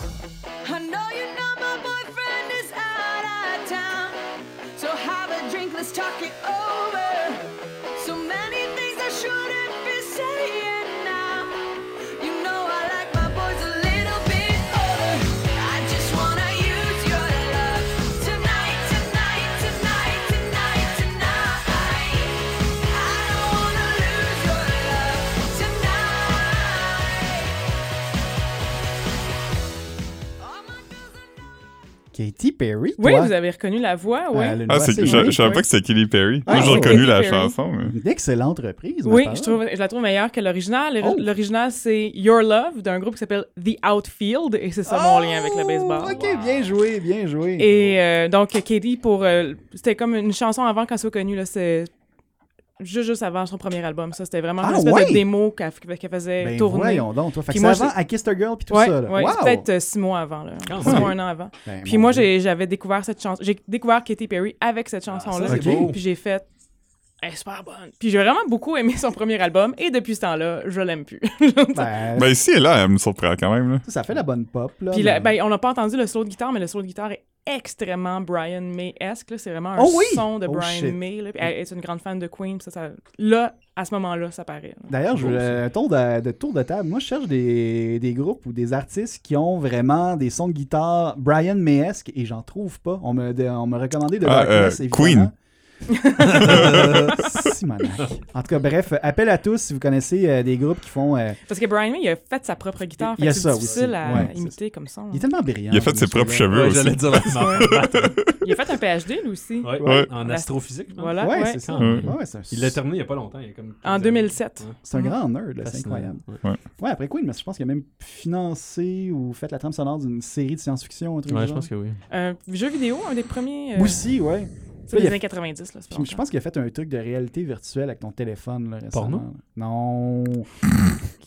[SPEAKER 7] I know you know my boyfriend is out of town. So have a drink, let's talk it over. So many things I shouldn't be saying now. You know I like my boys a little bit older. I just wanna use your love tonight, tonight, tonight, tonight, tonight. I don't wanna lose your love tonight. All my girls are
[SPEAKER 2] Katy Perry.
[SPEAKER 4] Oui,
[SPEAKER 2] toi?
[SPEAKER 4] vous avez reconnu la voix, oui.
[SPEAKER 2] Ah, elle a une
[SPEAKER 1] Ah,
[SPEAKER 2] voix
[SPEAKER 1] c'est,
[SPEAKER 2] assez
[SPEAKER 1] je, je
[SPEAKER 2] unique.
[SPEAKER 1] savais
[SPEAKER 4] oui.
[SPEAKER 1] pas que c'était Kelly Perry.
[SPEAKER 2] Ah,
[SPEAKER 1] Moi, j'ai
[SPEAKER 2] oui.
[SPEAKER 1] reconnu la
[SPEAKER 4] Katy Perry.
[SPEAKER 1] chanson. mais-
[SPEAKER 2] Une excellente reprise. ma
[SPEAKER 4] Oui,
[SPEAKER 2] parole.
[SPEAKER 4] je, trouve, je la trouve meilleure que l'original. L'ori-
[SPEAKER 2] Oh.
[SPEAKER 4] L'original, c'est Your Love d'un groupe qui s'appelle The Outfield et c'est ça mon lien avec le baseball.
[SPEAKER 2] Oh! Ok, bien joué, bien joué.
[SPEAKER 4] Et euh, donc, Katie, pour. euh, c'était comme une chanson avant qu'elle soit connue, là. C'est. Juste, juste avant son premier album, ça. C'était vraiment
[SPEAKER 2] Ah,
[SPEAKER 4] une espèce
[SPEAKER 2] ouais?
[SPEAKER 4] de démo qu'elle f- qu'elle faisait
[SPEAKER 2] ben
[SPEAKER 4] tourner.
[SPEAKER 2] voyons donc, toi. Fait que
[SPEAKER 4] Puis
[SPEAKER 2] c'est
[SPEAKER 4] moi,
[SPEAKER 2] avant
[SPEAKER 4] j'ai-
[SPEAKER 2] I Kissed a Girl puis tout
[SPEAKER 4] Ouais,
[SPEAKER 2] ça. Là.
[SPEAKER 4] ouais,
[SPEAKER 2] Wow!
[SPEAKER 4] c'est peut-être euh, six mois avant, là.
[SPEAKER 3] Quand
[SPEAKER 4] Six
[SPEAKER 3] même.
[SPEAKER 4] mois, un an avant.
[SPEAKER 2] Ben,
[SPEAKER 4] Puis
[SPEAKER 2] mon
[SPEAKER 4] moi,
[SPEAKER 2] Dieu. Ah,
[SPEAKER 4] j'ai- j'avais découvert cette chanson. J'ai découvert Katy Perry avec cette chanson-là.
[SPEAKER 3] ça,
[SPEAKER 2] c'est beau.
[SPEAKER 4] Puis j'ai fait. Elle est super bonne. Puis j'ai vraiment beaucoup aimé son premier album et depuis ce temps-là, je l'aime plus. [LAUGHS]
[SPEAKER 2] Ben,
[SPEAKER 1] Ben, ici et là, elle me surprend quand même. Là.
[SPEAKER 2] ça, ça fait la bonne pop. Là,
[SPEAKER 4] Puis ben, là,
[SPEAKER 2] mais-
[SPEAKER 4] ben, on n'a pas entendu le solo de guitare, mais le solo de guitare est extrêmement Brian May-esque. là. C'est vraiment un
[SPEAKER 2] Oh oui!
[SPEAKER 4] son de
[SPEAKER 2] Oh
[SPEAKER 4] Brian
[SPEAKER 2] shit.
[SPEAKER 4] May. là. Puis Elle est une grande fan de Queen. puis ça, ça- Là, à ce moment-là, ça paraît. là.
[SPEAKER 2] D'ailleurs, je veux euh, un tour de, de tour de table. Moi, je cherche des, des groupes ou des artistes qui ont vraiment des sons de guitare Brian Mayesque et j'en trouve pas. On me, de- on me recommandait de
[SPEAKER 1] Ah,
[SPEAKER 2] Darkness,
[SPEAKER 1] euh,
[SPEAKER 2] évidemment. Euh, [LAUGHS] Simonac. En tout cas, bref, appel à tous si vous connaissez euh, des groupes qui font. euh,
[SPEAKER 4] Parce que Brian May, il a fait sa propre guitare.
[SPEAKER 2] Il y
[SPEAKER 4] fait
[SPEAKER 2] a
[SPEAKER 4] que C'est
[SPEAKER 2] ça
[SPEAKER 4] difficile
[SPEAKER 2] aussi.
[SPEAKER 4] à
[SPEAKER 2] Ouais, c'est
[SPEAKER 4] imiter comme son. hein.
[SPEAKER 2] Il est tellement brillant.
[SPEAKER 1] Il a fait ses
[SPEAKER 2] ce
[SPEAKER 1] propres
[SPEAKER 2] gars-là.
[SPEAKER 1] cheveux
[SPEAKER 3] Ouais,
[SPEAKER 1] aussi.
[SPEAKER 3] j'allais dire la
[SPEAKER 2] [LAUGHS]
[SPEAKER 3] même affaire.
[SPEAKER 4] Il a fait un PhD, lui aussi.
[SPEAKER 3] Ouais,
[SPEAKER 1] Ouais.
[SPEAKER 3] En astrophysique. je pense.
[SPEAKER 4] Voilà.
[SPEAKER 2] Ouais,
[SPEAKER 4] ouais.
[SPEAKER 2] c'est ça.
[SPEAKER 1] Ouais.
[SPEAKER 2] Ouais, c'est un-
[SPEAKER 3] Il l'a terminé il n'y a pas longtemps. Il y a comme
[SPEAKER 4] En 2007.
[SPEAKER 2] C'est un grand nerd, là, c'est
[SPEAKER 3] Fascinant.
[SPEAKER 2] incroyable.
[SPEAKER 3] Ouais.
[SPEAKER 2] Ouais, après Queen, mais je pense qu'il a même financé ou fait la trame sonore d'une série de science-fiction, un truc
[SPEAKER 3] Ouais,
[SPEAKER 2] du
[SPEAKER 3] je
[SPEAKER 2] genre.
[SPEAKER 3] pense que oui.
[SPEAKER 4] Un Euh, jeu vidéo, un des premiers. euh,
[SPEAKER 2] Aussi, ouais.
[SPEAKER 4] c'est
[SPEAKER 2] il
[SPEAKER 4] des
[SPEAKER 2] a-
[SPEAKER 4] années 90. Là, c'est pas
[SPEAKER 2] Puis je pense qu'il a fait un truc de réalité virtuelle avec ton téléphone, là, récemment.
[SPEAKER 3] Porno?
[SPEAKER 2] Non.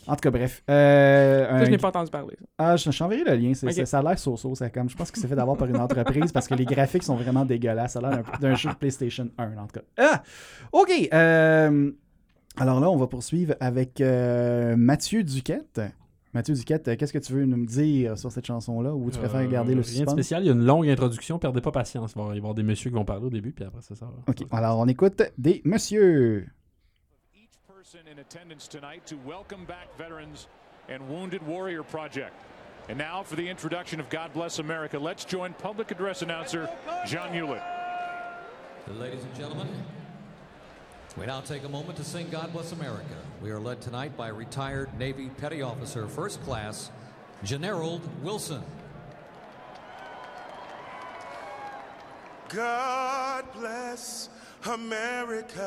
[SPEAKER 2] En tout cas, bref. Euh,
[SPEAKER 4] Ça, je
[SPEAKER 2] un-
[SPEAKER 4] n'ai pas entendu parler.
[SPEAKER 2] Ah, je je t'enverrai le lien. c'est-
[SPEAKER 4] Ok.
[SPEAKER 2] c'est- Ça a l'air so-so, ça, comme. Je pense que c'est fait d'avoir par une entreprise parce que les graphiques sont vraiment dégueulasses. Ça a l'air d'un- d'un jeu de PlayStation 1, en tout cas. Ah! OK! euh, alors là, on va poursuivre avec euh, Mathieu Duquette. Mathieu Duquette, euh, qu'est-ce que tu veux nous dire sur cette chanson-là ou tu préfères
[SPEAKER 3] Euh,
[SPEAKER 2] garder le
[SPEAKER 3] Rien de
[SPEAKER 2] suspense?
[SPEAKER 3] spécial. Il y a une longue introduction. Perdez pas patience. Il va y avoir des messieurs qui vont parler au début, puis après ça, ça va.
[SPEAKER 2] OK, alors on écoute des messieurs.
[SPEAKER 14] each person in attendance tonight to welcome back veterans and Wounded Warrior Project. And now for the introduction of God Bless America, let's join public address announcer John Hewlett.
[SPEAKER 8] Ladies and gentlemen, we now take a moment to sing God Bless America. We are led tonight by retired Navy Petty Officer First Class Generald Wilson.
[SPEAKER 5] God bless America,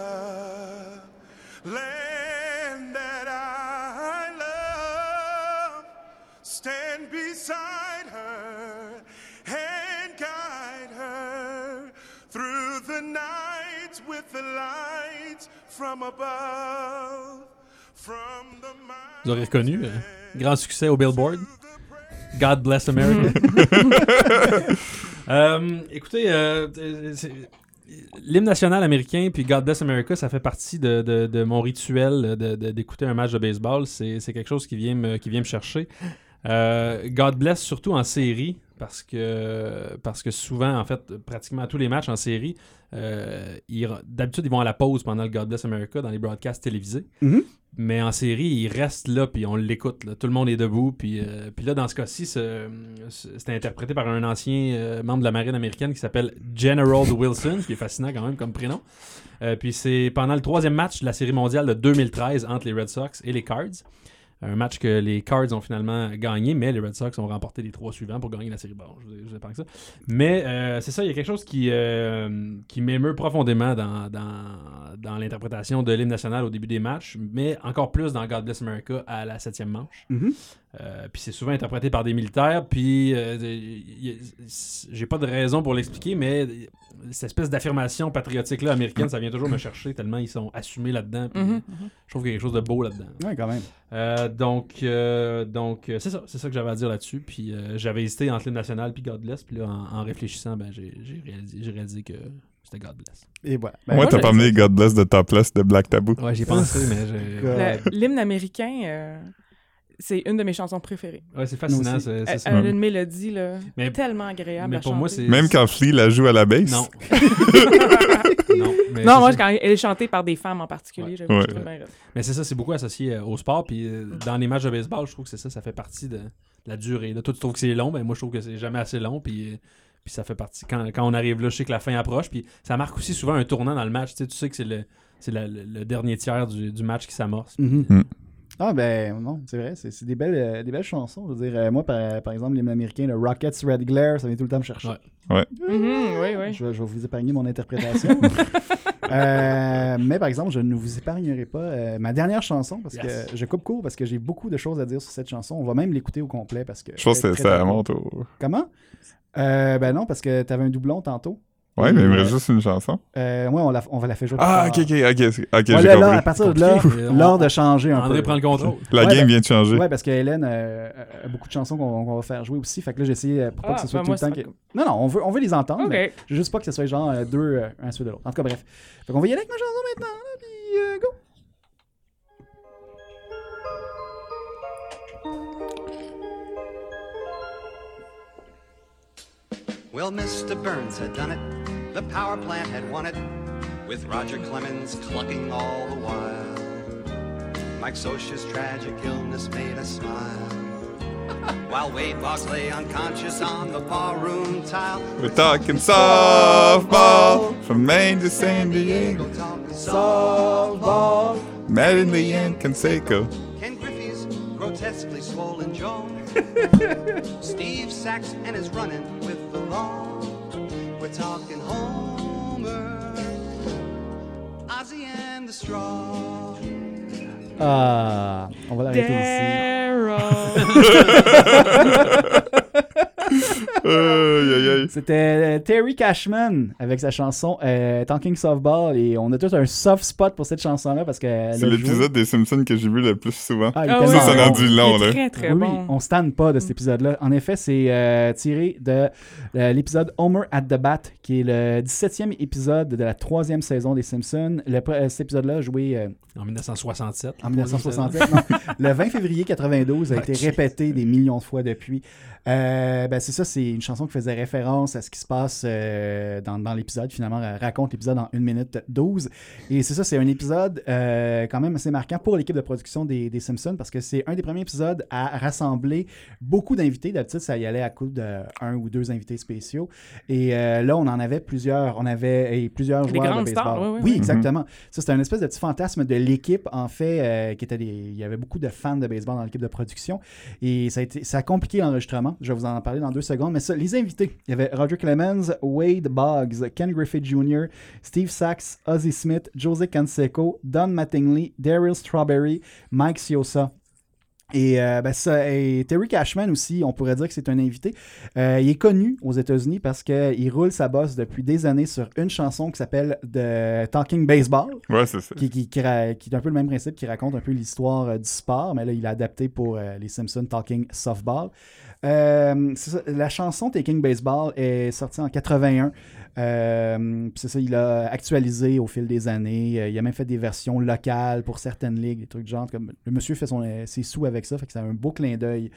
[SPEAKER 5] land that I love. Stand beside her and guide her through the night with the lights from above. From the
[SPEAKER 3] Vous aurez reconnu. euh,
[SPEAKER 5] mountains
[SPEAKER 3] grand succès au Billboard.
[SPEAKER 5] to the prairie.
[SPEAKER 3] God bless America. Euh, écoutez, euh, euh, c'est- l'hymne national américain puis God bless America, ça fait partie de, de- de mon rituel de- de- d'écouter un match de baseball. C'est c'est quelque chose qui vient me, qui vient me chercher. Euh, God bless surtout en série parce que parce que souvent en fait pratiquement tous les matchs en série euh, ils re- d'habitude ils vont à la pause pendant le God bless America dans les broadcasts télévisés
[SPEAKER 2] Mhm.
[SPEAKER 3] mais en série ils restent là puis on l'écoute là. tout le monde est debout puis euh, puis là dans ce cas-ci ce- ce- c'était interprété par un ancien euh, membre de la marine américaine qui s'appelle General Wilson qui est fascinant quand même comme prénom euh, puis c'est pendant le troisième match de la Série mondiale de 2013 entre les Red Sox et les Cards. Un match que les Cards ont finalement gagné, mais les Red Sox ont remporté les trois suivants pour gagner la série. Bon, je vous- je vous épargne ça. Mais euh, c'est ça, il y a quelque chose qui, euh, qui m'émeut profondément dans, dans, dans l'interprétation de l'hymne national au début des matchs, mais encore plus dans God Bless America à la septième manche.
[SPEAKER 2] Mhm.
[SPEAKER 3] Euh, puis c'est souvent interprété par des militaires, puis euh, y- y- j'ai pas de raison pour l'expliquer, mais cette espèce d'affirmation patriotique-là américaine, ça vient toujours me chercher tellement ils sont assumés là-dedans. puis
[SPEAKER 4] Mhm.
[SPEAKER 3] Je trouve qu'il y a quelque chose de beau là-dedans.
[SPEAKER 2] Ouais, quand même.
[SPEAKER 3] Euh, donc, euh, donc euh, c'est ça, c'est ça que j'avais à dire là-dessus. Puis euh, j'avais hésité entre l'hymne national puis God Bless. Puis là, en, en réfléchissant, ben, j'ai j'ai réalisé, j'ai réalisé que c'était God Bless.
[SPEAKER 2] Et voilà. Ben,
[SPEAKER 1] Moi,
[SPEAKER 4] moi,
[SPEAKER 1] t'as
[SPEAKER 4] je-
[SPEAKER 1] pas amené God Bless de Topless de Black Tabou.
[SPEAKER 3] Ouais, j'y ai pensé, mais j'ai-
[SPEAKER 2] God.
[SPEAKER 4] Le- L'hymne américain, euh, c'est une de mes chansons préférées.
[SPEAKER 3] ouais, c'est
[SPEAKER 2] Nous
[SPEAKER 3] fascinant.
[SPEAKER 2] aussi.
[SPEAKER 3] c'est- c'est
[SPEAKER 4] Elle,
[SPEAKER 3] ça.
[SPEAKER 4] elle a une mélodie là,
[SPEAKER 3] Mais-
[SPEAKER 4] tellement agréable.
[SPEAKER 3] mais
[SPEAKER 4] à
[SPEAKER 3] pour moi,
[SPEAKER 4] chanter.
[SPEAKER 3] c'est.
[SPEAKER 1] Même quand Flea la joue à la baisse. [LAUGHS]
[SPEAKER 3] Non.
[SPEAKER 4] [LAUGHS]
[SPEAKER 3] non,
[SPEAKER 2] Euh,
[SPEAKER 3] mais
[SPEAKER 4] Non,
[SPEAKER 3] c'est
[SPEAKER 4] moi,
[SPEAKER 3] ça.
[SPEAKER 4] quand elle est chantée par des femmes en particulier. j'avoue,
[SPEAKER 1] Ouais.
[SPEAKER 4] je trouve bien raide.
[SPEAKER 3] Mais c'est ça, c'est beaucoup associé euh, au sport. Puis euh, dans les matchs de baseball, je trouve que c'est ça, ça fait partie de la durée. Là, toi, tu trouves que c'est long, mais moi, je trouve que c'est jamais assez long. Puis, euh, puis ça fait partie. Quand, quand on arrive là, je sais que la fin approche. Puis ça marque aussi souvent un tournant dans le match. Tu sais, tu sais que c'est le, c'est la- le, le dernier tiers du, du match qui s'amorce.
[SPEAKER 2] Mhm.
[SPEAKER 1] Mm.
[SPEAKER 2] Ah ben non, c'est vrai, c'est c'est des belles, euh, des belles chansons. Je veux dire, euh, moi par, par exemple, les américains, le Rockets Red Glare, ça vient tout le temps me chercher.
[SPEAKER 3] Ouais.
[SPEAKER 4] Mhm, oui, oui.
[SPEAKER 2] Je, vais, je vais vous épargner mon interprétation. [LAUGHS] Euh, mais par exemple, je ne vous épargnerai pas euh, ma dernière chanson parce
[SPEAKER 3] Yes.
[SPEAKER 2] que je coupe court parce que j'ai beaucoup de choses à dire sur cette chanson. On va même l'écouter au complet parce que.
[SPEAKER 1] Je pense que
[SPEAKER 2] Très, très,
[SPEAKER 1] ça
[SPEAKER 2] très
[SPEAKER 1] monte au.
[SPEAKER 2] cool. Comment Euh, Ben non, parce que t'avais un doublon tantôt.
[SPEAKER 1] Ouais, mais il me
[SPEAKER 2] Ouais.
[SPEAKER 1] reste juste une chanson.
[SPEAKER 2] Euh, ouais, on, la- on va la faire jouer. plus
[SPEAKER 1] Ah, ok,
[SPEAKER 2] tard.
[SPEAKER 1] ok, ok, c'est- ok,
[SPEAKER 2] Ouais,
[SPEAKER 1] j'ai
[SPEAKER 2] là, là, à
[SPEAKER 1] compris.
[SPEAKER 2] partir de là,
[SPEAKER 3] Compliqué.
[SPEAKER 2] [LAUGHS] l'heure de changer un
[SPEAKER 3] André
[SPEAKER 2] peu.
[SPEAKER 3] prend le contrôle.
[SPEAKER 1] La
[SPEAKER 2] Ouais,
[SPEAKER 1] game
[SPEAKER 2] ben-
[SPEAKER 1] vient de changer.
[SPEAKER 2] Ouais, parce que Hélène euh, a- a beaucoup de chansons qu'on qu'on va faire jouer aussi. Fait que là, j'ai essayé euh, pour pas
[SPEAKER 4] Ah,
[SPEAKER 2] que ce soit
[SPEAKER 4] ben
[SPEAKER 2] tout
[SPEAKER 4] moi,
[SPEAKER 2] le temps.
[SPEAKER 4] ça-
[SPEAKER 2] que- Non, non, on veut, on veut les entendre.
[SPEAKER 4] OK.
[SPEAKER 2] mais je veux juste pas que ce soit genre euh, deux, euh, un à la suite de l'autre. En tout cas, bref. Fait qu'on va y aller avec ma chanson maintenant, là, puis euh, go!
[SPEAKER 15] Well, Mr. Burns had done it. The power plant had won it, with Roger Clemens clucking all the while. Mike Sosha's tragic illness made us
[SPEAKER 1] [LAUGHS]
[SPEAKER 15] smile. While Wade Boggs lay unconscious on the barroom tile,
[SPEAKER 1] We're talking softball from Maine to San Diego.
[SPEAKER 15] softball.
[SPEAKER 1] Met in the end, Conseco.
[SPEAKER 15] Ken Griffey's grotesquely swollen jaw. Steve Sachs and his running with the law. We're talking Homer, Ozzy and the Straw.
[SPEAKER 2] Ah, on va l'arrêter ici.
[SPEAKER 1] Aïe, aïe, aïe.
[SPEAKER 2] C'était euh, Terry Cashman avec sa chanson euh, Talking Softball et on a tous un soft spot pour cette chanson-là parce que
[SPEAKER 1] C'est l'épisode des Simpsons que j'ai vu le plus souvent.
[SPEAKER 2] [LAUGHS] Ah, il est
[SPEAKER 4] Ah
[SPEAKER 2] tellement
[SPEAKER 1] ça, ça
[SPEAKER 4] ouais.
[SPEAKER 1] en
[SPEAKER 2] bon.
[SPEAKER 1] dit long,
[SPEAKER 4] Il est
[SPEAKER 1] là.
[SPEAKER 4] Très, très
[SPEAKER 2] oui,
[SPEAKER 4] bon. Mm.
[SPEAKER 2] on se tanne pas de cet épisode-là. En effet, c'est euh, tiré de euh, l'épisode Homer at the Bat, qui est le 17e épisode de la troisième saison des Simpsons. Le, pre- euh, cet épisode-là, joué euh,
[SPEAKER 3] En 1967.
[SPEAKER 2] en 1967, non, [LAUGHS] le 20 février 92, a été
[SPEAKER 3] Ok.
[SPEAKER 2] répété des millions de fois depuis. Euh, ben, c'est ça, c'est une chanson qui faisait référence à ce qui se passe euh, dans, dans l'épisode. Finalement, elle raconte l'épisode en 1 minute 12. Et c'est ça, c'est un épisode euh, quand même assez marquant pour l'équipe de production des, des Simpsons parce que c'est un des premiers épisodes à rassembler beaucoup d'invités. D'habitude, ça y allait à coup de un ou deux invités spéciaux. Et euh, là, on en avait plusieurs. On avait et plusieurs
[SPEAKER 4] Des
[SPEAKER 2] joueurs de
[SPEAKER 4] grandes
[SPEAKER 2] baseball.
[SPEAKER 4] stars, oui, oui,
[SPEAKER 2] oui, exactement. Ça, c'était un espèce de petit fantasme de l'équipe, en fait, euh, qui était des- il y avait beaucoup de fans de baseball dans l'équipe de production. Et ça a, été, ça a compliqué l'enregistrement. Je vais vous en parler dans deux secondes. Mais ça, les invités, il y avait Roger Clemens, Wade Boggs, Ken Griffith Jr., Steve Sachs, Ozzy Smith, Jose Canseco, Don Mattingly, Daryl Strawberry, Mike Siosa. Et, euh, ben, ça, et Terry Cashman aussi, on pourrait dire que c'est un invité. Euh, il est connu aux États-Unis parce qu'il roule sa bosse depuis des années sur une chanson qui s'appelle The Talking Baseball
[SPEAKER 1] Ouais, c'est ça.
[SPEAKER 2] qui, qui, qui ra- qui est un peu le même principe, qui raconte un peu l'histoire euh, du sport, mais là, il a adapté pour euh, les Simpsons Talking Softball. Euh, c'est ça, la chanson Taking Baseball est sortie en 81. Euh, puis c'est ça, il l'a actualisé au fil des années. Euh, il a même fait des versions locales pour certaines ligues, des trucs du genre. Comme, le monsieur fait son, euh, ses sous avec ça, fait que c'est un beau clin d'œil.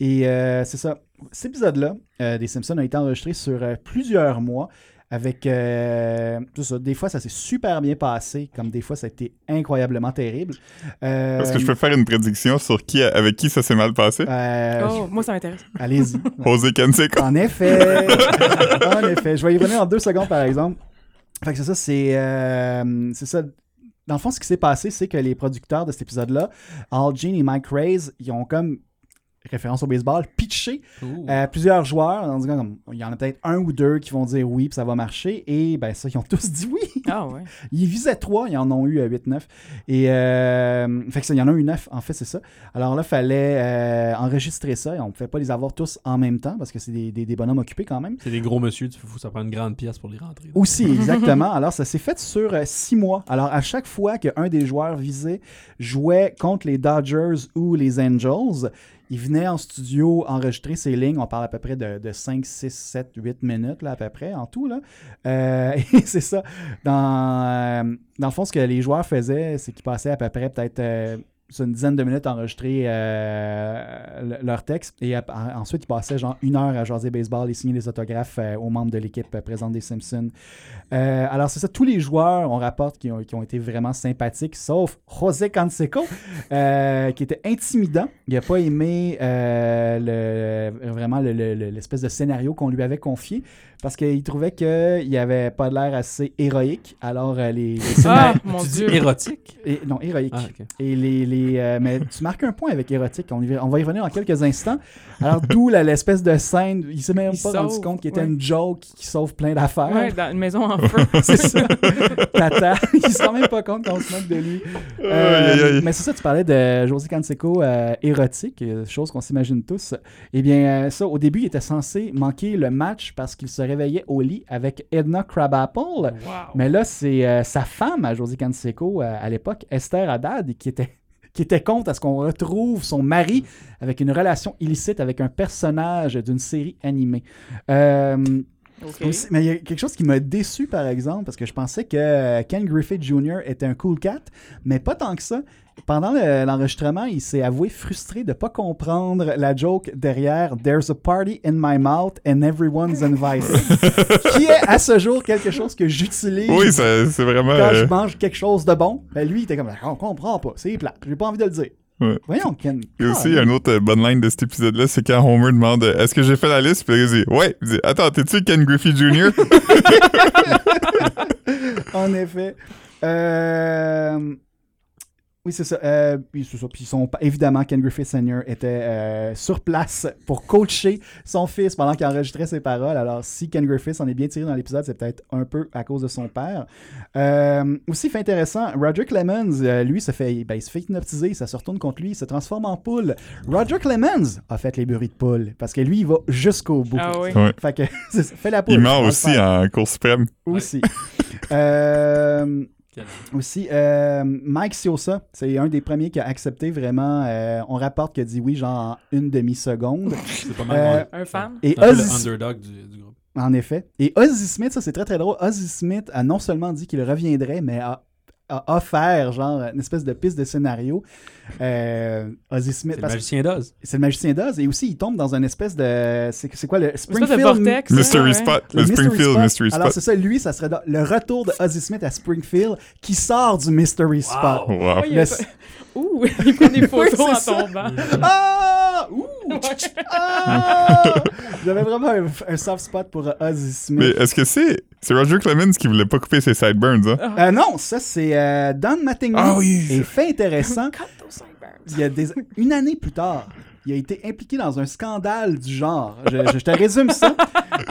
[SPEAKER 2] Et euh, c'est ça, cet épisode-là euh, des Simpsons a été enregistré sur euh, plusieurs mois avec euh, tout ça. Des fois, ça s'est super bien passé, comme des fois, ça a été incroyablement terrible. Euh,
[SPEAKER 1] Est-ce que je peux faire une prédiction sur qui, avec qui ça s'est mal passé?
[SPEAKER 2] euh, Ah,
[SPEAKER 4] Oh, moi, ça
[SPEAKER 2] [LAUGHS]
[SPEAKER 4] m'intéresse.
[SPEAKER 2] Allez-y.
[SPEAKER 1] José Canseco.
[SPEAKER 2] [LAUGHS] En effet. en effet. Je vais y revenir en deux secondes, par exemple. Fait que c'est ça, c'est. euh, c'est ça. Dans le fond, ce qui s'est passé, c'est que les producteurs de cet épisode-là, Al Jean et Mike Reyes, ils ont comme référence au baseball, pitché euh, plusieurs joueurs en disant comme, il y en a peut-être un ou deux qui vont dire oui, puis ça va marcher. Et ben ça, ils ont tous dit oui.
[SPEAKER 4] Ah ouais.
[SPEAKER 2] Ils visaient trois, ils en ont eu euh, 8-9. Et euh, fait que ça, il y en a eu 9, en fait, c'est ça. Alors là, il fallait euh, enregistrer ça. Et on ne pouvait pas les avoir tous en même temps parce que c'est des, des- des bonhommes occupés quand même.
[SPEAKER 3] C'est des gros monsieur, tu fous, ça prend une grande pièce pour les rentrer.
[SPEAKER 2] [LAUGHS] Aussi, exactement. Alors, ça s'est fait sur euh, six mois. Alors, à chaque fois qu'un des joueurs visés jouait contre les Dodgers ou les Angels, il venait en studio enregistrer ses lignes. On parle à peu près de, de 5, 6, 7, 8 minutes, là, à peu près, en tout. Là. Euh, [LAUGHS] et c'est ça. Dans, euh, dans le fond, ce que les joueurs faisaient, c'est qu'ils passaient à peu près peut-être. euh, sur une dizaine de minutes à enregistrer euh, le- leur texte et ap- en- ensuite ils passaient genre une heure à jaser baseball et signer des autographes euh, aux membres de l'équipe euh, présente des Simpsons. Euh, alors, c'est ça, tous les joueurs, on rapporte, qui ont, qui ont été vraiment sympathiques, sauf José Canseco, euh, qui était intimidant. Il n'a pas aimé euh, le, vraiment le- le- le- l'espèce de scénario qu'on lui avait confié parce qu'il trouvait qu'il n'avait pas de l'air assez héroïque. Alors, euh, les, [LAUGHS] les
[SPEAKER 4] Ah,
[SPEAKER 2] scénarios.
[SPEAKER 4] mon
[SPEAKER 3] tu dis
[SPEAKER 4] Dieu.
[SPEAKER 3] érotique?
[SPEAKER 2] et- non, héroïque.
[SPEAKER 3] Ah, ok.
[SPEAKER 2] Et les, les, euh, mais tu marques un point avec érotique. On, y- on va y revenir en quelques instants. Alors, d'où la- l'espèce de scène. Il s'est même
[SPEAKER 4] Il
[SPEAKER 2] pas rendu
[SPEAKER 4] sauve,
[SPEAKER 2] compte qu'il était
[SPEAKER 4] ouais.
[SPEAKER 2] une joke qui sauve plein d'affaires.
[SPEAKER 4] Ouais, dans une maison
[SPEAKER 2] [LAUGHS]
[SPEAKER 4] en feu.
[SPEAKER 2] C'est ça. Tata. [LAUGHS] Il se rend même pas compte qu'on se moque de lui.
[SPEAKER 1] Aïe, aïe,
[SPEAKER 2] Euh,
[SPEAKER 1] aïe.
[SPEAKER 2] mais c'est ça, tu parlais de José Canseco euh, érotique, euh, chose qu'on s'imagine tous. Eh bien, euh, ça, au début, il était censé manquer le match parce qu'il se réveillait au lit avec Edna Crabapple. Mais là, c'est euh, sa femme à José Canseco euh, à l'époque, Esther Haddad, qui était qui était contre à ce qu'on retrouve son mari avec une relation illicite avec un personnage d'une série animée. Euh,
[SPEAKER 4] OK.
[SPEAKER 2] aussi- mais il y a quelque chose qui m'a déçu, par exemple, parce que je pensais que euh, Ken Griffith Jr. était un cool cat, mais pas tant que ça. Pendant le- l'enregistrement, il s'est avoué frustré de ne pas comprendre la joke derrière There's a party in my mouth and everyone's invited.
[SPEAKER 1] [LAUGHS]
[SPEAKER 2] qui est à ce jour quelque chose que j'utilise
[SPEAKER 1] Oui, ça- c'est vraiment.
[SPEAKER 2] quand
[SPEAKER 1] euh,
[SPEAKER 2] je mange quelque chose de bon. Ben lui, il était comme, on comprend pas, c'est plat, j'ai pas envie de le dire.
[SPEAKER 1] ouais.
[SPEAKER 2] Voyons, Ken.
[SPEAKER 1] Il y a aussi
[SPEAKER 2] Ah,
[SPEAKER 1] une autre euh, bonne line de cet épisode-là, c'est quand Homer demande euh, Est-ce que j'ai fait la liste Puis il dit Ouais. Il dit Attends, t'es-tu Ken Griffey Jr.
[SPEAKER 2] [LAUGHS] En effet. Euh, Oui, c'est ça. Euh, oui, c'est ça. Puis son, pa- évidemment, Ken Griffith Sr. était euh, sur place pour coacher son fils pendant qu'il enregistrait ses paroles. Alors, si Ken Griffith en est bien tiré dans l'épisode, c'est peut-être un peu à cause de son père. Euh, aussi, fait intéressant, Roger Clemens, euh, lui, se fait, ben, il se fait hypnotiser, ça se retourne contre lui, il se transforme en poule. Roger Clemens a fait les bruits de poule parce que lui, il va jusqu'au bout.
[SPEAKER 4] Ah oui.
[SPEAKER 1] Ouais.
[SPEAKER 2] Fait que, [LAUGHS] c'est ça, fait la poule.
[SPEAKER 1] Il ment
[SPEAKER 2] On le
[SPEAKER 1] aussi
[SPEAKER 2] fait.
[SPEAKER 1] en Cour suprême.
[SPEAKER 2] Aussi. [LAUGHS] Euh,
[SPEAKER 3] Quel-
[SPEAKER 2] aussi, euh, Mike Siosa, c'est un des premiers qui a accepté vraiment. euh, on rapporte qu'il a dit oui, genre en une demi-seconde.
[SPEAKER 3] C'est pas
[SPEAKER 2] Euh,
[SPEAKER 3] mal.
[SPEAKER 4] Un fan.
[SPEAKER 2] Et
[SPEAKER 3] C'est un peu le
[SPEAKER 2] Ozzy-
[SPEAKER 3] underdog du, du groupe.
[SPEAKER 2] en effet. Et Ozzy Smith, ça c'est très très drôle. Ozzy Smith a non seulement dit qu'il reviendrait, mais a, a offert genre une espèce de piste de scénario. Euh, Ozzy Smith,
[SPEAKER 3] C'est le
[SPEAKER 2] parce que
[SPEAKER 3] magicien d'Oz.
[SPEAKER 2] c'est le magicien d'Oz, et aussi il tombe dans une espèce de. C'est c'est quoi le
[SPEAKER 4] Une espèce
[SPEAKER 2] Springfield?
[SPEAKER 4] de vortex. hein,
[SPEAKER 1] Mystery
[SPEAKER 4] ouais.
[SPEAKER 1] Spot.
[SPEAKER 2] Le
[SPEAKER 1] Le Springfield Mystery Spot.
[SPEAKER 2] Alors c'est ça, lui, ça serait dans- le retour de Ozzy Smith à Springfield qui sort du Mystery
[SPEAKER 1] Wow.
[SPEAKER 2] Spot.
[SPEAKER 4] Oui, Oh, il y
[SPEAKER 2] Le-
[SPEAKER 4] a ça. [LAUGHS] Ouh, il prend des photos
[SPEAKER 2] [LAUGHS] Oui,
[SPEAKER 4] en
[SPEAKER 2] c'est ça.
[SPEAKER 4] tombant.
[SPEAKER 2] Ah! Ouh! Ah! J'avais vraiment un, un soft spot pour euh, Ozzy
[SPEAKER 1] Mais
[SPEAKER 2] Smith.
[SPEAKER 1] est-ce que c'est c'est Roger Clemens qui voulait pas couper ses sideburns, hein?
[SPEAKER 2] Euh, non, ça c'est euh, Don Mattingly.
[SPEAKER 1] Ah oui,
[SPEAKER 2] Et
[SPEAKER 1] ça-
[SPEAKER 2] fait
[SPEAKER 4] [LAUGHS]
[SPEAKER 2] intéressant,
[SPEAKER 4] Cut those sideburns.
[SPEAKER 2] il y a des- une année plus tard, il a été impliqué dans un scandale du genre. Je, je- je te résume ça.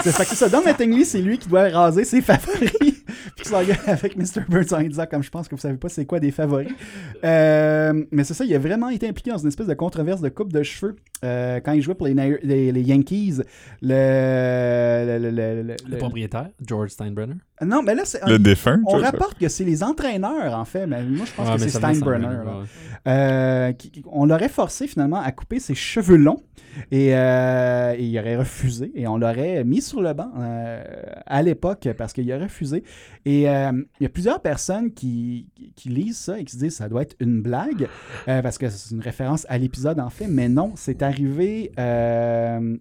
[SPEAKER 2] C'est fait que ça, Don Mattingly, c'est lui qui doit raser ses favoris. Puis il s'engueule avec Mr. Burns en lui disant, comme je pense que vous savez pas c'est quoi des favoris. Euh, mais c'est ça, il a vraiment été impliqué dans une espèce de controverse de coupe de cheveux euh, quand il jouait pour les, Na- les- les Yankees. Le, le- le- le- le-
[SPEAKER 3] Le propriétaire, George Steinbrenner.
[SPEAKER 2] Non, mais là, c'est-
[SPEAKER 1] Le défunt.
[SPEAKER 2] ah. on
[SPEAKER 1] tu sais,
[SPEAKER 2] rapporte que c'est les entraîneurs, en fait. Mais moi, je pense
[SPEAKER 3] Ouais,
[SPEAKER 2] que
[SPEAKER 3] mais
[SPEAKER 2] c'est
[SPEAKER 3] ça me semble,
[SPEAKER 2] Steinbrenner. là.
[SPEAKER 3] ouais.
[SPEAKER 2] Euh, qui- qui- on l'aurait forcé finalement à couper ses cheveux longs et, euh, et il aurait refusé et on l'aurait mis sur le banc euh, à l'époque parce qu'il a refusé. Et euh, il y a plusieurs personnes qui, qui- qui lisent ça et qui se disent ça doit être une blague euh, parce que c'est une référence à l'épisode en fait, mais non, c'est arrivé. euh,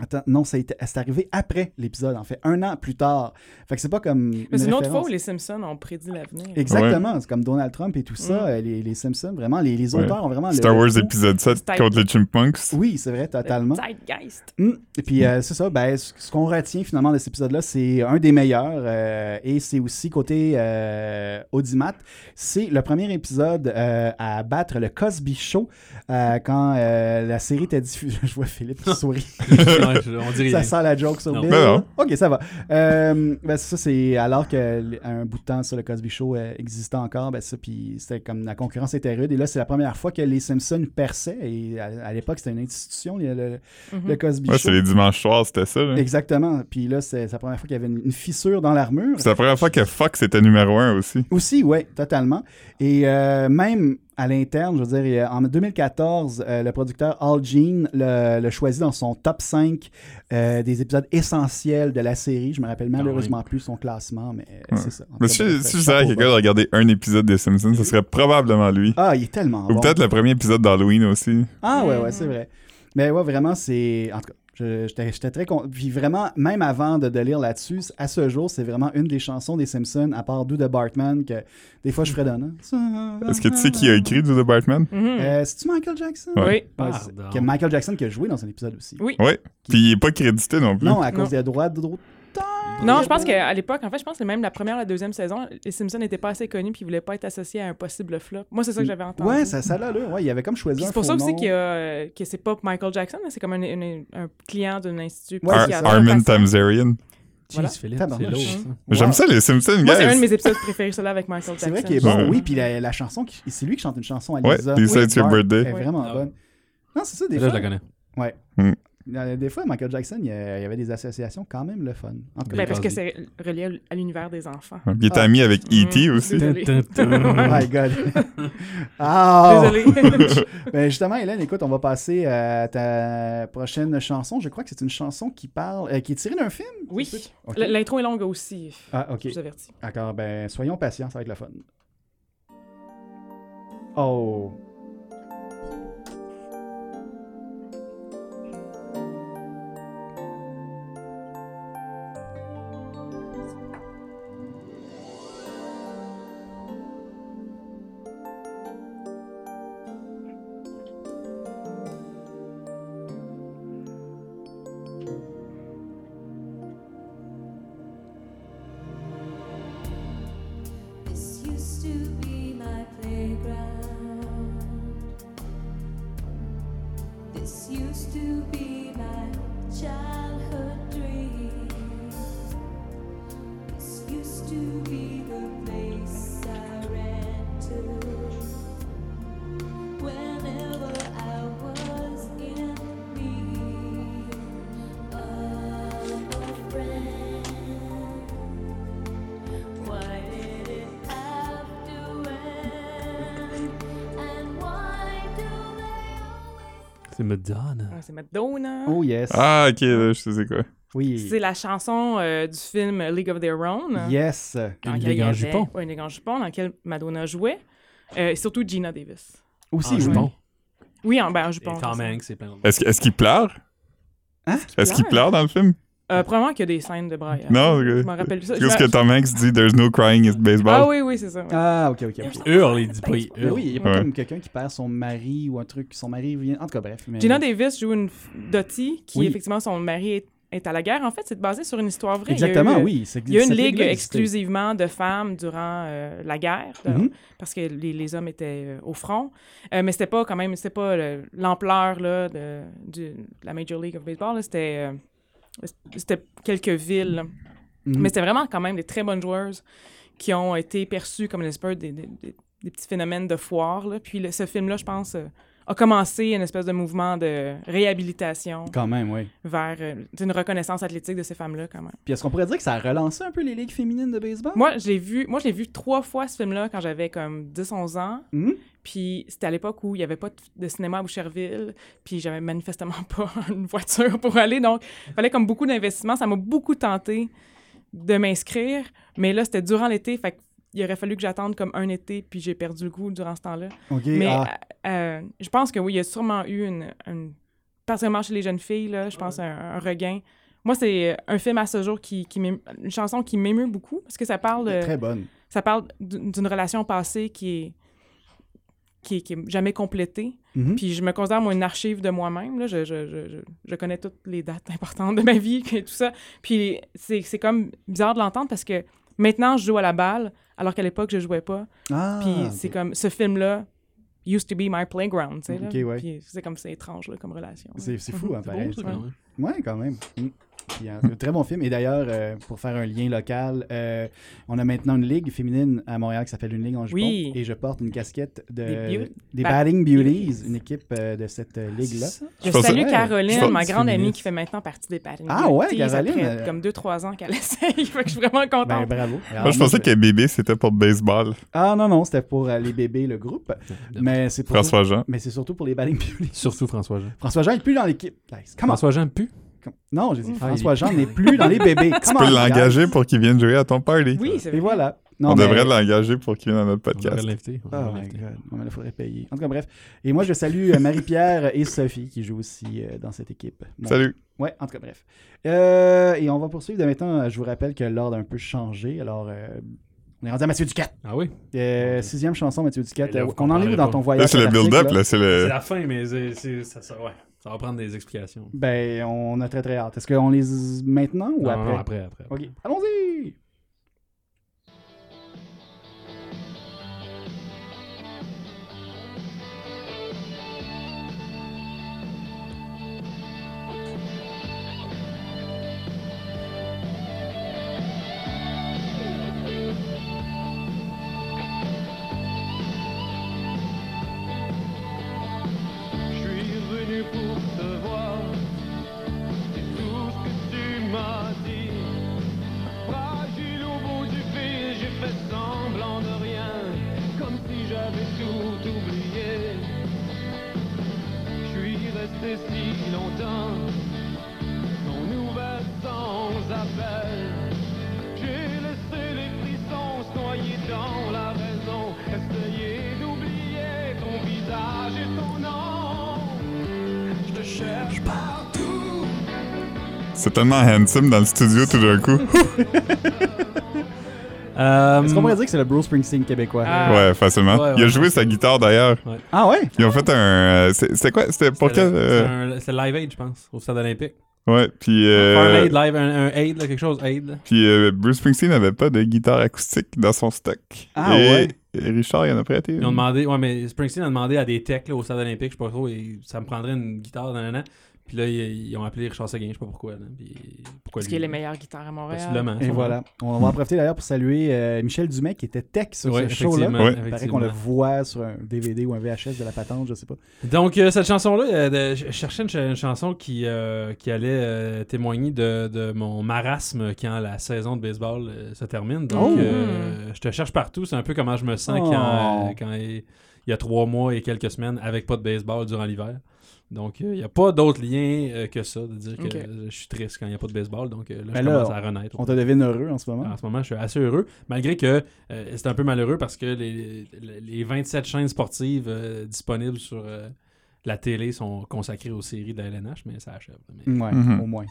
[SPEAKER 2] Attends, non, c'est c'est arrivé après l'épisode, en fait, un an plus tard. Fait que c'est pas comme.
[SPEAKER 4] Mais c'est une autre
[SPEAKER 2] référence.
[SPEAKER 4] fois où les Simpsons ont prédit l'avenir.
[SPEAKER 2] Exactement, c'est comme Donald Trump et tout ça, euh, les, les Simpsons, vraiment, les, les auteurs
[SPEAKER 1] Ouais.
[SPEAKER 2] ont vraiment... le-
[SPEAKER 1] Star
[SPEAKER 2] le
[SPEAKER 1] Wars
[SPEAKER 2] coup.
[SPEAKER 1] épisode 7
[SPEAKER 4] Style-
[SPEAKER 1] contre les Chipmunks.
[SPEAKER 2] Oui, c'est vrai, totalement.
[SPEAKER 4] Zeitgeist.
[SPEAKER 2] Mm. Et puis, euh, c'est ça, ben, ce ce qu'on retient finalement de cet épisode-là, c'est un des meilleurs euh, et c'est aussi côté euh, Audimat, c'est le premier épisode euh, à battre le Cosby Show euh, quand euh, la série était diffusée. [LAUGHS] Je vois Philippe qui sourit.
[SPEAKER 3] Ouais, je- on dirait.
[SPEAKER 2] Ça sent la joke sur
[SPEAKER 3] Non.
[SPEAKER 2] Bill.
[SPEAKER 1] Ben non.
[SPEAKER 2] Ok, ça va. Euh, ben ça, c'est alors qu'un bout de temps sur le Cosby Show euh, existait encore, ben ça, puis c'était comme la concurrence était rude. Et là, c'est la première fois que les Simpsons perçaient. Et à, à l'époque, c'était une institution, le, le- le Cosby
[SPEAKER 1] Ouais,
[SPEAKER 2] Show.
[SPEAKER 1] c'est les dimanches soirs, c'était ça. là.
[SPEAKER 2] Exactement. Puis là, c'est c'est la première fois qu'il y avait une, une fissure dans l'armure.
[SPEAKER 1] C'est la première fois que Fox était numéro 1 aussi.
[SPEAKER 2] Aussi, oui, totalement. Et euh, même à l'interne, je veux dire, euh, en 2014, euh, le producteur Al Jean le, le choisit dans son top 5 euh, des épisodes essentiels de la série. Je me rappelle malheureusement plus son classement, mais euh, c'est ça. En
[SPEAKER 1] Mais
[SPEAKER 2] tout
[SPEAKER 1] si,
[SPEAKER 2] cas, bref,
[SPEAKER 1] si je savais à
[SPEAKER 2] chapeau
[SPEAKER 1] quelqu'un
[SPEAKER 2] bas.
[SPEAKER 1] de regarder un épisode des Simpsons, ce serait probablement lui.
[SPEAKER 2] Ah, il est tellement
[SPEAKER 1] Ou
[SPEAKER 2] bon.
[SPEAKER 1] peut-être le premier épisode d'Halloween aussi.
[SPEAKER 2] Ah ouais, ouais, c'est vrai. Mais ouais, vraiment, c'est... En tout cas, je- j'étais j'étais très content. Puis vraiment, même avant de, de lire là-dessus, à ce jour, c'est vraiment une des chansons des Simpsons, à part Do the Bartman, que des fois je fredonne. hein.
[SPEAKER 1] Hmm. Est-ce que tu sais qui a écrit Do the Batman?
[SPEAKER 4] Mhm.
[SPEAKER 2] Euh, C'est-tu Michael Jackson?
[SPEAKER 1] Ouais.
[SPEAKER 4] Oui.
[SPEAKER 2] Ouais,
[SPEAKER 3] Pardon.
[SPEAKER 2] c'est- que Michael Jackson qui a joué dans un épisode aussi.
[SPEAKER 4] Oui.
[SPEAKER 1] Ouais. Puis il est pas crédité non plus.
[SPEAKER 2] Non, à
[SPEAKER 4] Non.
[SPEAKER 2] cause des droits d'auteur.
[SPEAKER 4] Non, je pense qu'à l'époque, en fait, je pense que même la première, la deuxième saison, les Simpsons n'étaient pas assez connus puis ils voulaient pas être associés à un possible flop. Moi, c'est ça que j'avais entendu.
[SPEAKER 2] Ouais, ça, ça là, là. Ouais, il avait comme choisi
[SPEAKER 4] Puis
[SPEAKER 2] un
[SPEAKER 4] c'est pour ça
[SPEAKER 2] faux
[SPEAKER 4] aussi
[SPEAKER 2] nom.
[SPEAKER 4] qu'il y a, euh, que c'est pas Michael Jackson, mais c'est comme un, un- un client d'un institut.
[SPEAKER 2] Ouais,
[SPEAKER 1] Ar-
[SPEAKER 2] c'est ça.
[SPEAKER 4] psychiatrique. Patient.
[SPEAKER 1] Armin Tamzarian.
[SPEAKER 4] Voilà.
[SPEAKER 3] Jeez, Philippe, c'est
[SPEAKER 2] Tabarnak.
[SPEAKER 3] lourd.
[SPEAKER 2] Mmh.
[SPEAKER 3] ça.
[SPEAKER 2] Wow.
[SPEAKER 1] J'aime ça, les Simpsons,
[SPEAKER 4] Moi, c'est un de
[SPEAKER 1] guys.
[SPEAKER 4] mes épisodes préférés, celui-là avec Michael Jackson.
[SPEAKER 2] C'est vrai qu'il est bon.
[SPEAKER 1] Ouais.
[SPEAKER 2] Oui, puis la, la chanson, qui- c'est lui qui chante une chanson à
[SPEAKER 1] Ouais,
[SPEAKER 2] Lisa.
[SPEAKER 1] Lisa,
[SPEAKER 2] Oui,
[SPEAKER 1] it's your
[SPEAKER 2] Mark,
[SPEAKER 1] birthday.
[SPEAKER 2] Elle est vraiment
[SPEAKER 3] Ah.
[SPEAKER 2] bonne. Non, c'est ça, des
[SPEAKER 3] Là, je
[SPEAKER 2] fois.
[SPEAKER 3] la connais.
[SPEAKER 2] Ouais.
[SPEAKER 1] Hmm.
[SPEAKER 2] Euh, Des fois, Michael Jackson, il y a- il y avait des associations quand même le fun. En tout cas,
[SPEAKER 4] Ben, parce que
[SPEAKER 3] Cosby.
[SPEAKER 4] c'est relié à l'univers des enfants.
[SPEAKER 1] Il est
[SPEAKER 2] Ah.
[SPEAKER 1] ami avec E.T.
[SPEAKER 4] Mm.
[SPEAKER 2] [LAUGHS]
[SPEAKER 1] aussi. [LAUGHS]
[SPEAKER 4] Désolée.
[SPEAKER 2] oh my
[SPEAKER 4] [LAUGHS]
[SPEAKER 2] god. Ah! [LAUGHS]
[SPEAKER 4] Désolée.
[SPEAKER 2] Ben, justement, Hélène, écoute, on va passer euh, à ta prochaine chanson. Je crois que c'est une chanson qui parle, euh, qui est tirée d'un film.
[SPEAKER 4] oui.
[SPEAKER 2] Ok.
[SPEAKER 4] L- L'intro est longue aussi.
[SPEAKER 2] Ah, ok.
[SPEAKER 4] Je vous avertis.
[SPEAKER 2] D'accord, ben soyons patients, ça va être le fun. Oh.
[SPEAKER 16] This used to be my playground. This used to be my childhood dream. This used to be the place I ran to whenever I was in need of a friend. Why did it have to end? And why do
[SPEAKER 3] C'est Madonna.
[SPEAKER 4] Ah, c'est Madonna.
[SPEAKER 2] Oh yes.
[SPEAKER 1] Ah, ok, là, je sais quoi.
[SPEAKER 2] Oui.
[SPEAKER 4] C'est la chanson euh, du film League of Their Own.
[SPEAKER 2] Yes.
[SPEAKER 4] Dans
[SPEAKER 3] Une
[SPEAKER 4] lequel
[SPEAKER 3] Ligue
[SPEAKER 4] il y
[SPEAKER 3] en
[SPEAKER 4] avait-
[SPEAKER 3] jupon.
[SPEAKER 4] ouais, une Ligue en jupon, dans laquelle Madonna jouait. Euh, et surtout Gina Davis.
[SPEAKER 2] Aussi,
[SPEAKER 3] Ah,
[SPEAKER 2] oui.
[SPEAKER 3] jupon.
[SPEAKER 4] Oui, en, ben, en
[SPEAKER 3] Et
[SPEAKER 4] jupon.
[SPEAKER 3] Tom
[SPEAKER 4] c'est ça.
[SPEAKER 3] Hanks, c'est plein d'autres.
[SPEAKER 1] Est-ce que- est-ce qu'il pleure?
[SPEAKER 2] Hein?
[SPEAKER 1] Est-ce qu'il pleure dans le film?
[SPEAKER 4] Euh, probablement qu'il y a des scènes de braille.
[SPEAKER 1] Non,
[SPEAKER 4] Je
[SPEAKER 1] ok.
[SPEAKER 4] m'en rappelle plus. ça.
[SPEAKER 1] Qu'est-ce
[SPEAKER 4] Je me-
[SPEAKER 1] que Tom Hanks dit? There's no crying in baseball.
[SPEAKER 4] Ah oui, oui, c'est ça. ouais.
[SPEAKER 2] Ah, ok, ok, ok.
[SPEAKER 3] Hurle, il dit pas, il
[SPEAKER 2] Mais
[SPEAKER 3] hurle.
[SPEAKER 2] Ben, oui, il n'y a pas
[SPEAKER 1] Euh, Ouais.
[SPEAKER 2] comme quelqu'un qui perd son mari ou un truc, son mari vient. En tout cas, bref. mais-
[SPEAKER 4] Gina Davis joue une f- Dottie qui,
[SPEAKER 2] Oui.
[SPEAKER 4] effectivement, son mari est, est à la guerre. En fait, c'est basé sur une histoire vraie. Il y a
[SPEAKER 2] Exactement,
[SPEAKER 4] eu, euh,
[SPEAKER 2] oui. c'est-
[SPEAKER 4] Il y a une
[SPEAKER 2] cette
[SPEAKER 4] ligue
[SPEAKER 2] ligue-là existait.
[SPEAKER 4] exclusivement de femmes durant euh, la guerre, de-
[SPEAKER 2] Mhm.
[SPEAKER 4] parce que les, les hommes étaient euh, au front. Euh, mais c'était pas quand même, c'était pas le- l'ampleur là, de, du- de la Major League of Baseball. là. C'était, euh, c'était quelques villes. là.
[SPEAKER 2] Mhm.
[SPEAKER 4] Mais c'était vraiment quand même des très bonnes joueuses qui ont été perçues comme une espèce des, des- des- des petits phénomènes de foire. là. Puis le- ce film-là, je pense, euh, a commencé une espèce de mouvement de réhabilitation
[SPEAKER 2] Quand même, oui.
[SPEAKER 4] vers euh, une reconnaissance athlétique de ces femmes-là quand même.
[SPEAKER 2] Puis est-ce qu'on pourrait dire que ça a relancé un peu les ligues féminines de baseball?
[SPEAKER 4] Moi, je l'ai vu, moi, je l'ai vu trois fois ce film-là quand j'avais comme 10-11 ans.
[SPEAKER 2] Mhm.
[SPEAKER 4] Puis c'était à l'époque où il n'y avait pas de- de cinéma à Boucherville. Puis j'avais manifestement [LAUGHS] pas une voiture pour aller. Donc, il fallait comme beaucoup d'investissement. Ça m'a beaucoup tenté de m'inscrire. Mais là, c'était durant l'été. Fait qu'il aurait fallu que j'attende comme un été. Puis j'ai perdu le goût durant ce temps-là.
[SPEAKER 2] OK,
[SPEAKER 4] Mais
[SPEAKER 2] ah,
[SPEAKER 4] euh, euh, je pense que oui, il y a sûrement eu une. une- particulièrement chez les jeunes filles, là, je pense, un, un regain. Moi, c'est un film à ce jour qui, qui m'émeut- une chanson qui m'émeut beaucoup parce que ça parle,
[SPEAKER 2] elle est
[SPEAKER 4] euh,
[SPEAKER 2] très bonne.
[SPEAKER 4] ça parle d'une d'une relation passée qui est, qui est, qui est jamais complétée.
[SPEAKER 2] Mhm.
[SPEAKER 4] Puis je me considère, moi, une archive de moi-même. là. Je, je- je- je- je connais toutes les dates [LAUGHS] importantes de ma vie et tout ça. Puis c'est c'est comme bizarre de l'entendre parce que maintenant, je joue à la balle alors qu'à l'époque, je jouais pas.
[SPEAKER 2] Ah,
[SPEAKER 4] Puis c'est comme ce film-là used to be my playground, tu sais. là.
[SPEAKER 2] Ok, ouais.
[SPEAKER 4] Puis c'est comme c'est étrange là, comme relation. là.
[SPEAKER 2] c'est c'est fou, hein,
[SPEAKER 3] C'est
[SPEAKER 2] pareil.
[SPEAKER 3] beau, ça, quand même.
[SPEAKER 2] Ouais, quand même. Mm. Puis, euh, c'est un très bon film. Et d'ailleurs, euh, pour faire un lien local, euh, on a maintenant une ligue féminine à Montréal qui s'appelle une ligue en jupon.
[SPEAKER 4] Oui.
[SPEAKER 2] Et je porte une casquette de,
[SPEAKER 4] Des Beau-
[SPEAKER 2] des
[SPEAKER 4] Ba-
[SPEAKER 2] Batting Beauties,
[SPEAKER 4] Beauties.
[SPEAKER 2] une équipe euh, de cette euh, ligue-là.
[SPEAKER 4] Je
[SPEAKER 1] pense-
[SPEAKER 4] salue
[SPEAKER 2] Ouais.
[SPEAKER 1] Je
[SPEAKER 4] Caroline,
[SPEAKER 1] pense-
[SPEAKER 4] ma
[SPEAKER 3] c'est
[SPEAKER 4] grande amie
[SPEAKER 3] féministe.
[SPEAKER 4] qui fait maintenant partie des parents.
[SPEAKER 2] Ah ouais, Caroline,
[SPEAKER 4] Ça
[SPEAKER 2] euh,
[SPEAKER 4] fait comme 2-3 ans qu'elle [LAUGHS] essaye. fait que je suis vraiment
[SPEAKER 2] Ben,
[SPEAKER 4] contente.
[SPEAKER 2] bravo.
[SPEAKER 1] Moi, je pensais que bébé, c'était pour baseball.
[SPEAKER 2] Ah non, non, c'était pour euh, les bébés, le groupe. Mais c'est pour...
[SPEAKER 1] François-Jean.
[SPEAKER 2] Mais c'est surtout pour les Batting Beauties.
[SPEAKER 3] Surtout François-Jean.
[SPEAKER 2] François-Jean n'est plus dans l'équipe. Guys, come on.
[SPEAKER 3] François-Jean pue.
[SPEAKER 2] Comme- Non, j'ai dit
[SPEAKER 3] Ah, il est
[SPEAKER 2] François-Jean
[SPEAKER 3] plus
[SPEAKER 2] n'est
[SPEAKER 3] dans
[SPEAKER 2] plus dans les bébés.
[SPEAKER 1] Tu
[SPEAKER 2] Come
[SPEAKER 1] peux
[SPEAKER 2] on,
[SPEAKER 1] l'engager
[SPEAKER 2] guys.
[SPEAKER 1] pour qu'il vienne jouer à ton party.
[SPEAKER 4] oui, c'est
[SPEAKER 2] Et
[SPEAKER 4] vrai.
[SPEAKER 2] voilà. Non,
[SPEAKER 1] On
[SPEAKER 2] mais-
[SPEAKER 1] devrait l'engager pour qu'il vienne à notre
[SPEAKER 3] On devrait
[SPEAKER 1] podcast.
[SPEAKER 3] l'inviter. on
[SPEAKER 2] Oh
[SPEAKER 3] devrait
[SPEAKER 2] my
[SPEAKER 3] l'inviter.
[SPEAKER 2] God. Non, mais là, il faudrait payer. En tout cas, bref. Et moi, je salue euh, Marie-Pierre et Sophie qui jouent aussi euh, dans cette équipe. Bon.
[SPEAKER 1] Salut.
[SPEAKER 2] Ouais, en tout cas, bref. Euh, et on va poursuivre de maintenant. euh, Je vous rappelle que l'ordre a un peu changé. Alors, euh, on est rendu à Mathieu Ducat.
[SPEAKER 3] Ah oui?
[SPEAKER 2] Euh, Sixième chanson, Mathieu Ducat.
[SPEAKER 3] Et là,
[SPEAKER 2] Euh, on en
[SPEAKER 3] vous
[SPEAKER 2] est où
[SPEAKER 3] comprendrez
[SPEAKER 2] dans
[SPEAKER 3] pas.
[SPEAKER 2] ton voyage
[SPEAKER 1] Là, c'est le
[SPEAKER 2] fantastique,
[SPEAKER 1] build-up,
[SPEAKER 2] là?
[SPEAKER 1] là. C'est
[SPEAKER 3] C'est
[SPEAKER 1] le.
[SPEAKER 3] la fin, mais c'est- c'est- ça, ça- ouais. ça va prendre des explications.
[SPEAKER 2] Ben, on a très très hâte. Est-ce qu'on les maintenant ou
[SPEAKER 3] Non,
[SPEAKER 2] après?
[SPEAKER 3] non, après, après.
[SPEAKER 2] Ok, allons-y!
[SPEAKER 7] Je suis venu pour te voir, c'est tout ce que tu m'as dit. Fragile
[SPEAKER 1] C'est tellement handsome dans le studio tout d'un
[SPEAKER 2] [LAUGHS]
[SPEAKER 1] coup.
[SPEAKER 3] Euh,
[SPEAKER 2] Est-ce qu'on pourrait dire que c'est le Bruce Springsteen québécois?
[SPEAKER 4] Ah.
[SPEAKER 1] ouais, facilement.
[SPEAKER 3] Ouais, ouais.
[SPEAKER 1] Il a joué sa guitare d'ailleurs.
[SPEAKER 2] Ah ouais?
[SPEAKER 1] Ils ont fait un. euh, c'est- C'était quoi C'était pour
[SPEAKER 3] C'était
[SPEAKER 1] quel. euh,
[SPEAKER 3] un- c'était Live Aid, je pense, au Stade Olympique.
[SPEAKER 1] Ouais, puis.
[SPEAKER 3] Un
[SPEAKER 1] euh,
[SPEAKER 3] aid, live, un, un aid, là, quelque chose, aid. là.
[SPEAKER 1] Puis euh, Bruce Springsteen n'avait pas de guitare acoustique dans son stock.
[SPEAKER 2] Ah
[SPEAKER 1] et,
[SPEAKER 2] ouais?
[SPEAKER 1] et Richard, il en a prêté.
[SPEAKER 3] Ils ont demandé, ouais, mais Springsteen a demandé à des techs là, au stade olympique, je sais pas trop, et ça me prendrait une guitare, nanana. Puis là, ils, ils ont appelé Richard Seguin, je sais pas pourquoi. Là, puis pourquoi
[SPEAKER 4] Parce
[SPEAKER 3] lui?
[SPEAKER 4] qu'il est les meilleures guitares à Montréal.
[SPEAKER 3] Possiblement.
[SPEAKER 2] Et
[SPEAKER 3] sûrement.
[SPEAKER 2] voilà. On va en profiter d'ailleurs pour saluer euh, Michel Dumais qui était tech sur
[SPEAKER 3] Ouais,
[SPEAKER 2] ce show-là.
[SPEAKER 3] effectivement,
[SPEAKER 1] Ouais.
[SPEAKER 2] Il paraît qu'on le
[SPEAKER 3] effectivement.
[SPEAKER 2] voit sur un DVD ou un VHS de la patente, je sais pas.
[SPEAKER 3] Donc, euh, cette chanson-là, euh, de- je je cherchais une, ch- une chanson qui, euh, qui allait euh, témoigner de, de mon marasme quand la saison de baseball euh, se termine. Donc,
[SPEAKER 2] Oh!
[SPEAKER 3] euh, je te cherche partout. C'est un peu comment je me sens quand,
[SPEAKER 2] Oh.
[SPEAKER 3] euh, quand il il y a trois mois et quelques semaines avec pas de baseball durant l'hiver. Donc, euh, il n'y a pas d'autre lien euh, que ça, de dire que
[SPEAKER 4] Ok.
[SPEAKER 3] euh, je suis triste quand il n'y a pas de baseball. Donc, euh, là,
[SPEAKER 2] Ben
[SPEAKER 3] je
[SPEAKER 2] là,
[SPEAKER 3] commence à renaître.
[SPEAKER 2] On te devine heureux en ce moment.
[SPEAKER 3] En ce moment, je suis assez heureux, malgré que euh, c'est un peu malheureux parce que les, les- les 27 chaînes sportives euh, disponibles sur euh, la télé sont consacrées aux séries de la LNH, mais ça achève. Mais,
[SPEAKER 2] Ouais,
[SPEAKER 1] Mhm.
[SPEAKER 2] au moins.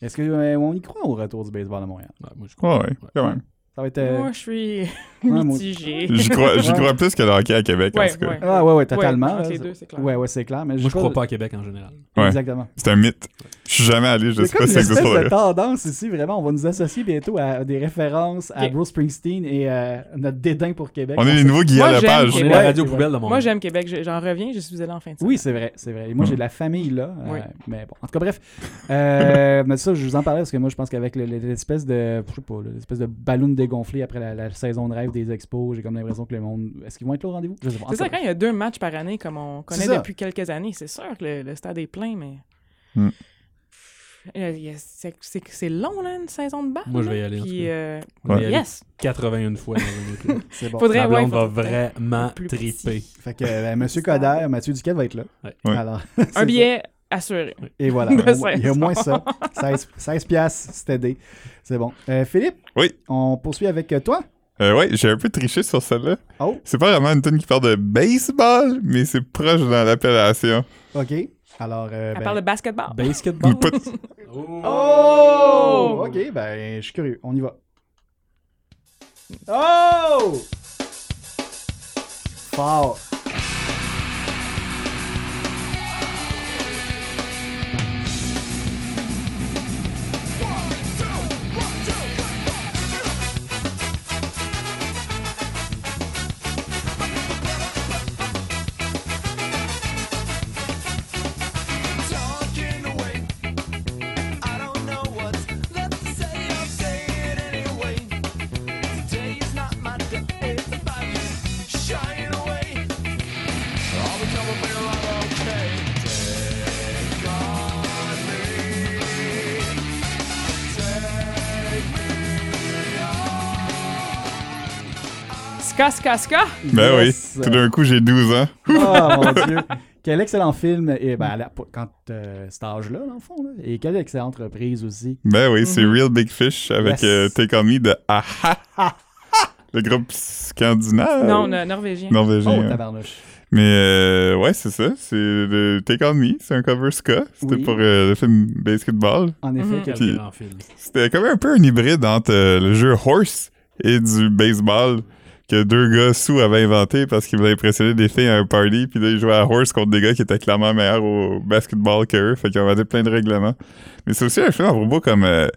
[SPEAKER 2] Est-ce que euh, on y croit au retour du baseball à Montréal?
[SPEAKER 3] Ah ouais, moi, je
[SPEAKER 1] Ouais,
[SPEAKER 3] crois.
[SPEAKER 1] ouais, quand même.
[SPEAKER 2] Ça va être. euh,
[SPEAKER 4] Moi, je suis
[SPEAKER 2] moi-
[SPEAKER 4] mitigée.
[SPEAKER 1] J'y crois, j'y crois plus que le hockey à Québec, en
[SPEAKER 4] Ouais,
[SPEAKER 1] tout cas.
[SPEAKER 4] ouais.
[SPEAKER 2] Ah ouais, ouais, totalement.
[SPEAKER 4] Ouais, entre les
[SPEAKER 2] là.
[SPEAKER 4] deux, c'est clair.
[SPEAKER 2] Ouais, ouais, c'est clair. Mais
[SPEAKER 3] Moi, je crois pas à Québec en général.
[SPEAKER 1] Ouais.
[SPEAKER 2] Exactement.
[SPEAKER 1] C'est un mythe. Je suis jamais allé, je
[SPEAKER 2] C'est
[SPEAKER 1] sais
[SPEAKER 2] comme
[SPEAKER 1] pas
[SPEAKER 2] une
[SPEAKER 1] si ça
[SPEAKER 2] espèce
[SPEAKER 1] existe pour
[SPEAKER 2] de
[SPEAKER 1] vrai.
[SPEAKER 2] tendance ici, vraiment. On va nous associer bientôt à des références à
[SPEAKER 4] Ok.
[SPEAKER 2] Bruce Springsteen et euh, notre dédain pour Québec.
[SPEAKER 1] On est les
[SPEAKER 2] sait-
[SPEAKER 1] nouveaux Guillaume
[SPEAKER 4] Moi, j'aime
[SPEAKER 1] Lepage.
[SPEAKER 3] On est
[SPEAKER 4] Québec.
[SPEAKER 3] la radio
[SPEAKER 2] c'est
[SPEAKER 3] poubelle de mon
[SPEAKER 4] Moi, j'aime Québec. Je- J'en reviens. Je suis allé en fin de semaine.
[SPEAKER 2] Oui, c'est vrai, c'est vrai. Et moi, j'ai de la famille là. euh,
[SPEAKER 4] Mm. Oui.
[SPEAKER 2] mais bon, en tout cas, bref. Euh, [LAUGHS] mais ça, je vous en parlais parce que moi, je pense qu'avec le- le- l'espèce de, je sais pas, l'espèce de ballon dégonflé après la, la saison de rêve des expos, j'ai comme l'impression que le monde, est-ce qu'ils vont être là au rendez-vous Je sais pas. En
[SPEAKER 4] C'est
[SPEAKER 2] tout
[SPEAKER 4] ça,
[SPEAKER 2] cas,
[SPEAKER 4] quand il y a deux matchs par année, comme on
[SPEAKER 2] C'est
[SPEAKER 4] connaît
[SPEAKER 2] ça.
[SPEAKER 4] depuis quelques années, c'est sûr que le, le stade est plein, mais.
[SPEAKER 2] Mm.
[SPEAKER 1] Hmm.
[SPEAKER 4] Euh, il y a- c'est- C'est c'est long, là, une saison de balle.
[SPEAKER 3] Moi, je vais
[SPEAKER 4] là.
[SPEAKER 3] y aller, en tout
[SPEAKER 4] Puis,
[SPEAKER 3] cas.
[SPEAKER 4] euh,
[SPEAKER 3] On est allé
[SPEAKER 4] yes.
[SPEAKER 3] 81 fois dans un autre club.
[SPEAKER 2] c'est bon.
[SPEAKER 4] Faudrait-
[SPEAKER 3] Ma blonde
[SPEAKER 4] ouais, faut-
[SPEAKER 3] va vraiment
[SPEAKER 4] hein. plus [LAUGHS]
[SPEAKER 3] triper.
[SPEAKER 2] Fait que euh, Monsieur Coder, Mathieu Duquette va être là.
[SPEAKER 3] Ouais.
[SPEAKER 1] Ouais.
[SPEAKER 2] Alors,
[SPEAKER 4] Un
[SPEAKER 2] [LAUGHS] c'est
[SPEAKER 4] billet assuré.
[SPEAKER 3] Eh
[SPEAKER 2] ça. Et voilà.
[SPEAKER 4] de
[SPEAKER 2] Au moins- Il y a au
[SPEAKER 4] saison.
[SPEAKER 2] moins ça. 16, 16 piastres, c'est aidé. C'est bon. Euh, Philippe.
[SPEAKER 1] Oui.
[SPEAKER 2] On poursuit avec euh, toi.
[SPEAKER 1] Euh, ouais, j'ai un peu triché sur celle-là.
[SPEAKER 2] Oh.
[SPEAKER 1] C'est pas vraiment une tune qui parle de baseball, mais c'est proche dans l'appellation.
[SPEAKER 2] Ok. Alors. euh,
[SPEAKER 4] Elle
[SPEAKER 2] ben-
[SPEAKER 4] parle de basketball.
[SPEAKER 2] Ah.
[SPEAKER 3] Basketball.
[SPEAKER 1] Pas-
[SPEAKER 2] Oh! Ok, ben, je suis curieux. On y va. Oh! Fort.
[SPEAKER 11] talking away. I don't know what's left to say. I'll say it anyway. Today is not my day. It's about you shining away. All the trouble will I'm okay. Take on me. Take
[SPEAKER 4] Ska, ska, ska.
[SPEAKER 1] Ben
[SPEAKER 2] Yes.
[SPEAKER 1] oui, tout d'un coup, j'ai 12 ans.
[SPEAKER 2] Oh
[SPEAKER 1] [LAUGHS]
[SPEAKER 2] mon dieu. Quel excellent film. Et ben, à la- quand euh, cet âge-là, dans le fond. là. Et quelle excellente reprise aussi.
[SPEAKER 1] Ben oui, c'est Real Big Fish avec
[SPEAKER 2] Mm-hmm.
[SPEAKER 1] euh,
[SPEAKER 2] Yes.
[SPEAKER 1] Take On Me de Aha! Le groupe
[SPEAKER 2] Ben.
[SPEAKER 1] scandinave.
[SPEAKER 4] Non, no- norvégien.
[SPEAKER 2] Oh,
[SPEAKER 1] Norvégien. ouais.
[SPEAKER 2] tabarnouche.
[SPEAKER 1] Mais euh, ouais, c'est ça. C'est le Take On Me. C'est un cover ska. C'était
[SPEAKER 2] Oui.
[SPEAKER 1] pour euh, le film Basketball.
[SPEAKER 2] En effet,
[SPEAKER 4] Mhm.
[SPEAKER 2] quel-
[SPEAKER 1] Puis-
[SPEAKER 3] Quel grand film.
[SPEAKER 1] C'était comme un peu un hybride entre euh, le jeu Horse et du baseball que deux gars sous avaient inventé parce qu'ils voulaient impressionner des filles à un party. Puis là, ils jouaient à Horse contre des gars qui étaient clairement meilleurs au basketball qu'eux. Fait qu'ils ont inventé plein de règlements. Mais c'est aussi un film à propos comme... euh,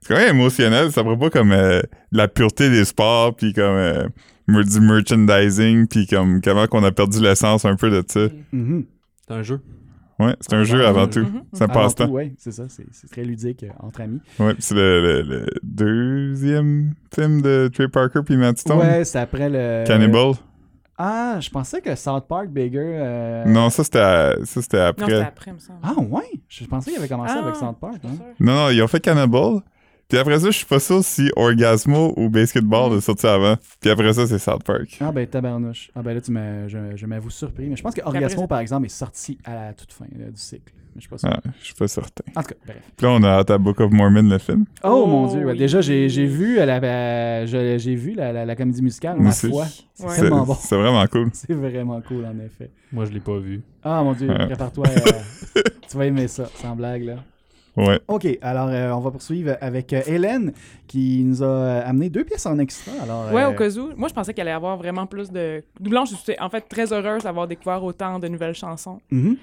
[SPEAKER 1] c'est quand même émotionnel. C'est à propos comme euh, de la pureté des sports, puis comme euh, mer- du merchandising, puis comme comment qu'on a perdu l'essence un peu de ça.
[SPEAKER 2] Mhm.
[SPEAKER 3] C'est un jeu.
[SPEAKER 1] Ouais, c'est un jeu avant tout. Ça
[SPEAKER 2] Avant
[SPEAKER 1] passe temps.
[SPEAKER 2] tout, ouais, c'est ça. C'est c'est très ludique euh, entre amis.
[SPEAKER 1] Ouais, pis c'est le, le- le deuxième film de Trey Parker puis Matt Stone.
[SPEAKER 2] Ouais, c'est après le.
[SPEAKER 1] Cannibal.
[SPEAKER 2] Ah, je pensais que South Park Bigger. euh,
[SPEAKER 1] Non, ça c'était à- ça, c'était
[SPEAKER 4] Non, c'était
[SPEAKER 1] après.
[SPEAKER 4] après, il me semble.
[SPEAKER 2] Ah ouais, je pensais qu'il avait commencé
[SPEAKER 4] Ah,
[SPEAKER 2] avec South Park.
[SPEAKER 4] je
[SPEAKER 2] hein.
[SPEAKER 4] suis sûre.
[SPEAKER 1] Non, non, ils ont fait Cannibal. Puis après ça, je suis pas sûr si Orgasmo ou Basketball est sorti avant. Puis après ça, c'est South Park.
[SPEAKER 2] Ah ben tabarnouche. Ah ben là, tu m'as- je, je m'avoue surpris. Mais je pense que
[SPEAKER 4] après
[SPEAKER 2] Orgasmo,
[SPEAKER 4] ça-
[SPEAKER 2] par exemple, est sorti à la toute fin là, du cycle. Mais je suis pas sûr.
[SPEAKER 1] Ah, je suis pas certain.
[SPEAKER 2] En tout cas, bref.
[SPEAKER 1] Puis là, on a hâte à Book of Mormon, le film.
[SPEAKER 2] Oh,
[SPEAKER 4] Oh,
[SPEAKER 2] mon dieu, ouais,
[SPEAKER 4] oui.
[SPEAKER 2] déjà j'ai j'ai vu la, la- je- j'ai vu la, la- la comédie musicale
[SPEAKER 1] Moi
[SPEAKER 2] ma
[SPEAKER 1] aussi.
[SPEAKER 2] foi. [LAUGHS] C'est
[SPEAKER 4] Ouais.
[SPEAKER 1] C'est
[SPEAKER 2] tellement bon.
[SPEAKER 1] c'est vraiment cool.
[SPEAKER 2] C'est vraiment cool en effet.
[SPEAKER 3] Moi, je l'ai pas vu.
[SPEAKER 2] Ah mon dieu,
[SPEAKER 1] Ouais.
[SPEAKER 2] prépare-toi. euh, tu vas aimer ça, sans blague là.
[SPEAKER 1] Ouais.
[SPEAKER 2] OK, alors euh, on va poursuivre avec euh, Hélène qui nous a euh, amené deux pièces en extra. Alors,
[SPEAKER 4] Ouais,
[SPEAKER 2] euh,
[SPEAKER 4] au cas où. Moi, je pensais qu'elle allait avoir vraiment plus de doublons. Je suis en fait très heureuse d'avoir découvert autant de nouvelles chansons.
[SPEAKER 2] Mhm.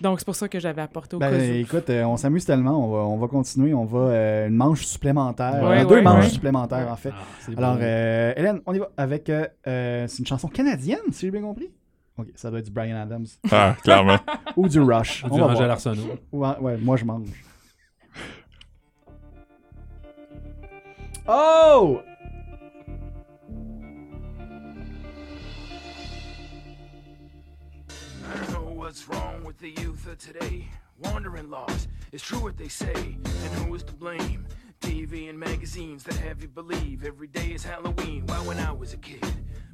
[SPEAKER 4] Donc, c'est pour ça que j'avais apporté au
[SPEAKER 2] Ben,
[SPEAKER 4] cas où.
[SPEAKER 2] écoute, euh, on s'amuse tellement, on va, on va continuer, on va euh, une manche supplémentaire,
[SPEAKER 4] Ouais,
[SPEAKER 2] euh, deux
[SPEAKER 4] ouais,
[SPEAKER 2] manches
[SPEAKER 4] ouais.
[SPEAKER 2] supplémentaires en fait.
[SPEAKER 3] Ah, c'est
[SPEAKER 2] Alors,
[SPEAKER 3] beau.
[SPEAKER 2] euh, Hélène, on y va avec, euh, euh, c'est une chanson canadienne, si j'ai bien compris. Ok, ça doit être du
[SPEAKER 4] [LAUGHS]
[SPEAKER 2] Brian Adams
[SPEAKER 1] Ah, [LAUGHS] clairement.
[SPEAKER 2] ou du Rush.
[SPEAKER 3] Ou
[SPEAKER 2] On
[SPEAKER 3] du
[SPEAKER 2] va
[SPEAKER 3] Angèle
[SPEAKER 2] voir.
[SPEAKER 3] Arsenault.
[SPEAKER 2] Ouais, ouais, moi je mange. Oh!
[SPEAKER 17] I don't know what's wrong with the youth of today. Wandering lost, it's true what they say. And who is to blame? TV and magazines that have you believe every day is Halloween. Why, when I was a kid,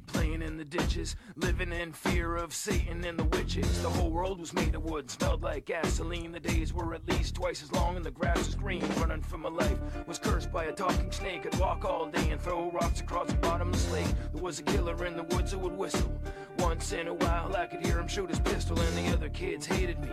[SPEAKER 17] playing in the ditches, living in fear of Satan and the witches. The whole world was made of wood, smelled like gasoline. The days were at least twice as long, and the grass was green. Running for my life was cursed by a talking snake. I'd walk all day and throw rocks across the bottomless lake. There was a killer in the woods who would whistle. Once in a while, I could hear him shoot his pistol, and the other kids hated me.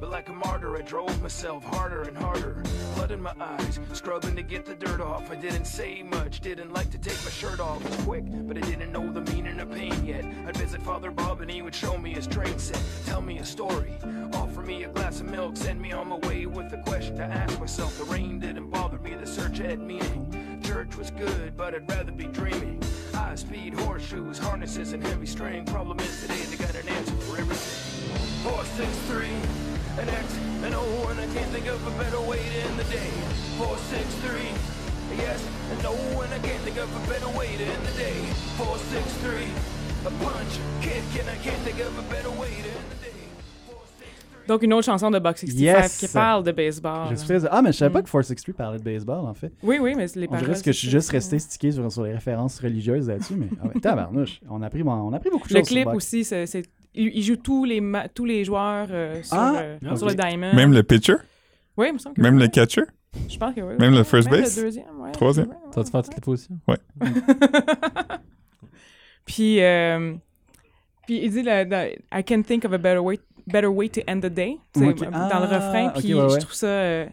[SPEAKER 17] But like a martyr, I drove myself harder and harder. Blood in my eyes, scrubbing to get the dirt off. I didn't say much, didn't like to take my shirt off. It's quick, but I didn't know the meaning of pain yet. I'd visit Father Bob and he would show me his train set, tell me a story, offer me a glass of milk, send me on my way with a question to ask myself. The rain didn't bother me, the search had meaning. Church was good, but I'd rather be dreaming. High speed horseshoes, harnesses, and heavy string. Problem is today they got an answer for everything. Four, six, three, an X, an O, and I can't think of a better way to end the day. Four, six, three, a yes, and no, and I can't think of a better way to end the day. Four, six, three, a punch, kick, and I can't think of a better way to end the day.
[SPEAKER 4] Donc, une autre chanson de Box 65
[SPEAKER 2] Yes!
[SPEAKER 4] qui parle de baseball.
[SPEAKER 2] Je suis très- Ah, mais je savais
[SPEAKER 4] Mm.
[SPEAKER 2] pas que 463 parlait de baseball, en fait.
[SPEAKER 4] Oui, oui, mais c'est les
[SPEAKER 2] On dirait
[SPEAKER 4] paroles,
[SPEAKER 2] que je suis
[SPEAKER 4] c'est
[SPEAKER 2] juste
[SPEAKER 4] ça.
[SPEAKER 2] resté stické sur, sur les références religieuses là-dessus, mais ah ouais, tabarnouche, on a pris, on a pris beaucoup de
[SPEAKER 4] Le
[SPEAKER 2] choses. sur
[SPEAKER 4] clip
[SPEAKER 2] Buck.
[SPEAKER 4] aussi, c'est, c'est- il il joue tous les, ma- tous les joueurs euh, sur,
[SPEAKER 2] Ah,
[SPEAKER 4] euh,
[SPEAKER 2] ok.
[SPEAKER 4] sur le diamond.
[SPEAKER 1] Même le pitcher?
[SPEAKER 4] Oui, il me semble que
[SPEAKER 1] Même
[SPEAKER 4] oui.
[SPEAKER 1] le catcher?
[SPEAKER 4] Je pense que oui.
[SPEAKER 1] Même le first base?
[SPEAKER 4] Le deuxième, ouais.
[SPEAKER 1] Troisième?
[SPEAKER 3] T'as-tu fait toutes les positions?
[SPEAKER 1] Ouais.
[SPEAKER 4] [LAUGHS] Puis, euh, puis il dit la- la- I can think of a better way, better way to end the day. tu sais,
[SPEAKER 2] Ok.
[SPEAKER 4] Dans
[SPEAKER 2] Ah,
[SPEAKER 4] le refrain.
[SPEAKER 2] ok,
[SPEAKER 4] Puis
[SPEAKER 2] ouais, ouais.
[SPEAKER 4] je trouve ça. euh,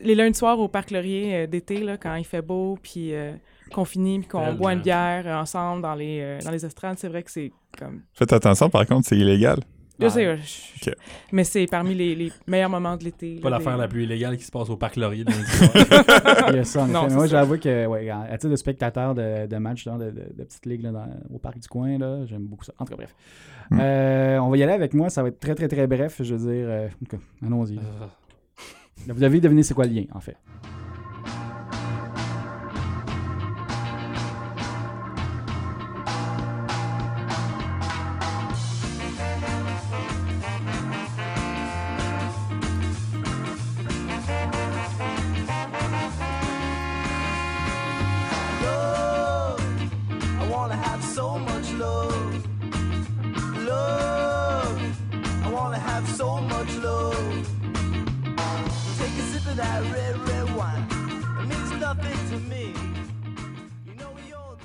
[SPEAKER 4] les lundis soirs au Parc Laurier euh, d'été, là, quand il fait beau, puis euh, qu'on finit, puis qu'on
[SPEAKER 3] Belle
[SPEAKER 4] boit une
[SPEAKER 3] danse.
[SPEAKER 4] bière euh, ensemble dans les, euh, dans les estrades, c'est vrai que c'est comme.
[SPEAKER 1] Faites attention, par contre, c'est illégal.
[SPEAKER 4] Je sais, euh, je-
[SPEAKER 1] Ok.
[SPEAKER 4] mais c'est parmi les, les meilleurs moments de l'été.
[SPEAKER 3] Pas
[SPEAKER 4] là,
[SPEAKER 3] l'affaire
[SPEAKER 4] des-
[SPEAKER 3] la plus illégale qui se passe au Parc Laurier dans l'histoire.
[SPEAKER 2] [LAUGHS] Il y a ça, en
[SPEAKER 4] Non,
[SPEAKER 2] effet. Mais
[SPEAKER 4] c'est
[SPEAKER 2] Moi,
[SPEAKER 4] ça.
[SPEAKER 2] j'avoue que, ouais, à à titre de spectateur de, de match genre, de, de, de petite ligue là, dans- au parc du coin, là, j'aime beaucoup ça. En tout cas, bref.
[SPEAKER 1] Mm.
[SPEAKER 2] Euh, on va y aller avec moi. Ça va être très, très, très bref. Je veux dire, euh, ok, allons-y. Là, Vous avez deviné c'est quoi le lien, en fait.
[SPEAKER 7] Love, I wanna have so much love. Love, I wanna have so much love. Take a sip of that red, red wine. It means nothing to me. You know you're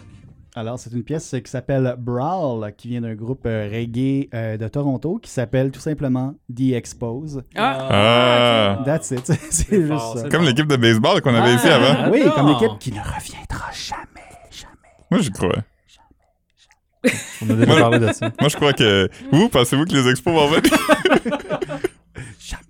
[SPEAKER 7] the
[SPEAKER 2] Alors, c'est une pièce qui s'appelle Brawl, qui vient d'un groupe euh, reggae euh, de Toronto qui s'appelle tout simplement The Expose.
[SPEAKER 4] Ah,
[SPEAKER 1] Ah!
[SPEAKER 2] That's it. [LAUGHS] c'est juste
[SPEAKER 3] fort,
[SPEAKER 2] ça.
[SPEAKER 3] c'est
[SPEAKER 1] Comme l'équipe de baseball qu'on avait ici avant.
[SPEAKER 2] Oui,
[SPEAKER 3] Attends.
[SPEAKER 2] comme l'équipe qui ne reviendra jamais.
[SPEAKER 1] Moi, j'y crois.
[SPEAKER 3] [LAUGHS] On a déjà
[SPEAKER 1] Moi-
[SPEAKER 3] parlé de [LAUGHS] ça.
[SPEAKER 1] Moi, je crois que. Vous, pensez-vous que les expos vont venir?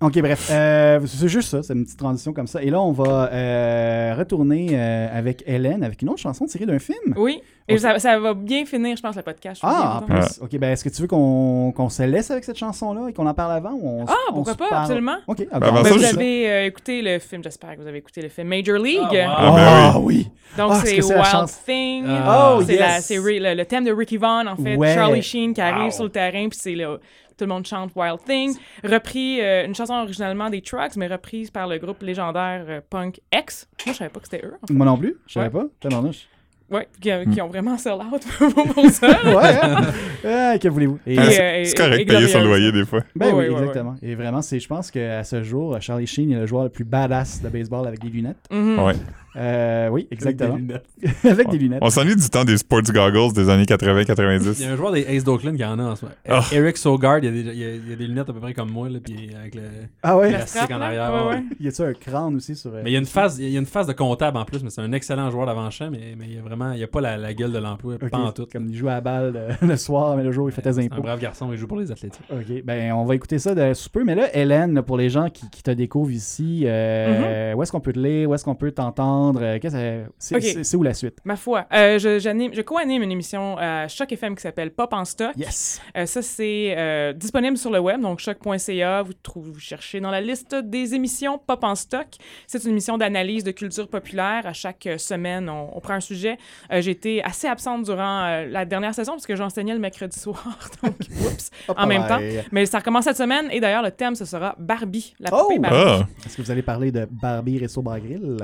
[SPEAKER 2] Ok, bref. Euh, c'est juste ça, c'est une petite transition comme ça. Et là, on va euh, retourner euh, avec Hélène, avec une autre chanson tirée d'un film.
[SPEAKER 4] Oui, et ça, ça va bien finir, je pense, le podcast. Je vous
[SPEAKER 2] Ah, en
[SPEAKER 4] dis,
[SPEAKER 2] plus.
[SPEAKER 4] donc.
[SPEAKER 2] Ok, ben est-ce que tu veux qu'on qu'on se laisse avec cette chanson-là et qu'on en parle avant ou on s-
[SPEAKER 4] Ah,
[SPEAKER 2] on
[SPEAKER 4] pourquoi
[SPEAKER 2] se
[SPEAKER 4] pas,
[SPEAKER 2] parle?
[SPEAKER 4] absolument.
[SPEAKER 2] Ok,
[SPEAKER 1] Ben, avant ça,
[SPEAKER 2] on fait
[SPEAKER 4] vous
[SPEAKER 1] je-
[SPEAKER 2] ça.
[SPEAKER 4] avez euh, écouté le film, j'espère que vous avez écouté le film Major League.
[SPEAKER 3] Ah,
[SPEAKER 1] Ah,
[SPEAKER 2] Ah
[SPEAKER 1] ben oui.
[SPEAKER 2] oui.
[SPEAKER 4] Donc,
[SPEAKER 2] Ah, est-ce
[SPEAKER 4] c'est
[SPEAKER 2] que c'est la
[SPEAKER 4] Wild
[SPEAKER 2] chance-
[SPEAKER 4] Thing.
[SPEAKER 3] Ah.
[SPEAKER 2] Oh,
[SPEAKER 4] c'est la-
[SPEAKER 2] yes.
[SPEAKER 4] c'est Ray- le, le thème de Ricky Vaughn, en fait.
[SPEAKER 2] Ouais.
[SPEAKER 4] Charlie Sheen qui arrive
[SPEAKER 3] Wow.
[SPEAKER 4] sur le terrain, puis c'est là, tout le monde chante Wild Thing. Repris, euh, une chanson originalement des Trucks, mais reprise par le groupe légendaire euh, Punk X. Moi, je savais pas que c'était eux. en fait.
[SPEAKER 2] Moi non plus, je savais
[SPEAKER 4] Ouais.
[SPEAKER 2] pas. Tabarnouche. [LAUGHS]
[SPEAKER 4] Ouais, qui,
[SPEAKER 2] Hmm.
[SPEAKER 4] qui ont vraiment sell out [LAUGHS] pour ça.
[SPEAKER 2] ouais, hein? Ah, que voulez-vous?
[SPEAKER 4] Et, Ah,
[SPEAKER 1] [LAUGHS]
[SPEAKER 4] c'est- euh, c'est correct de et payer son glorieuse. loyer des fois.
[SPEAKER 2] Ben
[SPEAKER 4] Ouais,
[SPEAKER 2] oui,
[SPEAKER 4] ouais, ouais,
[SPEAKER 2] exactement. Et vraiment, c'est, je pense qu'à ce jour, Charlie Sheen est le joueur le plus badass de baseball avec des lunettes.
[SPEAKER 3] Hmm.
[SPEAKER 4] Mhm.
[SPEAKER 1] Ouais.
[SPEAKER 2] Euh, oui, exactement. [LAUGHS]
[SPEAKER 3] Avec des lunettes.
[SPEAKER 2] Avec des lunettes.
[SPEAKER 1] On s'ennuie du temps des sports goggles des années
[SPEAKER 3] Il y
[SPEAKER 1] 80-90.
[SPEAKER 3] a un joueur des Ace d'Oakland qui en a en ce moment.
[SPEAKER 1] Ah.
[SPEAKER 3] Eric Sogard, il y, a des, il, y a, il y a des lunettes à peu près comme moi, là, puis avec le
[SPEAKER 2] Ah ouais?
[SPEAKER 3] le plastique en arrière. ouais, ouais.
[SPEAKER 2] Il y a-tu un crâne aussi sur. euh,
[SPEAKER 3] Mais il y a une phase, il y a une phase de comptable en plus, mais c'est un excellent joueur d'avant-champ, mais, mais il y a vraiment, il y a pas la, la gueule de l'emploi,
[SPEAKER 2] Ok,
[SPEAKER 3] pas en tout.
[SPEAKER 2] Comme il joue à la balle euh, [LAUGHS] le soir, mais le jour, il fait tes
[SPEAKER 3] C'est un
[SPEAKER 2] impôts.
[SPEAKER 3] brave garçon, il joue pour les athlétiques.
[SPEAKER 2] OK, ben on va écouter ça de sous peu. Mais là, Hélène, pour les gens qui, qui te découvrent ici, euh, où est-ce qu'on peut te lire? Où est-ce qu'on peut t'entendre? Euh, qu'est-ce que- C'est
[SPEAKER 4] Mhm. Ok.
[SPEAKER 2] c'est- c'est où la suite?
[SPEAKER 4] Ma foi, euh, je, j'anime- je co-anime une émission à Choc FM qui s'appelle Pop en stock.
[SPEAKER 2] Yes.
[SPEAKER 4] Euh, ça, c'est euh, disponible sur le web, donc choc.ca. Vous, trouvez, vous cherchez dans la liste des émissions Pop en stock. C'est une émission d'analyse de culture populaire. À chaque euh, semaine, on, on prend un sujet. Euh, j'ai été assez absente durant euh, la dernière saison parce que j'enseignais le mercredi [LAUGHS] soir, donc oups,
[SPEAKER 2] Hop ah,
[SPEAKER 4] en même
[SPEAKER 2] là.
[SPEAKER 4] temps. Mais ça recommence cette semaine et d'ailleurs, le thème, ce sera Barbie, la poupée Barbie.
[SPEAKER 1] Ah!
[SPEAKER 3] Ah.
[SPEAKER 2] Est-ce que vous allez parler de Barbie Resto Bar
[SPEAKER 4] [LAUGHS]
[SPEAKER 2] Grill?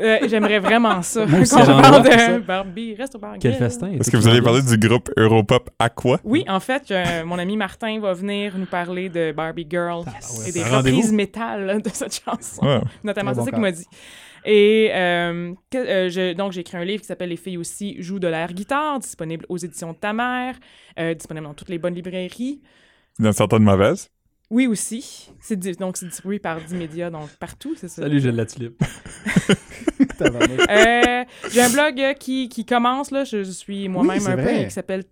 [SPEAKER 4] Euh, J'aimerais vraiment ça.
[SPEAKER 2] [LAUGHS] Moi aussi,
[SPEAKER 4] Qu'on
[SPEAKER 2] j'aimerais
[SPEAKER 4] parle
[SPEAKER 2] ça.
[SPEAKER 4] de Barbie, reste au bar
[SPEAKER 3] Quel
[SPEAKER 4] grill.
[SPEAKER 3] festin.
[SPEAKER 1] Est-ce que vous allez parler du groupe Europop Aqua?
[SPEAKER 4] Oui, en fait, euh, mon ami Martin va venir nous parler de Barbie Girl
[SPEAKER 2] Ah,
[SPEAKER 4] et des
[SPEAKER 1] Un rendez-vous.
[SPEAKER 4] reprises métal de cette chanson.
[SPEAKER 1] Ouais.
[SPEAKER 4] Notamment, c'est
[SPEAKER 1] Très bon
[SPEAKER 4] ça
[SPEAKER 1] corps.
[SPEAKER 4] qu'il m'a dit. Et euh, que- euh, je- donc, j'ai écrit un livre qui s'appelle Les filles aussi jouent de l'air guitare, disponible aux éditions de ta mère, euh, disponible dans toutes les bonnes librairies.
[SPEAKER 1] Dans certaines mauvaises.
[SPEAKER 4] Oui, aussi. C'est di- donc, c'est distribué par 10 médias, donc partout, c'est ça.
[SPEAKER 3] Salut, j'ai de
[SPEAKER 1] [LAUGHS]
[SPEAKER 3] la tulipe.
[SPEAKER 4] Euh, J'ai un blog euh, qui, qui commence, là, je, je suis moi-même
[SPEAKER 3] c'est
[SPEAKER 4] un
[SPEAKER 3] vrai.
[SPEAKER 4] peu, qui s'appelle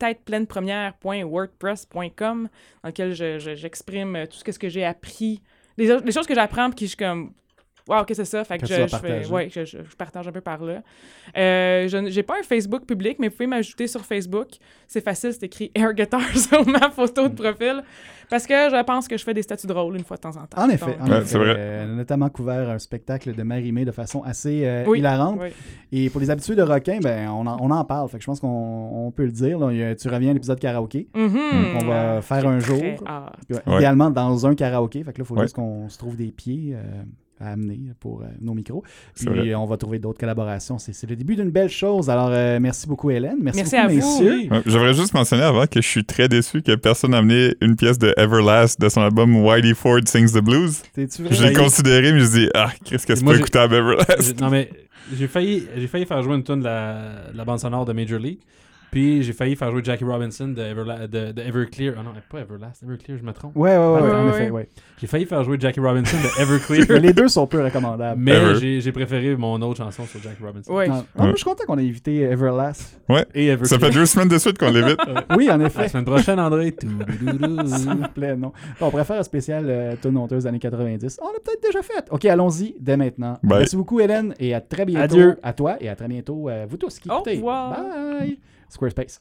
[SPEAKER 4] têteplainepremière.wordpress.com, dans lequel je- je- j'exprime euh, tout ce que, ce que j'ai appris, les, o- les choses que j'apprends, puis que je suis comme, waouh, qu'est-ce que c'est ça? Fait que,
[SPEAKER 2] Que tu
[SPEAKER 4] je,
[SPEAKER 2] vas
[SPEAKER 4] je, fais-
[SPEAKER 2] partager.
[SPEAKER 4] ouais, je, je- je partage un peu par là. Euh, je n'ai pas un Facebook public, mais vous pouvez m'ajouter sur Facebook. C'est facile, c'est écrit Air Guitar [LAUGHS] sur ma photo
[SPEAKER 2] Mm.
[SPEAKER 4] de profil, parce que je pense que je fais des statuts drôles une fois de temps en temps.
[SPEAKER 2] En effet,
[SPEAKER 4] Donc,
[SPEAKER 2] en
[SPEAKER 1] Ouais,
[SPEAKER 2] effet.
[SPEAKER 1] c'est vrai.
[SPEAKER 2] Euh, on a notamment couvert un spectacle de Marie-Mé de façon assez euh,
[SPEAKER 4] Oui,
[SPEAKER 2] hilarante.
[SPEAKER 4] oui.
[SPEAKER 2] Et pour les habitués de requin, ben, on, en, on en parle. Fait que je pense qu'on on peut le dire. là. Il y a- tu reviens à l'épisode karaoké.
[SPEAKER 4] Mhm.
[SPEAKER 2] Donc, on va
[SPEAKER 4] Ah,
[SPEAKER 2] faire
[SPEAKER 4] j'ai
[SPEAKER 2] un
[SPEAKER 4] très
[SPEAKER 2] jour.
[SPEAKER 4] hâte.
[SPEAKER 2] Puis, ouais,
[SPEAKER 1] Ouais.
[SPEAKER 2] Idéalement dans un karaoké. Fait que là, il faut
[SPEAKER 1] Ouais.
[SPEAKER 2] juste qu'on se trouve des pieds. euh, à amener pour euh, nos micros.
[SPEAKER 1] C'est vrai.
[SPEAKER 2] Puis on va trouver d'autres collaborations. C'est c'est le début d'une belle chose. Alors, euh, merci beaucoup, Hélène. Merci,
[SPEAKER 4] Merci
[SPEAKER 2] beaucoup,
[SPEAKER 4] à vous.
[SPEAKER 2] messieurs.
[SPEAKER 1] Ouais, J'aimerais juste mentionner avant que je suis très déçu que personne n'a amené une pièce de Everlast de son album Whitey Ford Sings the Blues.
[SPEAKER 2] T'es-tu vrai?
[SPEAKER 1] Je l'ai considéré, mais je dis, ah, qu'est-ce que c'est
[SPEAKER 3] Moi,
[SPEAKER 1] pas
[SPEAKER 3] j'ai-
[SPEAKER 1] écoutable Everlast?
[SPEAKER 3] J'ai- Non, mais j'ai failli, j'ai failli faire jouer une tune de la, de la bande sonore de Major League. Puis j'ai failli faire jouer Jackie Robinson de, Everla- de, de Everclear. Ah non, pas Everlast, Everclear, je me trompe.
[SPEAKER 2] Ouais, ouais, ouais,
[SPEAKER 3] Pardon.
[SPEAKER 2] ouais, en effet, ouais.
[SPEAKER 3] J'ai failli faire jouer Jackie Robinson
[SPEAKER 1] [LAUGHS]
[SPEAKER 3] de
[SPEAKER 2] Mais
[SPEAKER 3] Everclear.
[SPEAKER 2] les deux sont peu recommandables.
[SPEAKER 3] mais
[SPEAKER 1] Ever.
[SPEAKER 3] j'ai, j'ai préféré mon autre chanson sur Jackie Robinson.
[SPEAKER 4] Ouais.
[SPEAKER 2] Ah, moi, je suis content qu'on ait évité Everlast.
[SPEAKER 1] Ouais.
[SPEAKER 3] Et
[SPEAKER 1] Ça
[SPEAKER 3] Everclear.
[SPEAKER 1] fait deux semaines de suite qu'on l'évite.
[SPEAKER 2] Oui, en
[SPEAKER 3] Euh, La
[SPEAKER 2] effet.
[SPEAKER 3] semaine prochaine, André.
[SPEAKER 2] S'il vous plaît, non. On pourrait faire un spécial euh, Tune honteuse années 90. On l'a peut-être déjà fait. OK, allons-y dès maintenant.
[SPEAKER 1] Bye.
[SPEAKER 2] Merci beaucoup, Hélène, et à très bientôt.
[SPEAKER 3] Adieu.
[SPEAKER 2] À toi et à très bientôt, euh, vous tous qui
[SPEAKER 4] Au
[SPEAKER 2] écoutez.
[SPEAKER 4] revoir.
[SPEAKER 2] Bye. Squarespace.